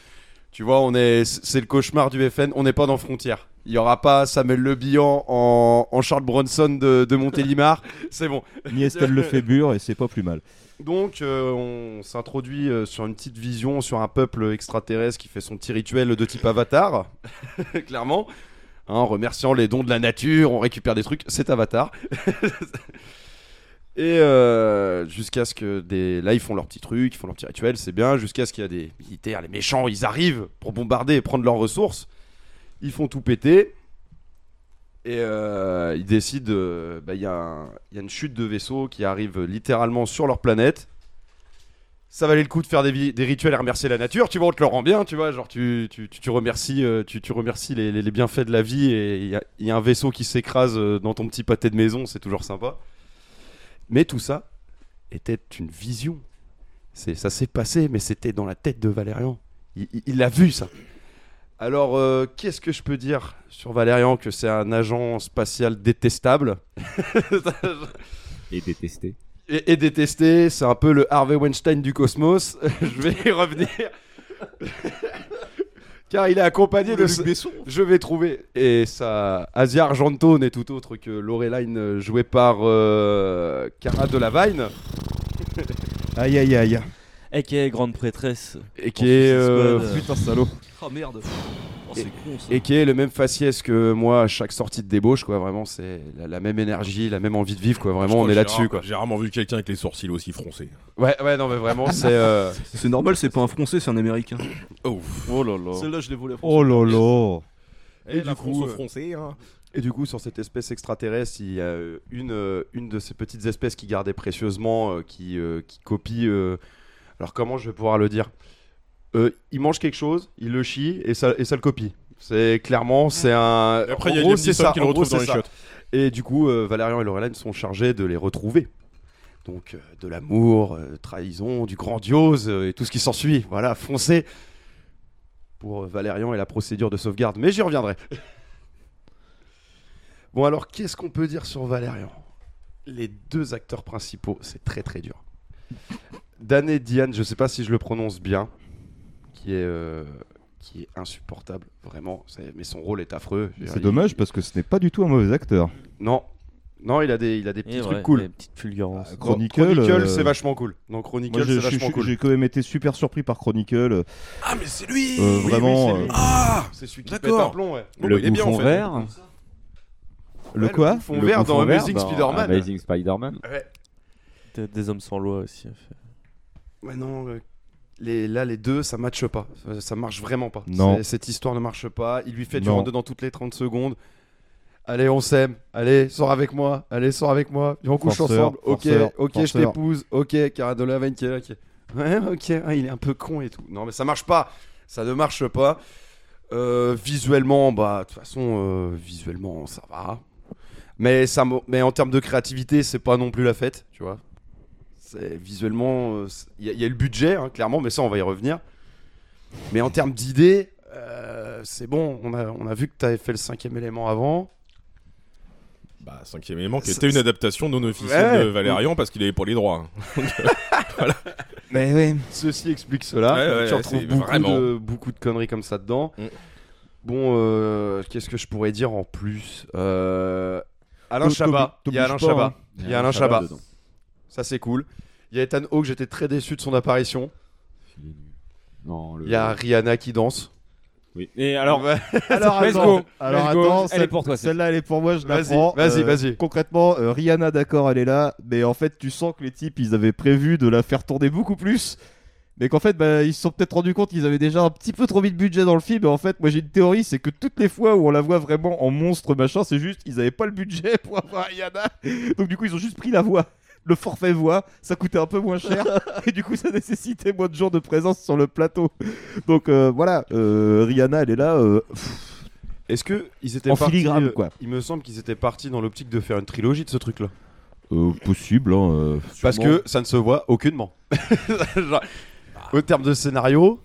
[SPEAKER 15] Tu vois, on est, c'est le cauchemar du FN. On n'est pas dans frontières. Il y aura pas Samuel Le Bihan en, en Charles Bronson de, de Montélimar. c'est bon.
[SPEAKER 10] Ni Estelle Lefébure, et c'est pas plus mal.
[SPEAKER 15] Donc, euh, on s'introduit euh, sur une petite vision sur un peuple extraterrestre qui fait son petit rituel de type avatar, clairement. Hein, en remerciant les dons de la nature, on récupère des trucs, c'est avatar. Et euh, jusqu'à ce que des. Là, ils font leur petit truc, ils font leur petit rituel, c'est bien. Jusqu'à ce qu'il y a des militaires, les méchants, ils arrivent pour bombarder et prendre leurs ressources. Ils font tout péter. Et euh, ils décident. euh, bah, Il y, a un- il y a une chute de vaisseau qui arrive littéralement sur leur planète. Ça valait le coup de faire des, vi- des rituels et remercier la nature, tu vois, on te le rend bien, tu vois, genre tu, tu, tu, tu remercies, euh, tu, tu remercies les, les- les bienfaits de la vie et il y a- il y, a un vaisseau qui s'écrase euh, dans ton petit pâté de maison, c'est toujours sympa. Mais tout ça était une vision. C'est, ça s'est passé, mais c'était dans la tête de Valérian. Il- il- il l'a vu, ça. Alors, euh, qu'est-ce que je peux dire sur Valérian Que c'est un agent spatial détestable.
[SPEAKER 9] Et détesté.
[SPEAKER 15] et, et détesté, c'est un peu le Harvey Weinstein du cosmos. je vais y revenir. Car il est accompagné de. ce- Je vais trouver. Et ça. Asia Argento n'est tout autre que Loreline euh, jouée par euh, Cara Delevingne.
[SPEAKER 16] Aïe aïe aïe. Et qui est grande prêtresse.
[SPEAKER 15] Et qui est. euh,
[SPEAKER 12] Oh merde. Oh, c'est con ça.
[SPEAKER 15] Et qui est le même faciès que moi à chaque sortie de débauche, quoi. Vraiment, c'est la, la même énergie, la même envie de vivre, quoi.
[SPEAKER 5] Je
[SPEAKER 15] Vraiment,
[SPEAKER 5] crois
[SPEAKER 15] on
[SPEAKER 5] que
[SPEAKER 15] est
[SPEAKER 5] j'ai
[SPEAKER 15] là-dessus,
[SPEAKER 5] rare-
[SPEAKER 15] quoi.
[SPEAKER 5] J'ai rarement vu quelqu'un avec les sourcils aussi froncés.
[SPEAKER 15] Ouais, ouais, non, mais vraiment, c'est. euh,
[SPEAKER 12] C'est normal, c'est pas un français, c'est un américain.
[SPEAKER 5] Oh,
[SPEAKER 12] là là. Celle-là, je l'ai volée à
[SPEAKER 10] Oh là là.
[SPEAKER 5] Et, du coup,
[SPEAKER 15] euh,
[SPEAKER 5] hein.
[SPEAKER 15] Et du coup, sur cette espèce extraterrestre, il y a euh, une, euh, une de ces petites espèces qui gardait précieusement, euh, qui, euh, qui copie. euh, alors, comment je vais pouvoir le dire Euh, Il mange quelque chose, il le chie et ça, et ça le copie. C'est clairement, c'est un.
[SPEAKER 5] Et après,
[SPEAKER 15] en
[SPEAKER 5] il y a
[SPEAKER 15] gros,
[SPEAKER 5] les
[SPEAKER 15] c'est
[SPEAKER 5] petits
[SPEAKER 15] ça.
[SPEAKER 5] sommes qui
[SPEAKER 15] en
[SPEAKER 5] le
[SPEAKER 15] gros,
[SPEAKER 5] retrouvent dans
[SPEAKER 15] c'est
[SPEAKER 5] les
[SPEAKER 15] ça.
[SPEAKER 5] chiottes.
[SPEAKER 15] Et du coup, euh, Valérian et Lorelane sont chargés de les retrouver. Donc, euh, de l'amour, euh, trahison, du grandiose euh, et tout ce qui s'ensuit. Voilà, foncez pour euh, Valérian et la procédure de sauvegarde. Mais j'y reviendrai. Bon, alors, qu'est-ce qu'on peut dire sur Valérian Les deux acteurs principaux, c'est très très dur. Dan et Diane, je sais pas si je le prononce bien, qui est, euh, qui est insupportable, vraiment. C'est- Mais son rôle est affreux. Je veux
[SPEAKER 10] C'est
[SPEAKER 15] dire,
[SPEAKER 10] dommage parce que ce n'est pas du tout un mauvais acteur.
[SPEAKER 15] il- Non. Non, il a des, il a des petits
[SPEAKER 16] Et
[SPEAKER 15] trucs
[SPEAKER 16] ouais,
[SPEAKER 15] cool.
[SPEAKER 16] des petites fulgurances.
[SPEAKER 15] Ah,
[SPEAKER 10] Chronicle, euh,
[SPEAKER 15] c'est vachement cool. Non, Chronicle,
[SPEAKER 10] moi, j'ai-
[SPEAKER 15] c'est
[SPEAKER 10] je-
[SPEAKER 15] vachement
[SPEAKER 10] je-
[SPEAKER 15] cool.
[SPEAKER 10] J'ai quand même été super surpris par Chronicle.
[SPEAKER 5] Ah, mais c'est lui
[SPEAKER 10] Euh, Vraiment. euh,
[SPEAKER 5] Ah
[SPEAKER 15] C'est celui qui pète
[SPEAKER 5] D'accord.
[SPEAKER 15] un plomb, ouais.
[SPEAKER 5] Bon,
[SPEAKER 10] Le
[SPEAKER 5] bah, il est bien en
[SPEAKER 10] bouffon
[SPEAKER 5] fait.
[SPEAKER 10] vert. Le
[SPEAKER 15] Ouais,
[SPEAKER 10] quoi
[SPEAKER 15] le bouffon vert dans Amazing Spider-Man.
[SPEAKER 9] Amazing Spider-Man.
[SPEAKER 15] Ouais.
[SPEAKER 16] Des, des hommes sans loi aussi. a fait.
[SPEAKER 15] Ouais, non, euh, les, là, les deux, ça matche pas. Ça, ça marche vraiment pas.
[SPEAKER 10] Non.
[SPEAKER 15] C'est- Cette histoire ne marche pas. Il lui fait du
[SPEAKER 10] Non.
[SPEAKER 15] rendu dans toutes les 30 secondes. Allez, on s'aime. Allez, sors avec moi. Allez, sors avec moi. Et on couche
[SPEAKER 10] Forceur,
[SPEAKER 15] ensemble. Ok,
[SPEAKER 10] forceur,
[SPEAKER 15] ok, je
[SPEAKER 10] forceur.
[SPEAKER 15] t'épouse. Ok, Cara Delevingne qui est là. qui est- Ouais, ok, ah, il est un peu con et tout. Non, mais ça marche pas. Ça ne marche pas. Euh, visuellement, bah, de toute façon, euh, visuellement, ça va. Mais, ça, me- mais en termes de créativité, c'est pas non plus la fête, tu vois. C'est visuellement, euh, c'est- il y, a- il y a le budget, hein, clairement, mais ça, on va y revenir. Mais en termes d'idées, euh, c'est bon, on a, on a vu que tu avais fait le cinquième élément avant.
[SPEAKER 5] Bah, cinquième élément, qui
[SPEAKER 15] Ça-
[SPEAKER 5] était une
[SPEAKER 15] ça-
[SPEAKER 5] adaptation non officielle
[SPEAKER 15] Ouais.
[SPEAKER 5] de Valérian parce qu'il avait pas les droits. hein. Voilà.
[SPEAKER 10] Mais oui.
[SPEAKER 15] Ceci explique cela.
[SPEAKER 5] Ouais, ouais,
[SPEAKER 15] tu
[SPEAKER 5] ouais,
[SPEAKER 15] retrouves
[SPEAKER 5] c'est
[SPEAKER 15] beaucoup
[SPEAKER 5] vraiment. Mm.
[SPEAKER 15] de, beaucoup de conneries comme ça dedans. Bon, euh, qu'est-ce que je pourrais dire en plus Euh, Alain
[SPEAKER 10] T'ob-
[SPEAKER 15] Chabat.
[SPEAKER 10] t'ob-
[SPEAKER 15] Il y a Alain
[SPEAKER 10] t'obliges pas,
[SPEAKER 15] Chabat.
[SPEAKER 10] hein.
[SPEAKER 15] Il y a Alain
[SPEAKER 10] Chabat
[SPEAKER 15] Chabat.
[SPEAKER 10] dedans.
[SPEAKER 15] Ça, c'est cool. Il y a Ethan Hawke, j'étais très déçu de son apparition.
[SPEAKER 10] Oh,
[SPEAKER 9] Non, le-
[SPEAKER 15] Il y a Rihanna qui danse.
[SPEAKER 9] Oui. Et alors,
[SPEAKER 10] Alors,
[SPEAKER 9] let's
[SPEAKER 10] attends.
[SPEAKER 9] go.
[SPEAKER 10] Alors,
[SPEAKER 9] Let's go.
[SPEAKER 10] attends,
[SPEAKER 9] elle est pour toi.
[SPEAKER 10] Celle-là, elle est pour moi, je la
[SPEAKER 15] Vas-y,
[SPEAKER 10] prends.
[SPEAKER 15] vas-y,
[SPEAKER 10] Euh,
[SPEAKER 15] vas-y.
[SPEAKER 10] Concrètement, euh, Rihanna, d'accord, elle est là, mais en fait, tu sens que les types, ils avaient prévu de la faire tourner beaucoup plus. Mais qu'en fait, bah, ils se sont peut-être rendu compte qu'ils avaient déjà un petit peu trop mis de budget dans le film. Et en fait, moi j'ai une théorie, c'est que toutes les fois où on la voit vraiment en monstre machin, c'est juste ils avaient pas le budget pour avoir Rihanna. Donc du coup, ils ont juste pris la voix, le forfait voix. Ça coûtait un peu moins cher et du coup, ça nécessitait moins de jours de présence sur le plateau. Donc euh, voilà, euh, Rihanna, elle est là. euh, pff,
[SPEAKER 15] Est-ce que ils étaient
[SPEAKER 10] en
[SPEAKER 15] partis- euh,
[SPEAKER 10] filigrane quoi.
[SPEAKER 15] Il me semble qu'ils étaient partis dans l'optique de faire une trilogie de ce truc-là.
[SPEAKER 10] Euh, possible. hein, euh,
[SPEAKER 15] Parce
[SPEAKER 10] sûrement.
[SPEAKER 15] que ça ne se voit aucunement. Genre, au terme de scénario,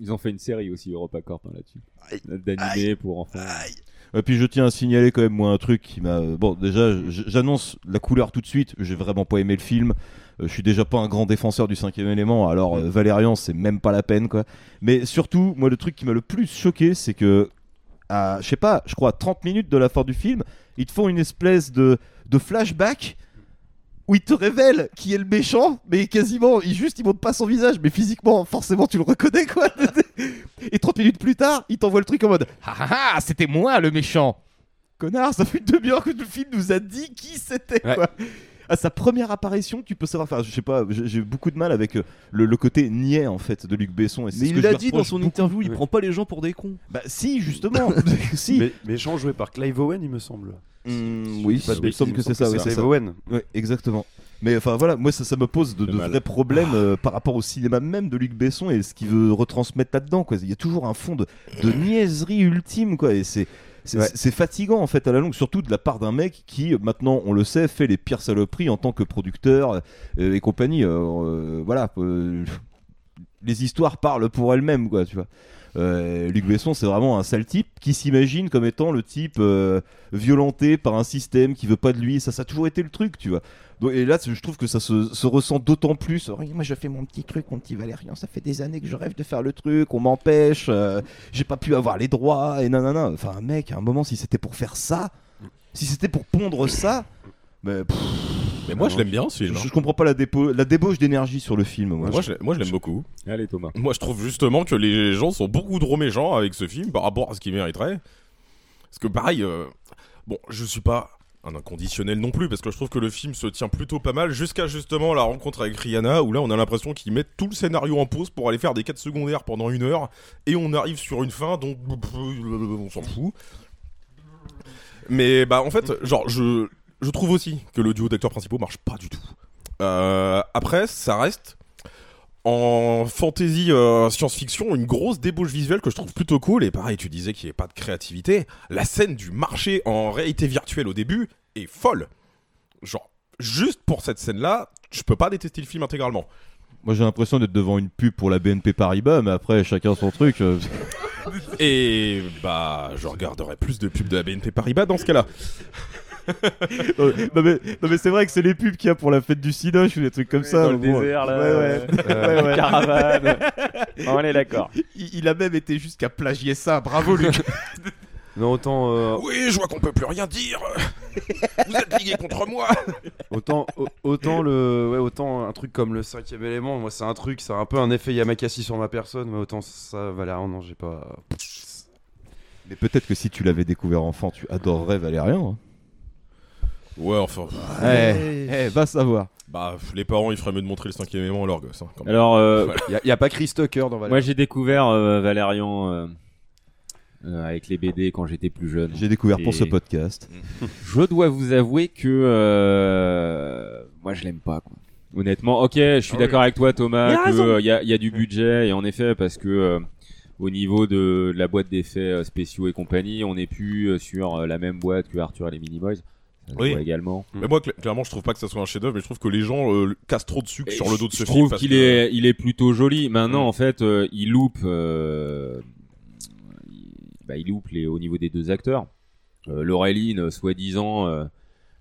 [SPEAKER 9] Ils ont fait une série aussi, EuropaCorp, hein, là-dessus. D'animé pour enfants.
[SPEAKER 10] Et Euh, puis je tiens à signaler quand même moi un truc qui m'a. euh, Bon, déjà, j- j'annonce la couleur tout de suite. J'ai vraiment pas aimé le film. Euh, je suis déjà pas un grand défenseur du cinquième élément. Alors euh, Valérian, c'est même pas la peine quoi. Mais surtout, moi le truc qui m'a le plus choqué, c'est que à je sais pas, je crois à 30 minutes de la fin du film, ils te font une espèce de de flashback où il te révèle qui est le méchant, mais quasiment, il juste, il montre pas son visage, mais physiquement, forcément, tu le reconnais, quoi. Et 30 minutes plus tard, il t'envoie le truc en mode Ah ah ah, c'était moi le méchant Connard, ça fait une demi-heure que le film nous a dit qui c'était, quoi. à sa première apparition, tu peux savoir. Enfin, je sais pas, j'ai j'ai beaucoup de mal avec euh, le, le côté niais en fait de Luc Besson. Et c'est
[SPEAKER 17] Mais
[SPEAKER 10] ce
[SPEAKER 17] il
[SPEAKER 10] que je
[SPEAKER 17] l'a
[SPEAKER 10] lui
[SPEAKER 17] dit dans
[SPEAKER 10] reproche
[SPEAKER 17] son
[SPEAKER 10] beaucoup.
[SPEAKER 17] interview, il
[SPEAKER 10] Oui.
[SPEAKER 17] prend pas les gens pour des cons.
[SPEAKER 10] Bah si, justement. si.
[SPEAKER 15] Mais, Jean joué par Clive Owen, il me semble.
[SPEAKER 17] Hmm,
[SPEAKER 10] oui,
[SPEAKER 15] Pas de
[SPEAKER 10] il me semble que
[SPEAKER 15] bêtises,
[SPEAKER 10] c'est ça. oui,
[SPEAKER 15] Clive
[SPEAKER 10] c'est ça.
[SPEAKER 15] Owen.
[SPEAKER 10] Ouais, exactement. Mais enfin voilà, moi ça, ça me pose de, de vrais problèmes euh, par rapport au cinéma même de Luc Besson et ce qu'il veut retransmettre là-dedans. quoi. Il y a toujours un fond de, de niaiserie ultime, quoi. Et c'est. C'est c'est fatigant en fait à la longue, surtout de la part d'un mec qui maintenant on le sait fait les pires saloperies en tant que producteur euh, et compagnie. Euh, euh, voilà, euh, les histoires parlent pour elles-mêmes, quoi, tu vois. Euh, Luc Besson, c'est vraiment un sale type qui s'imagine comme étant le type euh, violenté par un système qui veut pas de lui. Ça, ça a toujours été le truc, tu vois. Donc, et là, c'est- je trouve que ça se, se ressent d'autant plus. Oh, Regarde, Moi, je fais mon petit truc, mon petit Valérian. Ça fait des années que je rêve de faire le truc. On m'empêche. euh, J'ai pas pu avoir les droits. Et nanana. Enfin, un mec, à un moment, si c'était pour faire ça, si c'était pour pondre ça, mais. pff,
[SPEAKER 5] Mais moi, je
[SPEAKER 10] non,
[SPEAKER 5] l'aime bien, ce film,
[SPEAKER 10] Je,
[SPEAKER 5] hein.
[SPEAKER 10] je comprends pas la, dépo- la débauche d'énergie sur le film. Moi,
[SPEAKER 5] Moi, je, l'ai- moi, je l'aime beaucoup.
[SPEAKER 18] Allez, Thomas.
[SPEAKER 5] Moi, je trouve justement que les gens sont beaucoup trop méchants avec ce film par rapport à ce qu'il mériterait. Parce que, pareil, euh, bon, je suis pas un inconditionnel non plus, parce que je trouve que le film se tient plutôt pas mal jusqu'à justement la rencontre avec Rihanna, où là, on a l'impression qu'ils mettent tout le scénario en pause pour aller faire des quêtes secondaires pendant une heure, et on arrive sur une fin, donc euh, on s'en fout. Mais bah en fait, genre je je trouve aussi que le duo d'acteurs principaux marche pas du tout. Euh, après, ça reste en fantasy euh, science-fiction une grosse débauche visuelle que je trouve plutôt cool. Et pareil, tu disais qu'il n'y avait pas de créativité. La scène du marché en réalité virtuelle au début est folle. Genre juste pour cette scène-là, je peux pas détester le film intégralement.
[SPEAKER 10] Moi, j'ai l'impression d'être devant une pub pour la BNP Paribas, mais après, chacun son truc. euh,
[SPEAKER 5] Et bah je regarderai plus de pubs de la BNP Paribas dans ce cas-là.
[SPEAKER 10] non, mais, non, mais c'est vrai que c'est les pubs qu'il y a pour la fête du Cinoche ou des trucs comme ça.
[SPEAKER 9] dans le
[SPEAKER 10] Ah, bon,
[SPEAKER 9] désert, là,
[SPEAKER 10] ouais, ouais.
[SPEAKER 9] euh,
[SPEAKER 10] Ouais, ouais.
[SPEAKER 9] caravane. On est d'accord.
[SPEAKER 10] Il, il a même été jusqu'à plagier ça. Bravo, Luc.
[SPEAKER 15] Non, autant.
[SPEAKER 10] Oh.
[SPEAKER 15] euh,
[SPEAKER 5] Oui, je vois qu'on peut plus rien dire. Vous êtes ligués contre moi.
[SPEAKER 15] Autant, au- autant, le, ouais, autant un truc comme le cinquième élément, moi c'est un truc, c'est un peu un effet Yamakasi sur ma personne, mais autant ça, Valérian, non, j'ai pas.
[SPEAKER 10] mais peut-être que si tu l'avais découvert enfant, tu adorerais Valérien. hein.
[SPEAKER 5] Ouais, enfin.
[SPEAKER 10] Eh, eh, va savoir.
[SPEAKER 5] Bah, pff, les parents, ils feraient mieux de montrer le cinquième élément à leur gosse. hein, quand même.
[SPEAKER 9] Alors, euh,
[SPEAKER 5] Voilà.
[SPEAKER 15] Il n'y a pas Chris Tucker dans
[SPEAKER 9] moi
[SPEAKER 15] Valérian.
[SPEAKER 9] j'ai découvert euh, Valérian euh, euh, avec les BD quand j'étais plus jeune.
[SPEAKER 10] J'ai découvert pour
[SPEAKER 9] Et
[SPEAKER 10] ce podcast.
[SPEAKER 9] Je dois vous avouer que euh, moi je l'aime pas. Quoi. Honnêtement, ok, je suis
[SPEAKER 18] Ah oui.
[SPEAKER 9] d'accord avec toi Thomas,
[SPEAKER 18] Il a
[SPEAKER 9] que,
[SPEAKER 18] raison.
[SPEAKER 9] euh, il y, a, il y a du budget et en effet parce que euh, au niveau de, de la boîte d'effets euh, spéciaux et compagnie, on n'est plus euh, sur euh, la même boîte que Arthur et les Minimoys. Ça se
[SPEAKER 5] Oui. Mm.
[SPEAKER 9] voit également.
[SPEAKER 5] Mais moi, cl- clairement, je trouve pas que ça soit un chef-d'œuvre, mais je trouve que les gens euh, le- cassent trop de sucre sur le dos de
[SPEAKER 9] je
[SPEAKER 5] ce film.
[SPEAKER 9] trouve
[SPEAKER 5] parce
[SPEAKER 9] qu'il
[SPEAKER 5] que- Mm.
[SPEAKER 9] est, il est plutôt joli. Maintenant, en fait, euh, il loupe, euh, il, bah, il loupe les, au niveau des deux acteurs. Euh, Laureline, euh, soi-disant, euh,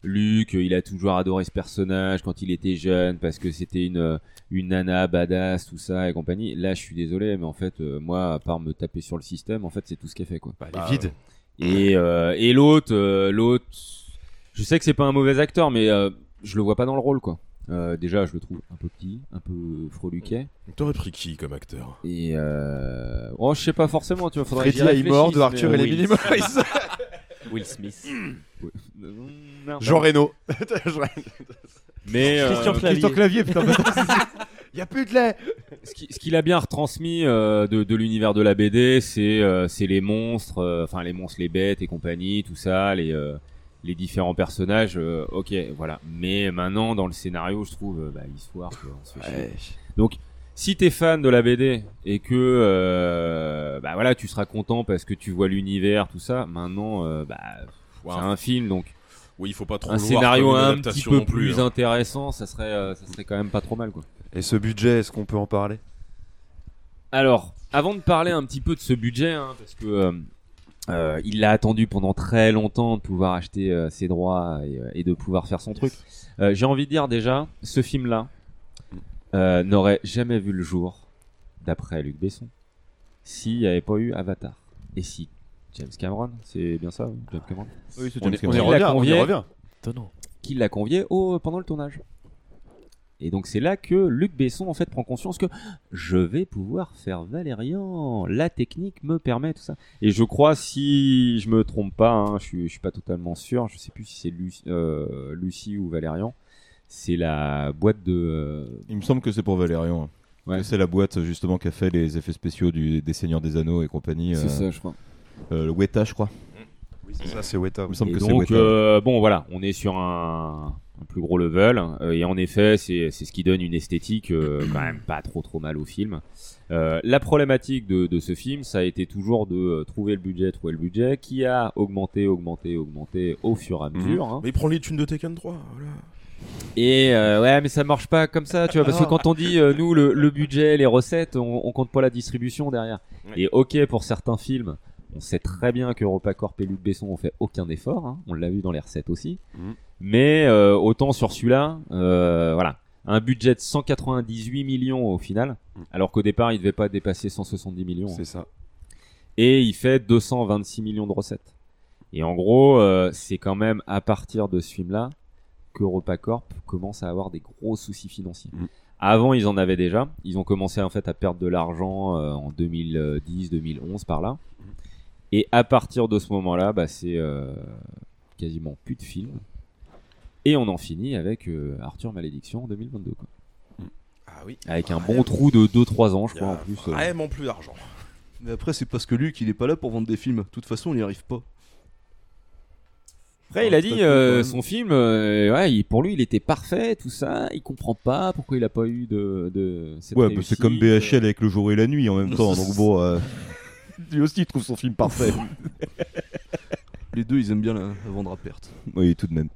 [SPEAKER 9] Luc, euh, il a toujours adoré ce personnage quand il était jeune parce que c'était une, euh, une nana badass, tout ça et compagnie. Là, je suis désolé, mais en fait, euh, moi, à part me taper sur le système, en fait, c'est tout ce qu'elle fait, quoi.
[SPEAKER 15] elle est Bah, vide.
[SPEAKER 9] euh, Et, euh, et l'autre, euh, l'autre, je sais que c'est pas un mauvais acteur, mais euh, je le vois pas dans le rôle, quoi. Euh, déjà, je le trouve un peu petit, un peu freluquet.
[SPEAKER 5] T'aurais pris qui comme acteur
[SPEAKER 9] Et euh... oh, je sais pas forcément, tu vois, faudrait que j'y
[SPEAKER 15] Freddy Highmore
[SPEAKER 9] réfléchisse,
[SPEAKER 15] de Arthur
[SPEAKER 9] mais-
[SPEAKER 15] et les
[SPEAKER 9] Will
[SPEAKER 15] Minimoys.
[SPEAKER 9] Smith. Will Smith. Oui. Non,
[SPEAKER 15] Jean
[SPEAKER 9] pardon.
[SPEAKER 15] Reno.
[SPEAKER 9] Mais, euh, Christian Clavier. bah,
[SPEAKER 10] Christian Clavier, putain.
[SPEAKER 15] Il y a plus de lait
[SPEAKER 9] Ce qui- ce qu'il a bien retransmis euh, de, de l'univers de la BD, c'est euh, c'est les monstres, euh, enfin les monstres, les bêtes et compagnie, tout ça, les, euh, les différents personnages. euh, ok, voilà. Mais maintenant, dans le scénario, je trouve euh, bah, l'histoire, quoi, on se fait chier.
[SPEAKER 15] Ouais.
[SPEAKER 9] Donc, si t'es fan de la BD et que euh, bah voilà, tu seras content parce que tu vois l'univers, tout ça. Maintenant, euh, bah
[SPEAKER 5] Ouais,
[SPEAKER 9] c'est un film, donc.
[SPEAKER 5] Oui, il faut pas trop
[SPEAKER 9] Un
[SPEAKER 5] le voir
[SPEAKER 9] scénario
[SPEAKER 5] comme une
[SPEAKER 9] un petit
[SPEAKER 5] adaptation
[SPEAKER 9] peu
[SPEAKER 5] non plus,
[SPEAKER 9] plus
[SPEAKER 5] hein.
[SPEAKER 9] intéressant, ça serait, euh, ça serait quand même pas trop mal, quoi.
[SPEAKER 15] Et ce budget, est-ce qu'on peut en parler
[SPEAKER 9] Alors, avant de parler un petit peu de ce budget, hein, parce que euh, euh, il a attendu pendant très longtemps de pouvoir acheter euh, ses droits et, euh, et de pouvoir faire son truc. Euh, J'ai envie de dire déjà, ce film-là euh, n'aurait jamais vu le jour, d'après Luc Besson, s'il n'y avait pas eu Avatar. Et si James Cameron, c'est bien ça, James Cameron
[SPEAKER 10] Oui, c'est
[SPEAKER 9] On
[SPEAKER 10] James
[SPEAKER 9] est-
[SPEAKER 10] Cameron.
[SPEAKER 9] on
[SPEAKER 10] On y
[SPEAKER 9] est- l'a
[SPEAKER 10] revient, on y
[SPEAKER 9] convié-
[SPEAKER 10] revient.
[SPEAKER 9] Étonnant. Qui l'a convié au, pendant le tournage. Et donc c'est là que Luc Besson en fait prend conscience que je vais pouvoir faire Valérian, la technique me permet tout ça. Et je crois si je me trompe pas, hein, je, suis, je suis pas totalement sûr, je sais plus si c'est Lu- euh, Lucie ou Valérian, C'est la boîte de. euh,
[SPEAKER 10] Il me semble que c'est pour Valérian. hein.
[SPEAKER 9] Ouais.
[SPEAKER 10] C'est la boîte justement qui a fait les effets spéciaux du, des Seigneurs des Anneaux et compagnie.
[SPEAKER 9] C'est ça, je crois.
[SPEAKER 10] euh, le Weta, je crois.
[SPEAKER 15] Oui, c'est ça, c'est Weta.
[SPEAKER 10] Il me semble
[SPEAKER 9] Et
[SPEAKER 10] que c'est
[SPEAKER 9] donc,
[SPEAKER 10] Weta.
[SPEAKER 9] euh, bon, voilà, on est sur un, un plus gros level. euh, et en effet, c'est c'est ce qui donne une esthétique euh, quand même pas trop trop mal au film. Euh, la problématique de, de ce film, ça a été toujours de euh, trouver le budget, trouver le budget, qui a augmenté, augmenté, augmenté au fur
[SPEAKER 10] Mhm.
[SPEAKER 9] et à mesure. hein.
[SPEAKER 5] Mais prends les thunes de Tekken 3. Voilà.
[SPEAKER 9] Et euh, ouais, mais ça marche pas comme ça, tu vois,
[SPEAKER 10] Ah,
[SPEAKER 9] parce que
[SPEAKER 5] Non.
[SPEAKER 9] quand on dit euh, nous le, le budget, les recettes, on, on compte pas la distribution derrière. Et ok pour certains films, on sait très bien que Europacorp et Luc Besson ont fait aucun effort, hein, on l'a vu dans les recettes aussi. Mais euh, autant sur celui-là, euh, voilà, un budget de 198 millions au final, alors qu'au départ il devait pas dépasser 170 millions. C'est
[SPEAKER 15] ça.
[SPEAKER 9] Et il fait 226 millions de recettes. Et en gros, euh, c'est quand même à partir de ce film-là que Europacorp commence à avoir des gros soucis financiers. Mm. Avant, ils en avaient déjà. Ils ont commencé en fait à perdre de l'argent euh, en 2010-2011 par là. Et à partir de ce moment-là, bah, c'est euh, quasiment plus de films. Et on en finit avec euh, Arthur Malédiction en 2022. Quoi.
[SPEAKER 5] Ah oui.
[SPEAKER 9] Avec un bon trou de 2-3 ans, je crois, en plus. euh.
[SPEAKER 5] Vraiment plus d'argent.
[SPEAKER 12] Mais après, c'est parce que Luc, il est pas là pour vendre des films. De toute façon, il n'y arrive pas.
[SPEAKER 9] Après, il a
[SPEAKER 12] c'est pas
[SPEAKER 9] dit
[SPEAKER 12] cool,
[SPEAKER 9] euh,
[SPEAKER 12] quand même.
[SPEAKER 9] son film, euh, ouais, il- pour lui, il était parfait, tout ça. Il comprend pas pourquoi il a pas eu de. de cette
[SPEAKER 10] Ouais, bah, c'est
[SPEAKER 9] réussite. euh,
[SPEAKER 10] comme BHL avec le jour et la nuit en même temps. Donc bon, euh, lui aussi il trouve son film parfait.
[SPEAKER 12] Les deux, ils aiment bien la, la vendre à perte.
[SPEAKER 10] oui, tout de même.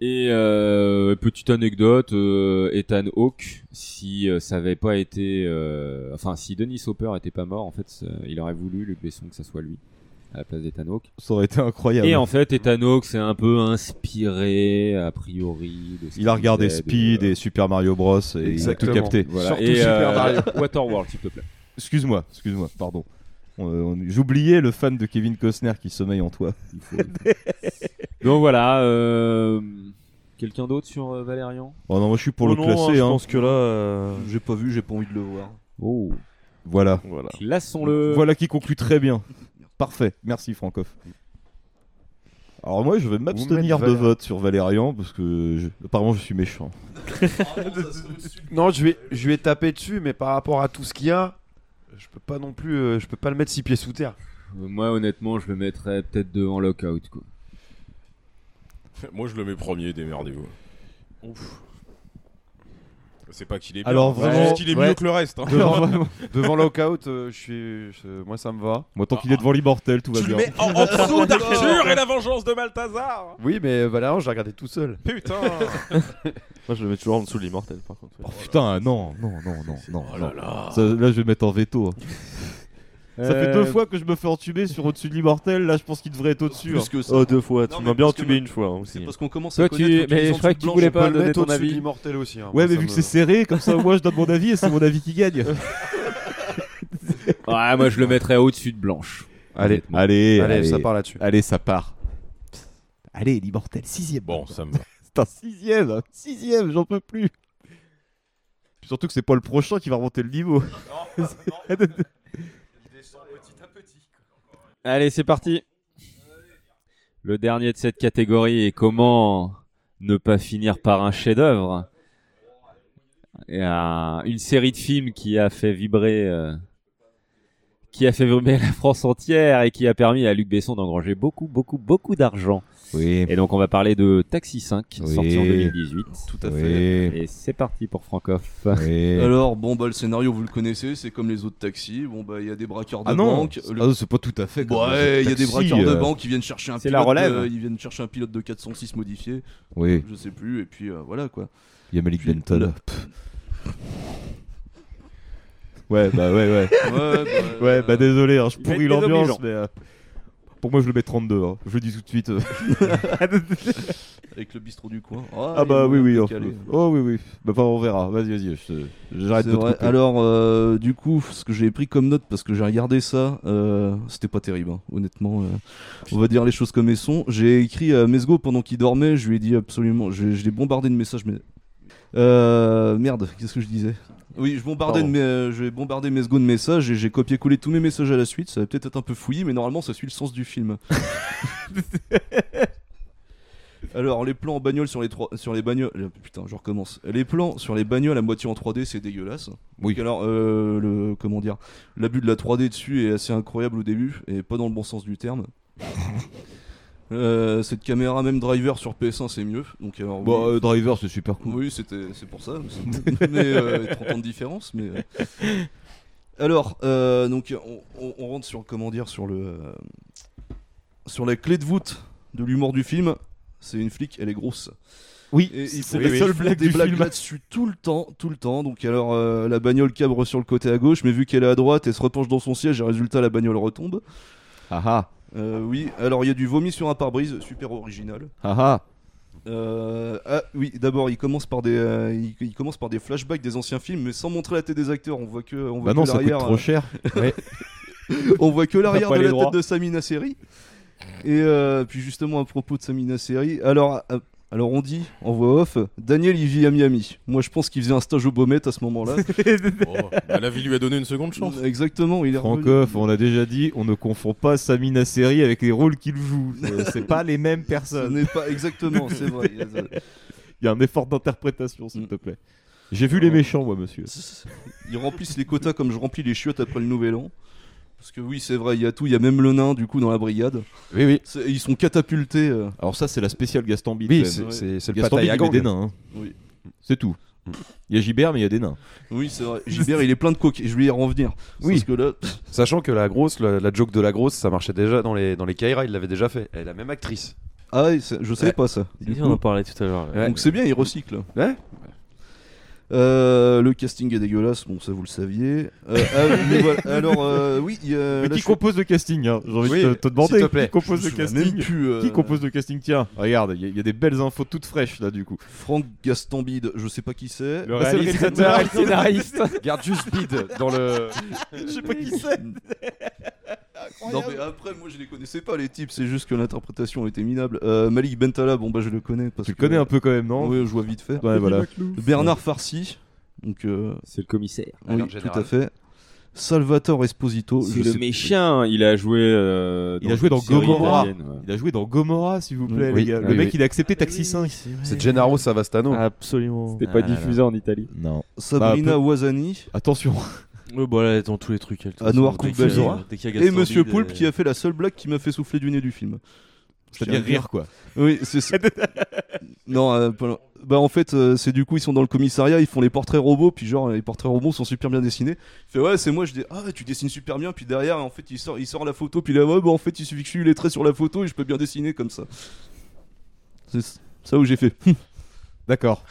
[SPEAKER 9] Et euh, petite anecdote, euh, Ethan Hawke, si euh, ça avait pas été, euh, enfin si Denis Hopper était pas mort, en fait, ça- il aurait voulu Luc Besson que ça soit lui à la place d'Ethan Hawke.
[SPEAKER 10] Ça aurait été incroyable.
[SPEAKER 9] Et en fait, Ethan Hawke s'est un peu inspiré a priori. De ce
[SPEAKER 10] Il a
[SPEAKER 9] qu'il
[SPEAKER 10] regardé
[SPEAKER 9] faisait, de-
[SPEAKER 10] Speed et Super Mario Bros. et
[SPEAKER 9] euh, Exactement.
[SPEAKER 10] il a tout capté.
[SPEAKER 9] Voilà. Surtout Et, Super euh, Mario. Waterworld, s'il te plaît.
[SPEAKER 10] Excuse-moi, excuse-moi, pardon. On- on- J'oubliais le fan de Kevin Costner qui sommeille en toi.
[SPEAKER 9] Donc voilà. euh, Quelqu'un d'autre sur euh, Valérian
[SPEAKER 10] Oh non, moi je suis pour
[SPEAKER 9] Oh
[SPEAKER 10] le
[SPEAKER 9] non,
[SPEAKER 10] classer.
[SPEAKER 9] hein, je
[SPEAKER 10] hein.
[SPEAKER 9] pense
[SPEAKER 16] que là,
[SPEAKER 12] j'ai pas vu, j'ai pas envie de le voir.
[SPEAKER 9] Oh.
[SPEAKER 10] Voilà.
[SPEAKER 9] Voilà. Classons-le.
[SPEAKER 10] Voilà qui conclut très bien. Parfait. Merci Francoff. Alors moi je vais m'abstenir
[SPEAKER 15] mettez
[SPEAKER 10] de
[SPEAKER 15] Valère-
[SPEAKER 10] vote sur Valérian parce que je- apparemment je suis méchant.
[SPEAKER 5] Ah,
[SPEAKER 15] Non, je vais, je vais taper dessus, mais par rapport à tout ce qu'il y a, je peux pas non plus, euh, je peux pas le mettre six pieds sous terre.
[SPEAKER 9] Euh, Moi, honnêtement, je le mettrais peut-être devant Lockout. Quoi.
[SPEAKER 5] Moi, je le mets premier, démerdez-vous. Ouf. C'est pas qu'il est bien.
[SPEAKER 10] Alors
[SPEAKER 5] c'est
[SPEAKER 10] vraiment-
[SPEAKER 5] juste qu'il est
[SPEAKER 10] ouais.
[SPEAKER 5] mieux que le reste. hein.
[SPEAKER 10] Devant-
[SPEAKER 15] Devant Lockout, euh, je suis, je- moi ça me va.
[SPEAKER 10] Moi tant qu'il est devant Libortel tout va
[SPEAKER 5] Ah, Tu le
[SPEAKER 10] bien.
[SPEAKER 5] mets en, en dessous d'Arthur et la vengeance de Balthazar.
[SPEAKER 15] Oui, mais Valérian, je l'ai regardé tout seul.
[SPEAKER 5] Putain.
[SPEAKER 16] Moi, je le mets toujours en dessous de l'immortel, par contre.
[SPEAKER 10] Oh putain, non, non, non, non, non. non.
[SPEAKER 16] Oh là là.
[SPEAKER 10] Ça, là, je vais mettre en veto. hein. Ça fait
[SPEAKER 16] Euh,
[SPEAKER 10] deux fois que je me fais entuber sur au-dessus de l'immortel. Là, je pense qu'il devrait être au-dessus.
[SPEAKER 12] Plus
[SPEAKER 10] hein.
[SPEAKER 12] que ça.
[SPEAKER 16] Oh, deux
[SPEAKER 12] Non,
[SPEAKER 16] fois. tu
[SPEAKER 12] mais
[SPEAKER 16] m'as bien
[SPEAKER 12] parce que
[SPEAKER 16] entubé
[SPEAKER 12] moi-
[SPEAKER 16] une fois. hein, aussi.
[SPEAKER 12] c'est parce qu'on commence à
[SPEAKER 9] Toi,
[SPEAKER 12] connaître
[SPEAKER 9] tu...
[SPEAKER 12] toutes les
[SPEAKER 9] Mais je
[SPEAKER 12] ondes
[SPEAKER 9] croyais que tu
[SPEAKER 12] blanches.
[SPEAKER 9] voulais
[SPEAKER 12] On peut
[SPEAKER 9] pas
[SPEAKER 12] le
[SPEAKER 9] donner
[SPEAKER 12] mettre
[SPEAKER 9] ton
[SPEAKER 12] au-dessus de
[SPEAKER 9] avis.
[SPEAKER 15] l'immortel aussi, hein.
[SPEAKER 10] Ouais, mais vu que c'est serré, comme ça, au moins, je donne mon avis et c'est mon avis qui gagne.
[SPEAKER 9] Ouais, moi, je le mettrais au-dessus de Blanche.
[SPEAKER 10] Allez, allez,
[SPEAKER 15] Allez, ça part là-dessus.
[SPEAKER 10] Allez, ça part. Allez, l'immortel, sixième.
[SPEAKER 5] Bon, ça me va.
[SPEAKER 10] C'est un sixième, hein. sixième, j'en peux plus. Puis surtout que c'est pas le prochain qui va remonter le niveau.
[SPEAKER 9] Allez, c'est parti. Le dernier de cette catégorie est comment ne pas finir par un chef-d'œuvre. Et un- Une série de films qui a fait vibrer, euh, qui a fait vibrer la France entière et qui a permis à Luc Besson d'engranger beaucoup, beaucoup, beaucoup d'argent.
[SPEAKER 10] Oui.
[SPEAKER 9] Et donc on va parler de Taxi 5,
[SPEAKER 10] Oui.
[SPEAKER 9] sorti en 2018.
[SPEAKER 12] Tout à fait.
[SPEAKER 9] Et c'est parti pour Francoff.
[SPEAKER 12] Alors bon bah le scénario vous le connaissez, c'est comme les autres taxis. Bon bah il y a des braqueurs de
[SPEAKER 10] Ah non,
[SPEAKER 12] banque.
[SPEAKER 10] c'est- ah non, c'est pas tout à fait comme les autres
[SPEAKER 12] Ouais, il y a des
[SPEAKER 10] taxis,
[SPEAKER 12] braqueurs de
[SPEAKER 10] euh.
[SPEAKER 12] banque qui viennent chercher un
[SPEAKER 10] C'est
[SPEAKER 12] pilote.
[SPEAKER 10] la relève.
[SPEAKER 12] euh, ils viennent chercher un pilote de 406 modifié.
[SPEAKER 10] Oui.
[SPEAKER 12] Je sais plus et puis euh, voilà quoi.
[SPEAKER 10] Il y a Malik Benton. Pff. Ouais, bah ouais, ouais.
[SPEAKER 12] Ouais, bah,
[SPEAKER 10] Ouais, bah, désolé, hein, je
[SPEAKER 12] il va
[SPEAKER 10] pourris
[SPEAKER 12] être
[SPEAKER 10] l'ambiance,
[SPEAKER 12] désobligeant.
[SPEAKER 10] mais. euh, Pour moi, je le mets 32. hein. Je le dis tout de suite. euh.
[SPEAKER 12] Avec le bistrot du coin.
[SPEAKER 10] ah bah oui, oui.
[SPEAKER 12] on
[SPEAKER 10] on- Oh oui, oui. Bah, enfin, on verra. Vas-y, vas-y. je- J'arrête
[SPEAKER 12] C'est
[SPEAKER 10] de te
[SPEAKER 12] vrai.
[SPEAKER 10] couper.
[SPEAKER 12] Alors, euh, du coup, ce que j'ai pris comme note, parce que j'ai regardé ça, euh, c'était pas terrible, hein, honnêtement. euh, on va dire les choses comme elles sont. J'ai écrit à Mesgo pendant qu'il dormait, je lui ai dit absolument. Je, je l'ai bombardé de messages, mais. Euh, merde, qu'est-ce que je disais Oui, je bombardais de,
[SPEAKER 16] Pardon.
[SPEAKER 12] mes- euh, je vais bombarder Mesgo de messages et j'ai copié-collé tous mes messages à la suite. Ça va peut-être être un peu fouillis, mais normalement, ça suit le sens du film. Alors, les plans en bagnole sur les, trois, sur les bagnoles. euh, Putain, je recommence. Les plans sur les bagnoles à moitié en 3D, c'est dégueulasse. Oui. alors, euh, le, comment dire L'abus de la 3D dessus est assez incroyable au début, et pas dans le bon sens du terme. Euh, cette caméra, même driver sur PS1, c'est mieux. Donc, alors,
[SPEAKER 10] Bah,
[SPEAKER 12] oui.
[SPEAKER 10] euh, driver, c'est super cool.
[SPEAKER 12] Oui, c'était, c'est pour ça. mais euh, 30 ans de différence. Mais euh. alors, euh, donc on, on- on rentre sur comment dire sur le euh, sur la clé de voûte de l'humour du film. C'est une flic, elle est grosse.
[SPEAKER 10] Oui,
[SPEAKER 12] Et ils
[SPEAKER 10] c'est
[SPEAKER 12] font
[SPEAKER 10] la
[SPEAKER 12] des-
[SPEAKER 10] seule
[SPEAKER 12] ils font
[SPEAKER 10] blague
[SPEAKER 12] des
[SPEAKER 10] du
[SPEAKER 12] blagues
[SPEAKER 10] film.
[SPEAKER 12] là-dessus tout le temps, tout le temps. Donc alors euh, la bagnole cabre sur le côté à gauche, mais vu qu'elle est à droite, elle se repenche dans son siège et résultat la bagnole retombe.
[SPEAKER 10] Ah ah.
[SPEAKER 12] Euh, oui, alors il y a du vomi sur un pare-brise, super original.
[SPEAKER 10] Ah ah.
[SPEAKER 12] Euh, ah oui, d'abord il commence par des euh, il, il commence par des flashbacks des anciens films, mais sans montrer la tête des acteurs. On voit que on voit
[SPEAKER 10] Bah
[SPEAKER 12] que
[SPEAKER 10] non, ça coûte
[SPEAKER 12] l'arrière,
[SPEAKER 10] trop
[SPEAKER 12] euh,
[SPEAKER 10] cher. Ouais.
[SPEAKER 12] on voit que
[SPEAKER 10] T'as
[SPEAKER 12] l'arrière
[SPEAKER 10] pas
[SPEAKER 12] de
[SPEAKER 10] les
[SPEAKER 12] la
[SPEAKER 10] droits.
[SPEAKER 12] tête de Samina Seri. Et euh, puis justement à propos de Samina Seri, alors euh, alors on dit en voix off, Daniel il vit à Miami. Moi je pense qu'il faisait un stage au Baumette à ce moment-là.
[SPEAKER 5] Bah, la vie lui a donné une seconde chance.
[SPEAKER 12] Exactement, il est revenu.
[SPEAKER 10] Francoff, on a déjà dit, on ne confond pas Samina Seri avec les rôles qu'il joue. Euh, C'est pas les mêmes personnes.
[SPEAKER 12] Ce n'est pas exactement, c'est vrai.
[SPEAKER 10] Il y a un effort d'interprétation, s'il te plaît. J'ai vu les méchants, moi, monsieur.
[SPEAKER 12] Ils remplissent les quotas comme je remplis les chiottes après le nouvel an. Parce que oui, c'est vrai, il y a tout, il y a même le nain du coup dans la brigade.
[SPEAKER 10] Oui, oui.
[SPEAKER 12] Ils sont catapultés. euh.
[SPEAKER 10] Alors ça, c'est la spéciale Gaston Bide.
[SPEAKER 12] Oui,
[SPEAKER 10] quand même.
[SPEAKER 12] c'est- c'est- c'est le
[SPEAKER 10] Gaston
[SPEAKER 12] bataille
[SPEAKER 10] Bide,
[SPEAKER 12] à
[SPEAKER 10] il met
[SPEAKER 12] gang.
[SPEAKER 10] des nains. hein.
[SPEAKER 12] Oui.
[SPEAKER 10] C'est tout. Il y a Gibert, mais il y a des nains.
[SPEAKER 12] Oui, c'est vrai. Gilbert, il est plein de coke. Je vais y revenir.
[SPEAKER 19] Oui.
[SPEAKER 12] Parce que là,
[SPEAKER 19] Sachant que la grosse, la, la joke de la grosse, ça marchait déjà dans les, dans les Kaira, il l'avait déjà fait. Elle est la même actrice.
[SPEAKER 12] Ah, oui, c'est- je savais
[SPEAKER 19] Ouais.
[SPEAKER 12] pas ça.
[SPEAKER 19] Si,
[SPEAKER 12] Du
[SPEAKER 19] on en
[SPEAKER 12] coup.
[SPEAKER 19] parlait tout à l'heure, ouais.
[SPEAKER 12] Donc c'est bien, ils recyclent.
[SPEAKER 19] Ouais.
[SPEAKER 12] Euh, le casting est dégueulasse, bon ça vous le saviez. Euh, ah, mais voilà, alors euh, oui. il y a-
[SPEAKER 10] Mais
[SPEAKER 12] là,
[SPEAKER 10] qui
[SPEAKER 12] je-
[SPEAKER 10] compose le casting hein J'ai envie
[SPEAKER 12] Oui,
[SPEAKER 10] de te, te demander.
[SPEAKER 12] s'il te plaît.
[SPEAKER 10] Qui compose
[SPEAKER 12] Je
[SPEAKER 10] le
[SPEAKER 12] me souviens
[SPEAKER 10] casting
[SPEAKER 12] même plus, euh.
[SPEAKER 10] Qui compose le casting Tiens, regarde, il y a- il y, a des belles infos toutes fraîches là du coup.
[SPEAKER 12] Franck Gastambide, je sais pas qui c'est.
[SPEAKER 10] Ah, c'est réalisateur.
[SPEAKER 19] Garde juste Bide dans le.
[SPEAKER 10] Je sais pas qui c'est.
[SPEAKER 12] Non mais après moi je les connaissais pas les types, c'est juste que l'interprétation était minable. Euh, Malik Bentala, bon bah je le connais parce
[SPEAKER 10] Tu le
[SPEAKER 12] que-
[SPEAKER 10] connais un peu quand même, non
[SPEAKER 12] Oui, je vois vite fait.
[SPEAKER 10] Ouais, voilà.
[SPEAKER 12] Bernard Farsi, donc euh,
[SPEAKER 20] c'est le commissaire.
[SPEAKER 12] oui,
[SPEAKER 20] Alors,
[SPEAKER 12] tout à
[SPEAKER 20] général.
[SPEAKER 12] fait. Salvatore Esposito,
[SPEAKER 20] C'est
[SPEAKER 12] je
[SPEAKER 20] le
[SPEAKER 12] sais-
[SPEAKER 20] méchant, il a joué. euh,
[SPEAKER 10] Il a joué dans
[SPEAKER 20] une série
[SPEAKER 10] Gomorrah.
[SPEAKER 20] italienne, ouais.
[SPEAKER 10] Il a joué dans Gomorrah, s'il vous plaît,
[SPEAKER 20] Oui,
[SPEAKER 10] les gars.
[SPEAKER 20] oui,
[SPEAKER 10] le mec,
[SPEAKER 20] oui.
[SPEAKER 10] il a accepté Taxi 5.
[SPEAKER 19] C'est Gennaro Savastano.
[SPEAKER 16] Absolument.
[SPEAKER 20] C'était pas diffusé en Italie.
[SPEAKER 10] Non.
[SPEAKER 12] Sabrina
[SPEAKER 10] Bah, un peu-
[SPEAKER 12] Wazani.
[SPEAKER 10] Attention.
[SPEAKER 16] Ouais, bon, là, elle est dans tous les trucs. elle, de toute façon.
[SPEAKER 12] Anouar
[SPEAKER 16] Dès qu'il y a-
[SPEAKER 12] Koukbazora
[SPEAKER 16] dès qu'il y a
[SPEAKER 12] et
[SPEAKER 16] Gaston
[SPEAKER 12] Monsieur
[SPEAKER 16] Bide,
[SPEAKER 12] Poulpe
[SPEAKER 16] euh,
[SPEAKER 12] qui a fait la seule blague qui m'a fait souffler du nez du film. Je
[SPEAKER 10] C'est-à-dire
[SPEAKER 12] tiens à le
[SPEAKER 10] rire, quoi.
[SPEAKER 12] Oui, c'est ça. non, euh, pas loin. bah en fait, euh, c'est du coup ils sont dans le commissariat, ils font les portraits robots, puis genre les portraits robots sont super bien dessinés. Il fait ouais, c'est moi, je dis ah tu dessines super bien, puis derrière en fait il sort, il sort la photo, puis là ouais bah en fait il suffit que je suis les traits sur la photo et je peux bien dessiner comme ça. C'est s- ça où j'ai fait.
[SPEAKER 10] D'accord.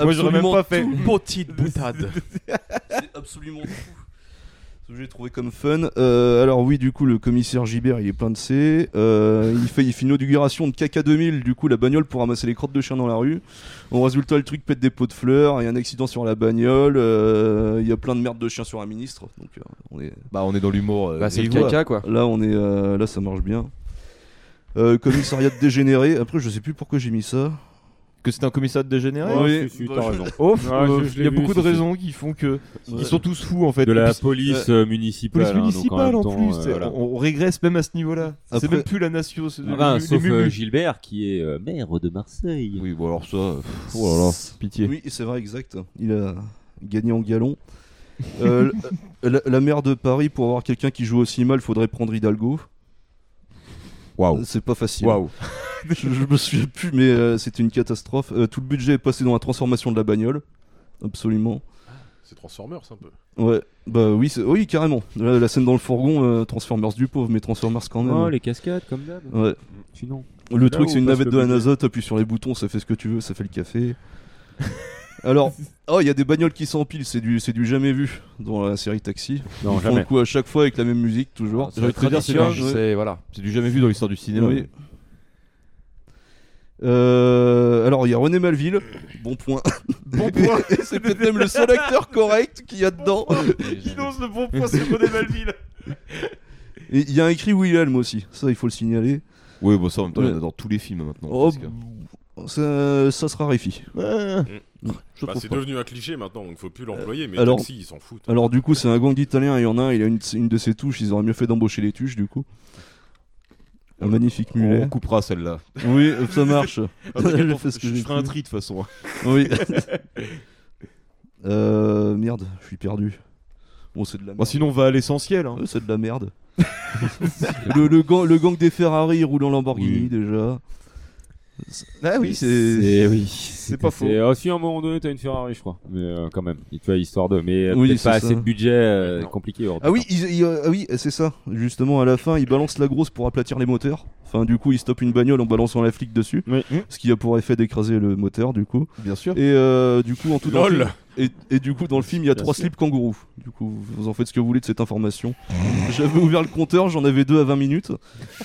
[SPEAKER 12] Moi j'aurais même pas fait.
[SPEAKER 11] Petite boutade.
[SPEAKER 12] C'est absolument fou. Ce que j'ai trouvé comme fun. Euh, alors oui, du coup, le commissaire Gibert, il est plein de C. Euh, il, fait, il fait une inauguration de caca 2000, du coup, la bagnole pour ramasser les crottes de chien dans la rue. En résultat, le truc pète des pots de fleurs, il y a un accident sur la bagnole, euh, il y a plein de merde de chien sur un ministre. Donc euh, on est...
[SPEAKER 10] Bah, on est dans l'humour. euh, grivois.
[SPEAKER 12] Là, on est, euh, là, ça marche bien. Euh, commissariat de dégénéré. Après, je sais plus pourquoi j'ai mis ça.
[SPEAKER 10] Que c'était un commissariat de dégénéré
[SPEAKER 12] Oui. Bah,
[SPEAKER 10] Oh,
[SPEAKER 12] Ouais,
[SPEAKER 10] euh,
[SPEAKER 12] je- je
[SPEAKER 10] il y a
[SPEAKER 12] l'ai vu,
[SPEAKER 10] beaucoup de
[SPEAKER 12] si, si.
[SPEAKER 10] raisons qui font que.
[SPEAKER 12] Ouais.
[SPEAKER 10] Ils sont tous fous en fait.
[SPEAKER 20] De
[SPEAKER 10] Et
[SPEAKER 20] la
[SPEAKER 10] puis,
[SPEAKER 20] police, euh, municipale, hein,
[SPEAKER 10] Police
[SPEAKER 20] donc en
[SPEAKER 10] municipale
[SPEAKER 20] même
[SPEAKER 10] en,
[SPEAKER 20] temps,
[SPEAKER 10] plus.
[SPEAKER 20] euh,
[SPEAKER 10] c'est-
[SPEAKER 20] voilà.
[SPEAKER 10] on, on régresse même à ce niveau-là. C'est
[SPEAKER 20] Après-
[SPEAKER 10] même plus la nation. c'est
[SPEAKER 20] Ah ben,
[SPEAKER 10] les- les
[SPEAKER 20] sauf
[SPEAKER 10] mumus.
[SPEAKER 20] euh, Gilbert qui est euh, maire de Marseille.
[SPEAKER 10] Oui, bon alors ça. oh là là, pitié.
[SPEAKER 12] Oui, c'est vrai, exact. Il a gagné en galon. Euh, la, la maire de Paris, pour avoir quelqu'un qui joue aussi mal, faudrait prendre Hidalgo. Euh,
[SPEAKER 10] Waouh.
[SPEAKER 12] C'est pas facile.
[SPEAKER 10] Waouh.
[SPEAKER 12] je, je me souviens plus, mais euh, c'était une catastrophe. Euh, tout le budget est passé dans la transformation de la bagnole. Absolument.
[SPEAKER 5] C'est Transformers un peu.
[SPEAKER 12] Ouais, bah oui, c'est- oui carrément. La, la scène dans le fourgon, euh, Transformers du pauvre, mais Transformers quand même.
[SPEAKER 20] Oh, les cascades, comme d'hab.
[SPEAKER 12] Ouais.
[SPEAKER 20] Sinon.
[SPEAKER 12] Le
[SPEAKER 20] Là
[SPEAKER 12] truc,
[SPEAKER 20] où
[SPEAKER 12] c'est une
[SPEAKER 20] passe
[SPEAKER 12] navette
[SPEAKER 20] le
[SPEAKER 12] de la
[SPEAKER 20] budget.
[SPEAKER 12] NASA, t'appuies sur les boutons, ça fait ce que tu veux, ça fait le café. Alors, oh, il y a des bagnoles qui s'empilent, c'est du, c'est du jamais vu dans la série Taxi. Ils
[SPEAKER 10] Non,
[SPEAKER 12] font
[SPEAKER 10] jamais.
[SPEAKER 12] le coup à chaque fois avec la même musique, toujours.
[SPEAKER 10] J'ai envie de te dire, c'est du-
[SPEAKER 12] Ouais.
[SPEAKER 10] c'est- voilà. C'est du jamais vu dans l'histoire du cinéma.
[SPEAKER 12] Oui. Euh, alors, il y a René Malville, bon point. Bon point. c'est peut-être même le seul acteur correct qu'il y a dedans.
[SPEAKER 10] Il ose le bon point sur René Malville.
[SPEAKER 12] Et Il y a un écrit Wilhelm aussi, ça il faut le signaler.
[SPEAKER 10] Oui, bon, ça en même temps, il y en a
[SPEAKER 12] Ouais.
[SPEAKER 10] dans tous les films maintenant.
[SPEAKER 12] Oh,
[SPEAKER 10] presque.
[SPEAKER 12] ça, ça se raréfie.
[SPEAKER 5] Mm.
[SPEAKER 12] Je
[SPEAKER 5] Bah,
[SPEAKER 12] trouve
[SPEAKER 5] c'est
[SPEAKER 12] pas.
[SPEAKER 5] devenu un cliché maintenant, donc faut plus l'employer. Mais
[SPEAKER 12] Euh, alors,
[SPEAKER 5] Taxi, ils s'en foutent. hein.
[SPEAKER 12] alors du coup, c'est un gang italien, il y en a un, il a une, une de ses touches, ils auraient mieux fait d'embaucher les touches du coup. Un magnifique mulet.
[SPEAKER 10] On coupera celle-là.
[SPEAKER 12] Oui, euh, ça marche.
[SPEAKER 10] Ah, t'inquiète,
[SPEAKER 12] Je
[SPEAKER 10] on-
[SPEAKER 12] fais ce que
[SPEAKER 10] je
[SPEAKER 12] j'ai
[SPEAKER 10] ferai un
[SPEAKER 12] pu.
[SPEAKER 10] tri, de toute façon.
[SPEAKER 12] Oui. Euh, merde, je suis perdu. Bon, c'est de la merde.
[SPEAKER 10] Bon, Bah, sinon, on va à l'essentiel. hein.
[SPEAKER 12] Euh, c'est de la merde. le, le gang, le gang des Ferrari roulant Lamborghini déjà. Ah oui, c'est.
[SPEAKER 9] oui.
[SPEAKER 12] C'est pas faux.
[SPEAKER 9] C'est aussi à un moment donné, t'as une Ferrari, je crois. Mais euh, quand même, tu vois, histoire de. Mais euh,
[SPEAKER 12] Oui,
[SPEAKER 9] peut-être
[SPEAKER 12] c'est
[SPEAKER 9] pas
[SPEAKER 12] ça.
[SPEAKER 9] assez de budget, euh, compliqué. hors de
[SPEAKER 12] Ah oui, ils- ils- euh, ah oui, c'est ça. Justement, à la fin, ils balancent la grosse pour aplatir les moteurs. Enfin, du coup, ils stoppent une bagnole en balançant la flic dessus. Ce qui a pour effet d'écraser le moteur, du coup.
[SPEAKER 10] Mmh. Bien sûr.
[SPEAKER 12] Et euh, du coup, en tout dans le
[SPEAKER 10] Lol.
[SPEAKER 12] film- et, et du coup, dans le film, il y a
[SPEAKER 10] Bien
[SPEAKER 12] trois
[SPEAKER 10] sûr.
[SPEAKER 12] slips kangourous. Du coup, vous en faites ce que vous voulez de cette information. J'avais ouvert le compteur, j'en avais deux à 20 minutes.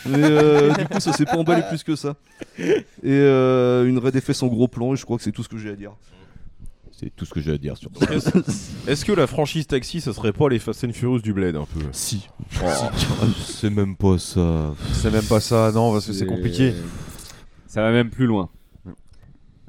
[SPEAKER 12] Mais euh, du coup, ça s'est pas emballé plus que ça. Et euh, une raie des fesses en gros plan, et je crois que c'est tout ce que j'ai à dire.
[SPEAKER 10] C'est tout ce que j'ai à dire sur
[SPEAKER 5] Est-ce est-ce que la franchise taxi, ça serait pas les Fast and Furious du Bled un peu
[SPEAKER 12] Si.
[SPEAKER 5] Oh.
[SPEAKER 12] Ah,
[SPEAKER 10] C'est même pas ça.
[SPEAKER 15] C'est même pas ça, non, parce que c'est
[SPEAKER 9] C'est- euh,
[SPEAKER 15] compliqué.
[SPEAKER 9] Ça va même plus loin.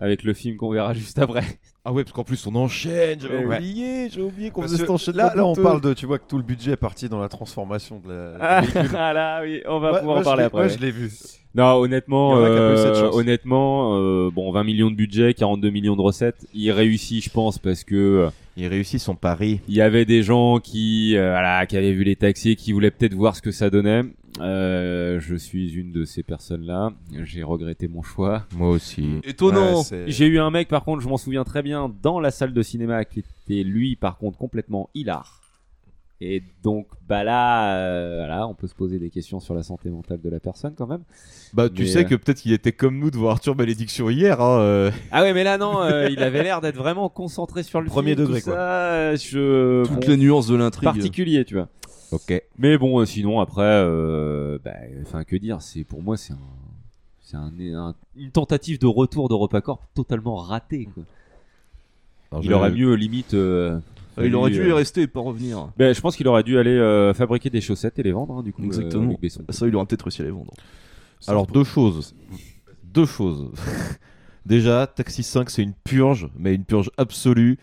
[SPEAKER 9] Avec le film qu'on verra juste après.
[SPEAKER 10] Ah ouais, parce qu'en plus on enchaîne,
[SPEAKER 15] j'avais
[SPEAKER 10] oublié, j'ai oublié
[SPEAKER 15] Parce que là, là, on parle de, tu vois, que tout le budget est parti dans la transformation de la.
[SPEAKER 9] Ah,
[SPEAKER 12] Euh,
[SPEAKER 15] du véhicule.
[SPEAKER 9] ah là, oui, on va
[SPEAKER 15] Ouais,
[SPEAKER 9] pouvoir
[SPEAKER 15] moi,
[SPEAKER 9] en
[SPEAKER 15] je
[SPEAKER 9] parler
[SPEAKER 15] l'ai-
[SPEAKER 9] après.
[SPEAKER 15] moi,
[SPEAKER 9] ouais.
[SPEAKER 15] je l'ai vu.
[SPEAKER 9] Non, honnêtement,
[SPEAKER 15] Il y en a qui a pas eu cette
[SPEAKER 9] euh,
[SPEAKER 15] chance.
[SPEAKER 9] honnêtement, euh, bon, 20 millions de budget, 42 millions de recettes, il réussit, je pense, parce que euh,
[SPEAKER 10] il réussit son pari.
[SPEAKER 9] Il y avait des gens qui, euh, voilà, qui avaient vu les taxis, et qui voulaient peut-être voir ce que ça donnait. Euh, je suis une de ces personnes-là. J'ai regretté mon choix. Euh,
[SPEAKER 10] Moi aussi.
[SPEAKER 9] Étonnant.
[SPEAKER 10] Ouais, c'est-
[SPEAKER 9] J'ai eu un mec, par contre, je m'en souviens très bien, dans la salle de cinéma, qui était lui, par contre, complètement hilar. Et donc, bah là, euh, voilà, on peut se poser des questions sur la santé mentale de la personne quand même.
[SPEAKER 10] Bah, tu
[SPEAKER 9] Mais,
[SPEAKER 10] sais
[SPEAKER 9] euh,
[SPEAKER 10] que peut-être qu'il était comme nous de voir Arthur Malédiction hier. Hein, euh.
[SPEAKER 9] Ah ouais, mais là non, euh, il avait l'air d'être vraiment concentré sur le
[SPEAKER 10] Premier
[SPEAKER 9] film,
[SPEAKER 10] degré,
[SPEAKER 9] tout
[SPEAKER 10] quoi.
[SPEAKER 9] ça, euh, je...
[SPEAKER 12] Toutes les nuances de l'intrigue.
[SPEAKER 9] Particulier, tu vois.
[SPEAKER 10] Ok.
[SPEAKER 9] Mais bon, euh, sinon après, euh, bah, enfin que dire, c'est pour moi c'est un, c'est un, un- une tentative de retour d'EuropaCorp totalement ratée. Quoi.
[SPEAKER 10] Alors,
[SPEAKER 9] il
[SPEAKER 10] je-
[SPEAKER 9] aurait mieux limite. euh,
[SPEAKER 12] Ah, il aurait dû
[SPEAKER 9] fallu,
[SPEAKER 12] y
[SPEAKER 9] euh,
[SPEAKER 12] rester et pas revenir.
[SPEAKER 9] ben, je pense qu'il aurait dû aller euh, fabriquer des chaussettes et les vendre, hein, du coup. euh,
[SPEAKER 12] Exactement.
[SPEAKER 9] Luc Besson.
[SPEAKER 12] ça, il aurait peut-être réussi à les vendre.
[SPEAKER 10] Alors deux choses. Deux choses. Déjà, Taxi 5, c'est une purge, mais une purge absolue.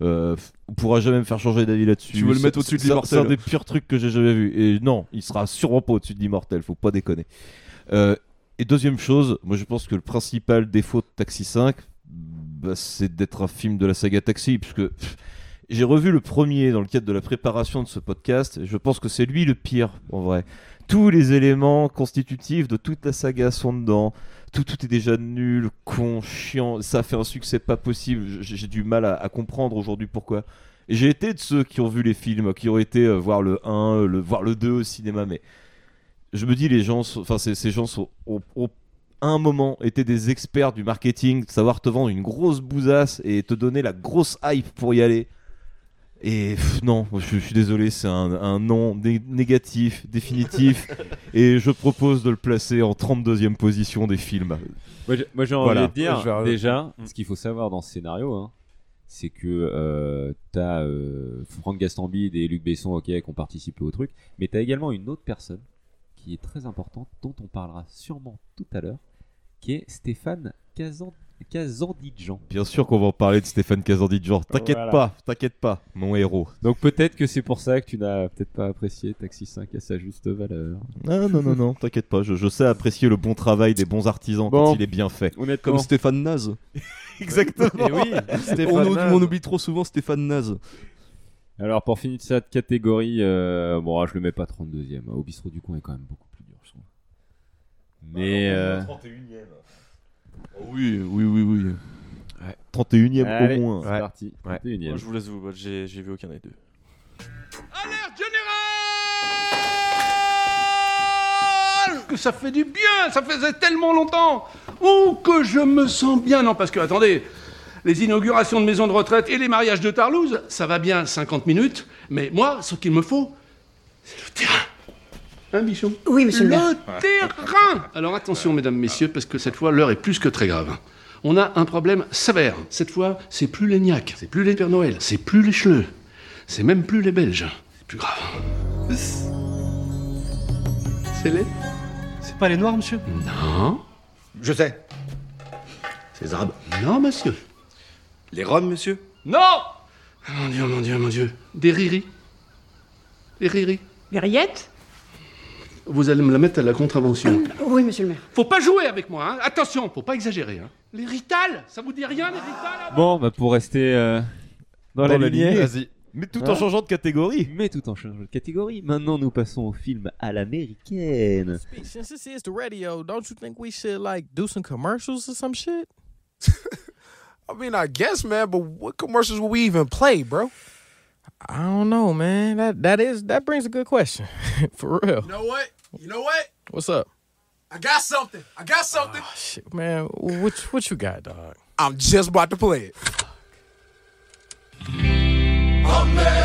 [SPEAKER 10] Euh, f- on pourra jamais me faire changer d'avis là-dessus.
[SPEAKER 12] Tu veux le
[SPEAKER 10] C'est-
[SPEAKER 12] mettre au-dessus de
[SPEAKER 10] c'est un-
[SPEAKER 12] l'Immortel.
[SPEAKER 10] C'est un des pires trucs que j'ai jamais vu. Et non, il sera sûrement pas au-dessus de l'immortel, faut pas déconner. Euh, et deuxième chose, moi je pense que le principal défaut de Taxi 5, bah, c'est d'être un film de la saga Taxi, puisque pff, j'ai revu le premier dans le cadre de la préparation de ce podcast, et je pense que c'est lui le pire, en vrai. Tous les éléments constitutifs de toute la saga sont dedans. Tout, tout est déjà nul, con, chiant. Ça fait un succès pas possible. J- J'ai j'ai du mal à, à comprendre aujourd'hui pourquoi. Et J'ai été de ceux qui ont vu les films, qui ont été euh, voir le 1, le, voir le 2 au cinéma, mais je me dis les gens sont- enfin ces, ces gens sont ont, ont, à un moment été des experts du marketing savoir te vendre une grosse bousasse et te donner la grosse hype pour y aller et pff, non moi, je, je suis désolé c'est un, un non né- négatif définitif et je propose de le placer en 32e position des films
[SPEAKER 9] Moi, j'ai- moi, j'ai envie
[SPEAKER 10] Voilà.
[SPEAKER 9] de dire,
[SPEAKER 10] Je vais-
[SPEAKER 9] déjà, Mm. ce qu'il faut savoir dans ce scénario, hein, c'est que euh, t'as euh, Franck Gastambide et Luc Besson, ok, qui ont participé au truc, mais t'as également une autre personne qui est très importante, dont on parlera sûrement tout à l'heure, qui est Stéphane Kazan- Kazandijan.
[SPEAKER 10] bien sûr qu'on va en parler de Stéphane Kazandidjan t'inquiète
[SPEAKER 9] Voilà.
[SPEAKER 10] pas t'inquiète pas mon héros
[SPEAKER 9] Donc peut-être que c'est pour ça que tu n'as peut-être pas apprécié Taxi 5 à sa juste valeur.
[SPEAKER 10] ah, non non non t'inquiète pas je, je sais apprécier le bon travail des bons artisans
[SPEAKER 9] Bon.
[SPEAKER 10] quand il est bien fait
[SPEAKER 9] Honnêtement.
[SPEAKER 12] Comme Stéphane Naz.
[SPEAKER 10] Exactement.
[SPEAKER 9] Eh oui, Stéphane
[SPEAKER 12] on, oublie-
[SPEAKER 9] Naz.
[SPEAKER 12] on oublie trop souvent Stéphane Naz.
[SPEAKER 9] Alors pour finir cette catégorie, euh, bon, ah, je le mets pas 32e. Au bistrot du coin est quand même beaucoup plus dur, je trouve.
[SPEAKER 15] Ah
[SPEAKER 9] Mais euh,
[SPEAKER 10] 31e.
[SPEAKER 12] Ah Oui, oui, oui, oui.
[SPEAKER 10] 31ème
[SPEAKER 9] Allez,
[SPEAKER 10] au moins.
[SPEAKER 9] c'est parti. 31e.
[SPEAKER 16] Moi, je vous laisse vous, battre, j'ai j'ai vu aucun des deux.
[SPEAKER 21] Oh, que ça fait du bien, ça faisait tellement longtemps. Oh, que je me sens bien. Non, parce que, attendez, les inaugurations de maisons de retraite et les mariages de Tarlouse, ça va bien 50 minutes, mais moi, ce qu'il me faut, c'est le terrain. Hein, Bichon
[SPEAKER 22] Oui, monsieur le maire.
[SPEAKER 21] terrain Alors attention, mesdames, messieurs, parce que cette fois, l'heure est plus que très grave. On a un problème sévère. Cette fois, c'est plus les gnacs, c'est plus les Pères Noël, c'est plus les cheleux, c'est même plus les Belges. C'est plus grave. C'est les
[SPEAKER 23] C'est pas les noirs, monsieur Hein?
[SPEAKER 21] Non.
[SPEAKER 23] Je sais.
[SPEAKER 21] Ces arabes Non, monsieur.
[SPEAKER 23] Les roms, monsieur
[SPEAKER 21] Non Mon Dieu, mon Dieu, mon Dieu. Des riris. Les riris.
[SPEAKER 24] Les rillettes
[SPEAKER 21] Vous allez me la mettre à la contravention.
[SPEAKER 16] Oui, monsieur le maire.
[SPEAKER 21] Faut pas jouer avec moi, hein. Attention, faut pas exagérer, hein. Les Rital, ça vous dit rien, les Rital
[SPEAKER 9] Bon, bah pour rester euh, dans,
[SPEAKER 15] Dans
[SPEAKER 9] la,
[SPEAKER 15] la
[SPEAKER 9] lignée.
[SPEAKER 15] lignée, vas-y. Mais tout en changeant
[SPEAKER 9] de catégorie. Mais tout en changeant de catégorie. Maintenant, nous passons au film à l'américaine.
[SPEAKER 25] Since this is the radio, don't you think we should like do some commercials or some shit?
[SPEAKER 5] I mean, I guess, man, but what commercials will we even play, bro?
[SPEAKER 25] I don't know, man. That that is that brings a good question, for real.
[SPEAKER 5] You know what? You know what?
[SPEAKER 25] What's up,
[SPEAKER 5] I got something. I got something.
[SPEAKER 25] man? What what you got, dog?
[SPEAKER 5] I'm just about to play it.
[SPEAKER 25] Amen.